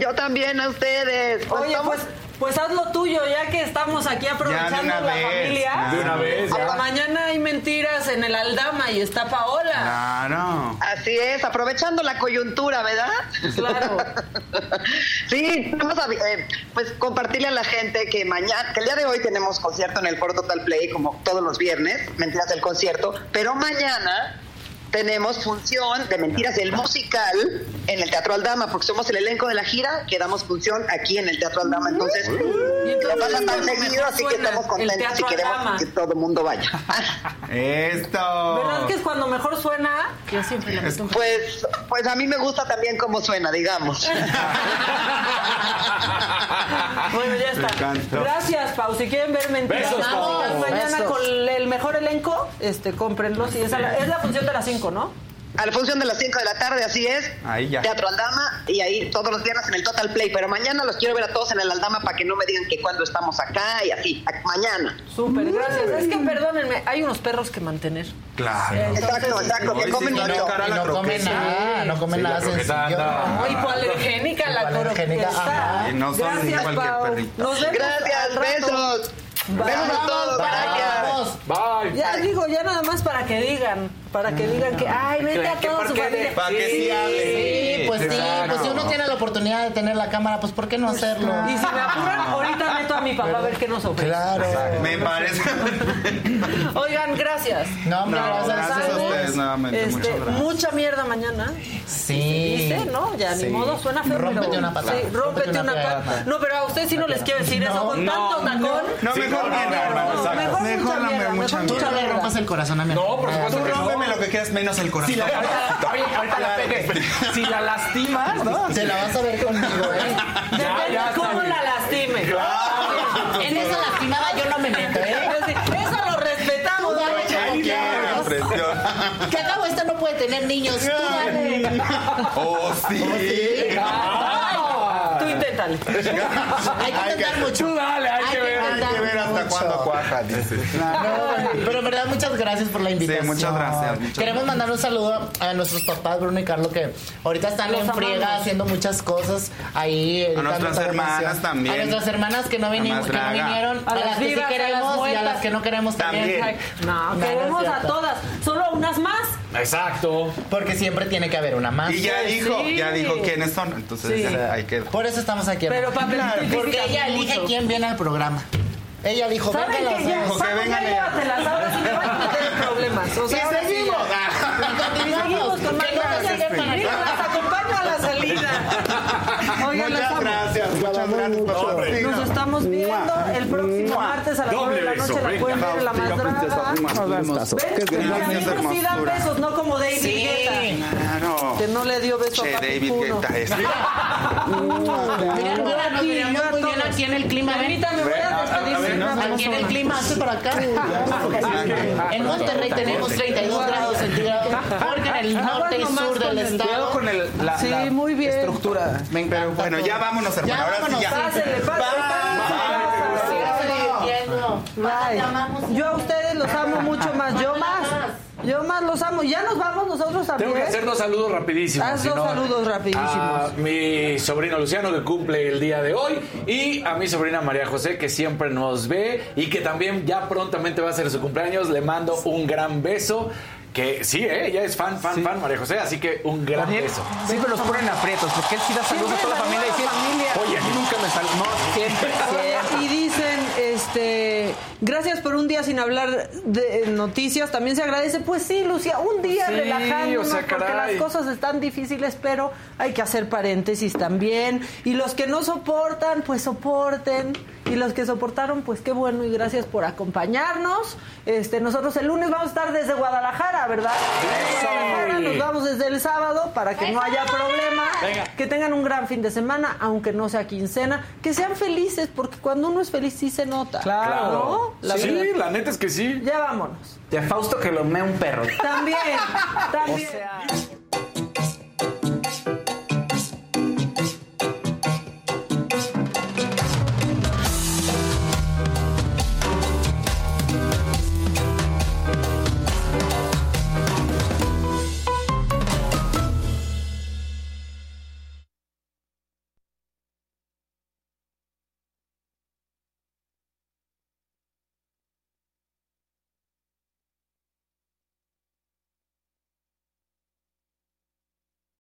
[SPEAKER 10] yo también a ustedes. Pues
[SPEAKER 2] Oye,
[SPEAKER 10] somos-
[SPEAKER 2] pues, pues haz lo tuyo, ya que estamos aquí
[SPEAKER 14] Ya, de
[SPEAKER 2] aprovechando
[SPEAKER 14] una
[SPEAKER 2] la
[SPEAKER 14] vez,
[SPEAKER 2] familia.
[SPEAKER 14] claro. De una
[SPEAKER 3] vez,
[SPEAKER 2] Ah, Mañana hay mentiras en el Aldama y está Paola.
[SPEAKER 14] Claro.
[SPEAKER 10] Así es, aprovechando la coyuntura, ¿verdad?
[SPEAKER 2] Claro.
[SPEAKER 10] sí, vamos a eh, pues compartirle a la gente que mañana, que el día de hoy tenemos concierto en el Foro Total Play, como todos los viernes, Mentiras del Concierto, pero mañana tenemos función de Mentiras del Musical en el Teatro Aldama, porque somos el elenco de la gira, que damos función aquí en el Teatro Aldama, entonces
[SPEAKER 2] Y
[SPEAKER 10] la
[SPEAKER 2] entonces,
[SPEAKER 10] pasa tan
[SPEAKER 2] mejor
[SPEAKER 10] seguido, así que
[SPEAKER 2] suena
[SPEAKER 10] estamos
[SPEAKER 2] el
[SPEAKER 10] contentos y
[SPEAKER 2] Teatro Aldama.
[SPEAKER 10] queremos que todo el
[SPEAKER 2] (laughs)
[SPEAKER 10] mundo vaya.
[SPEAKER 14] Esto. (laughs)
[SPEAKER 2] ¿Verdad que es cuando mejor suena? Yo siempre la meto un
[SPEAKER 10] Pues, pues a mí me gusta también cómo suena, digamos.
[SPEAKER 2] (laughs) Bueno, ya
[SPEAKER 14] Me
[SPEAKER 2] está.
[SPEAKER 14] encanta.
[SPEAKER 2] Gracias, Pau. Si quieren ver mentiras,
[SPEAKER 3] Besos, Pau.
[SPEAKER 2] Vamos, mañana
[SPEAKER 13] Besos.
[SPEAKER 2] con el mejor elenco, este, cómprenlos. Y es, a la, es la función de las 5, ¿no?
[SPEAKER 10] A la función de las 5 de la tarde, así es.
[SPEAKER 14] Ahí ya.
[SPEAKER 10] Teatro Aldama y ahí todos los viernes en el Total Play. Pero mañana los quiero ver a todos en el Aldama para que no me digan que cuando estamos acá y así. A- Mañana.
[SPEAKER 2] Súper, gracias. Es que perdónenme, hay unos perros que mantener. Eh,
[SPEAKER 14] Claro.
[SPEAKER 10] Exacto, exacto.
[SPEAKER 14] Hoy
[SPEAKER 10] Que
[SPEAKER 14] sí
[SPEAKER 10] comen
[SPEAKER 14] está
[SPEAKER 10] mucho.
[SPEAKER 14] cara
[SPEAKER 13] Y
[SPEAKER 14] la
[SPEAKER 13] no comen
[SPEAKER 14] croqueta.
[SPEAKER 13] nada, no comen
[SPEAKER 3] Sí, la
[SPEAKER 13] nada
[SPEAKER 3] croqueta
[SPEAKER 13] sencillo.
[SPEAKER 3] anda.
[SPEAKER 2] Muy hipoalergénica la
[SPEAKER 13] Hipoalergénica,
[SPEAKER 2] croqueta.
[SPEAKER 13] ajá.
[SPEAKER 14] Y no son
[SPEAKER 2] gracias,
[SPEAKER 14] cualquier
[SPEAKER 2] Pau.
[SPEAKER 14] perrito.
[SPEAKER 2] Nos vemos al
[SPEAKER 10] Gracias,
[SPEAKER 2] rato.
[SPEAKER 10] besos.
[SPEAKER 2] Vamos, vamos. Ya digo, ya nada más para que digan, para que digan que, ay, vete a toda su familia.
[SPEAKER 13] sí, pues sí, pues si uno tiene la oportunidad de tener la cámara, pues ¿por qué no hacerlo?
[SPEAKER 2] Y si me apuran, ahorita meto a mi papá a ver qué nos ofrece.
[SPEAKER 13] Claro.
[SPEAKER 14] Me parece.
[SPEAKER 2] Oigan, gracias.
[SPEAKER 13] No, hombre,
[SPEAKER 2] Ya
[SPEAKER 13] gracias
[SPEAKER 2] nos
[SPEAKER 13] a
[SPEAKER 2] vamos.
[SPEAKER 13] ustedes nuevamente,
[SPEAKER 2] Este,
[SPEAKER 13] muchas gracias.
[SPEAKER 2] Mucha mierda mañana.
[SPEAKER 13] Sí.
[SPEAKER 2] ¿Viste? No, ya
[SPEAKER 13] Sí.
[SPEAKER 2] ni modo, suena feo. pero-
[SPEAKER 13] Rómpete una pata.
[SPEAKER 2] Sí, rómpete una pata. No, pero a ustedes sí no les quiero decir eso con tanto tacón.
[SPEAKER 14] (laughs) No,
[SPEAKER 13] Sí,
[SPEAKER 14] mejor
[SPEAKER 13] no, no,
[SPEAKER 14] que
[SPEAKER 13] no, no,
[SPEAKER 14] no.
[SPEAKER 13] exacto.
[SPEAKER 14] Mejor
[SPEAKER 13] Mejor
[SPEAKER 14] mucha
[SPEAKER 13] la-
[SPEAKER 14] mierda, mucha
[SPEAKER 13] mucha mierda. Tú no le rompas el corazón a mi
[SPEAKER 14] No, por supuesto
[SPEAKER 13] Tú
[SPEAKER 14] que no.
[SPEAKER 13] rómpeme
[SPEAKER 14] lo que quieras menos el corazón.
[SPEAKER 13] Si la- ahorita- ahorita
[SPEAKER 4] (laughs)
[SPEAKER 13] la pegues.
[SPEAKER 14] Si la lastimas, ¿no?
[SPEAKER 13] Te la vas a ver conmigo, ¿eh?
[SPEAKER 2] Depende cómo la lastime.
[SPEAKER 13] En esa lastimada yo no me meto, ¿eh?
[SPEAKER 2] Eso lo respetamos.
[SPEAKER 13] Tú dale como quieras. Que acabo esta no puede tener niños. Tú
[SPEAKER 4] (laughs)
[SPEAKER 13] dale. Oh,
[SPEAKER 14] Oh, sí.
[SPEAKER 2] Tú inténtale.
[SPEAKER 13] Hay que intentar mucho.
[SPEAKER 14] hay que ver, hay que ver hasta cuándo cuaja, dice.
[SPEAKER 13] No, pero en verdad, muchas gracias por la invitación.
[SPEAKER 14] Sí, muchas gracias, muchas
[SPEAKER 13] Queremos
[SPEAKER 14] gracias.
[SPEAKER 13] mandar un saludo a nuestros papás, Bruno y Carlos, que ahorita están
[SPEAKER 14] Los
[SPEAKER 13] en friega
[SPEAKER 14] amamos.
[SPEAKER 13] haciendo muchas cosas ahí. editando
[SPEAKER 14] nuestras
[SPEAKER 13] esta
[SPEAKER 14] hermanas
[SPEAKER 13] grabación.
[SPEAKER 14] también.
[SPEAKER 13] A nuestras hermanas que no, vinimos-
[SPEAKER 14] más
[SPEAKER 13] que no
[SPEAKER 14] draga.
[SPEAKER 13] vinieron, a, las que sí
[SPEAKER 2] vivas, a las
[SPEAKER 13] queremos y a
[SPEAKER 2] muertas.
[SPEAKER 13] las que no queremos también.
[SPEAKER 2] Ay, No, queremos a todas. Solo a unas más.
[SPEAKER 13] Exacto. Porque siempre tiene que haber una más.
[SPEAKER 14] Y ya dijo, ya dijo quiénes son, entonces
[SPEAKER 13] Sí.
[SPEAKER 14] ya hay que.
[SPEAKER 13] Por eso estamos aquí.
[SPEAKER 14] Pero,
[SPEAKER 13] hermano.
[SPEAKER 14] papi, Claro. tú
[SPEAKER 13] porque
[SPEAKER 14] criticas
[SPEAKER 13] ella
[SPEAKER 14] mucho.
[SPEAKER 13] elige quién viene al programa. Ella dijo,
[SPEAKER 2] ¿Saben
[SPEAKER 13] venga
[SPEAKER 2] qué? Ya, Dijo que Paco, vengan ya ellas. llévatelas, ahora sí te vas a meter en problemas. O sea, ahora sí ya. Seguimos con más cosas. Las acompaño a la salida. Oigan, las amo.
[SPEAKER 14] muchas gracias por su
[SPEAKER 2] Nos estamos viendo el próximo martes a las 9 de la noche. La pueden ver en la más draga. Ven,
[SPEAKER 14] Gracias,
[SPEAKER 2] amigos, sí dan
[SPEAKER 14] hermosura.
[SPEAKER 2] besos, no como David
[SPEAKER 14] Sí.
[SPEAKER 2] Guetta.
[SPEAKER 14] Claro.
[SPEAKER 2] Que no le dio beso
[SPEAKER 14] Che,
[SPEAKER 2] a Papi
[SPEAKER 14] David
[SPEAKER 2] Puno.
[SPEAKER 14] Guetta es.
[SPEAKER 13] Mira, hermana, nos veríamos muy bien aquí en el clima. Ven.
[SPEAKER 2] Ahorita me voy a
[SPEAKER 14] a ver,
[SPEAKER 13] despedir.
[SPEAKER 14] no, no,
[SPEAKER 13] Aquí en
[SPEAKER 14] no,
[SPEAKER 13] el
[SPEAKER 14] no.
[SPEAKER 13] clima, hazte para acá. En Monterrey tenemos 32 grados centígrados. Porque en el norte y sur del estado.
[SPEAKER 14] con el, la,
[SPEAKER 13] Sí,
[SPEAKER 14] la
[SPEAKER 13] muy bien.
[SPEAKER 14] estructura. Me encanta. Pero bueno, ya vámonos, hermano.
[SPEAKER 13] Ya
[SPEAKER 14] Ahora sí, ya.
[SPEAKER 13] vámonos. Pásenle,
[SPEAKER 2] Bye. Yo a ustedes los amo mucho más. Yo más. Yo más los amo. Ya nos vamos nosotros también.
[SPEAKER 3] Tengo que hacer dos saludos rapidísimos.
[SPEAKER 2] Haz
[SPEAKER 3] si
[SPEAKER 2] dos
[SPEAKER 3] no- Ah,
[SPEAKER 2] saludos rapidísimos.
[SPEAKER 3] A mi sobrino Luciano, que cumple el día de hoy, y a mi sobrina María José, que siempre nos ve y que también ya prontamente va a ser su cumpleaños. Le mando un gran beso. Que sí, ¿eh? ella es fan, fan, fan, María José, así que un gran beso.
[SPEAKER 4] Siempre los ponen aprietos, porque él sí da saludos a toda la familia y dice, oye, a mí nunca me sal... No, siempre, siempre.
[SPEAKER 2] Y dicen, este, gracias por un día sin hablar de eh, noticias. También se agradece. Pues sí, Lucia, un día
[SPEAKER 3] Pues Sí,
[SPEAKER 2] relajándonos
[SPEAKER 3] o sea,
[SPEAKER 2] porque
[SPEAKER 3] caray.
[SPEAKER 2] las cosas están difíciles, pero hay que hacer paréntesis también. Y los que no soportan, pues soporten. Y los que soportaron, pues qué bueno y gracias por acompañarnos. Este, nosotros el lunes vamos a estar desde Guadalajara, ¿verdad? Desde Guadalajara, Nos vamos desde el sábado para que no haya problema. Que tengan un gran fin de semana, aunque no sea quincena. Que sean felices, porque cuando uno es feliz sí se nota.
[SPEAKER 3] (laughs) Claro.
[SPEAKER 2] ¿No? La
[SPEAKER 3] sí,
[SPEAKER 2] verdad.
[SPEAKER 3] la neta es que sí.
[SPEAKER 2] Ya vámonos.
[SPEAKER 4] De Fausto que lo mea un perro.
[SPEAKER 2] También,
[SPEAKER 3] (laughs)
[SPEAKER 2] también.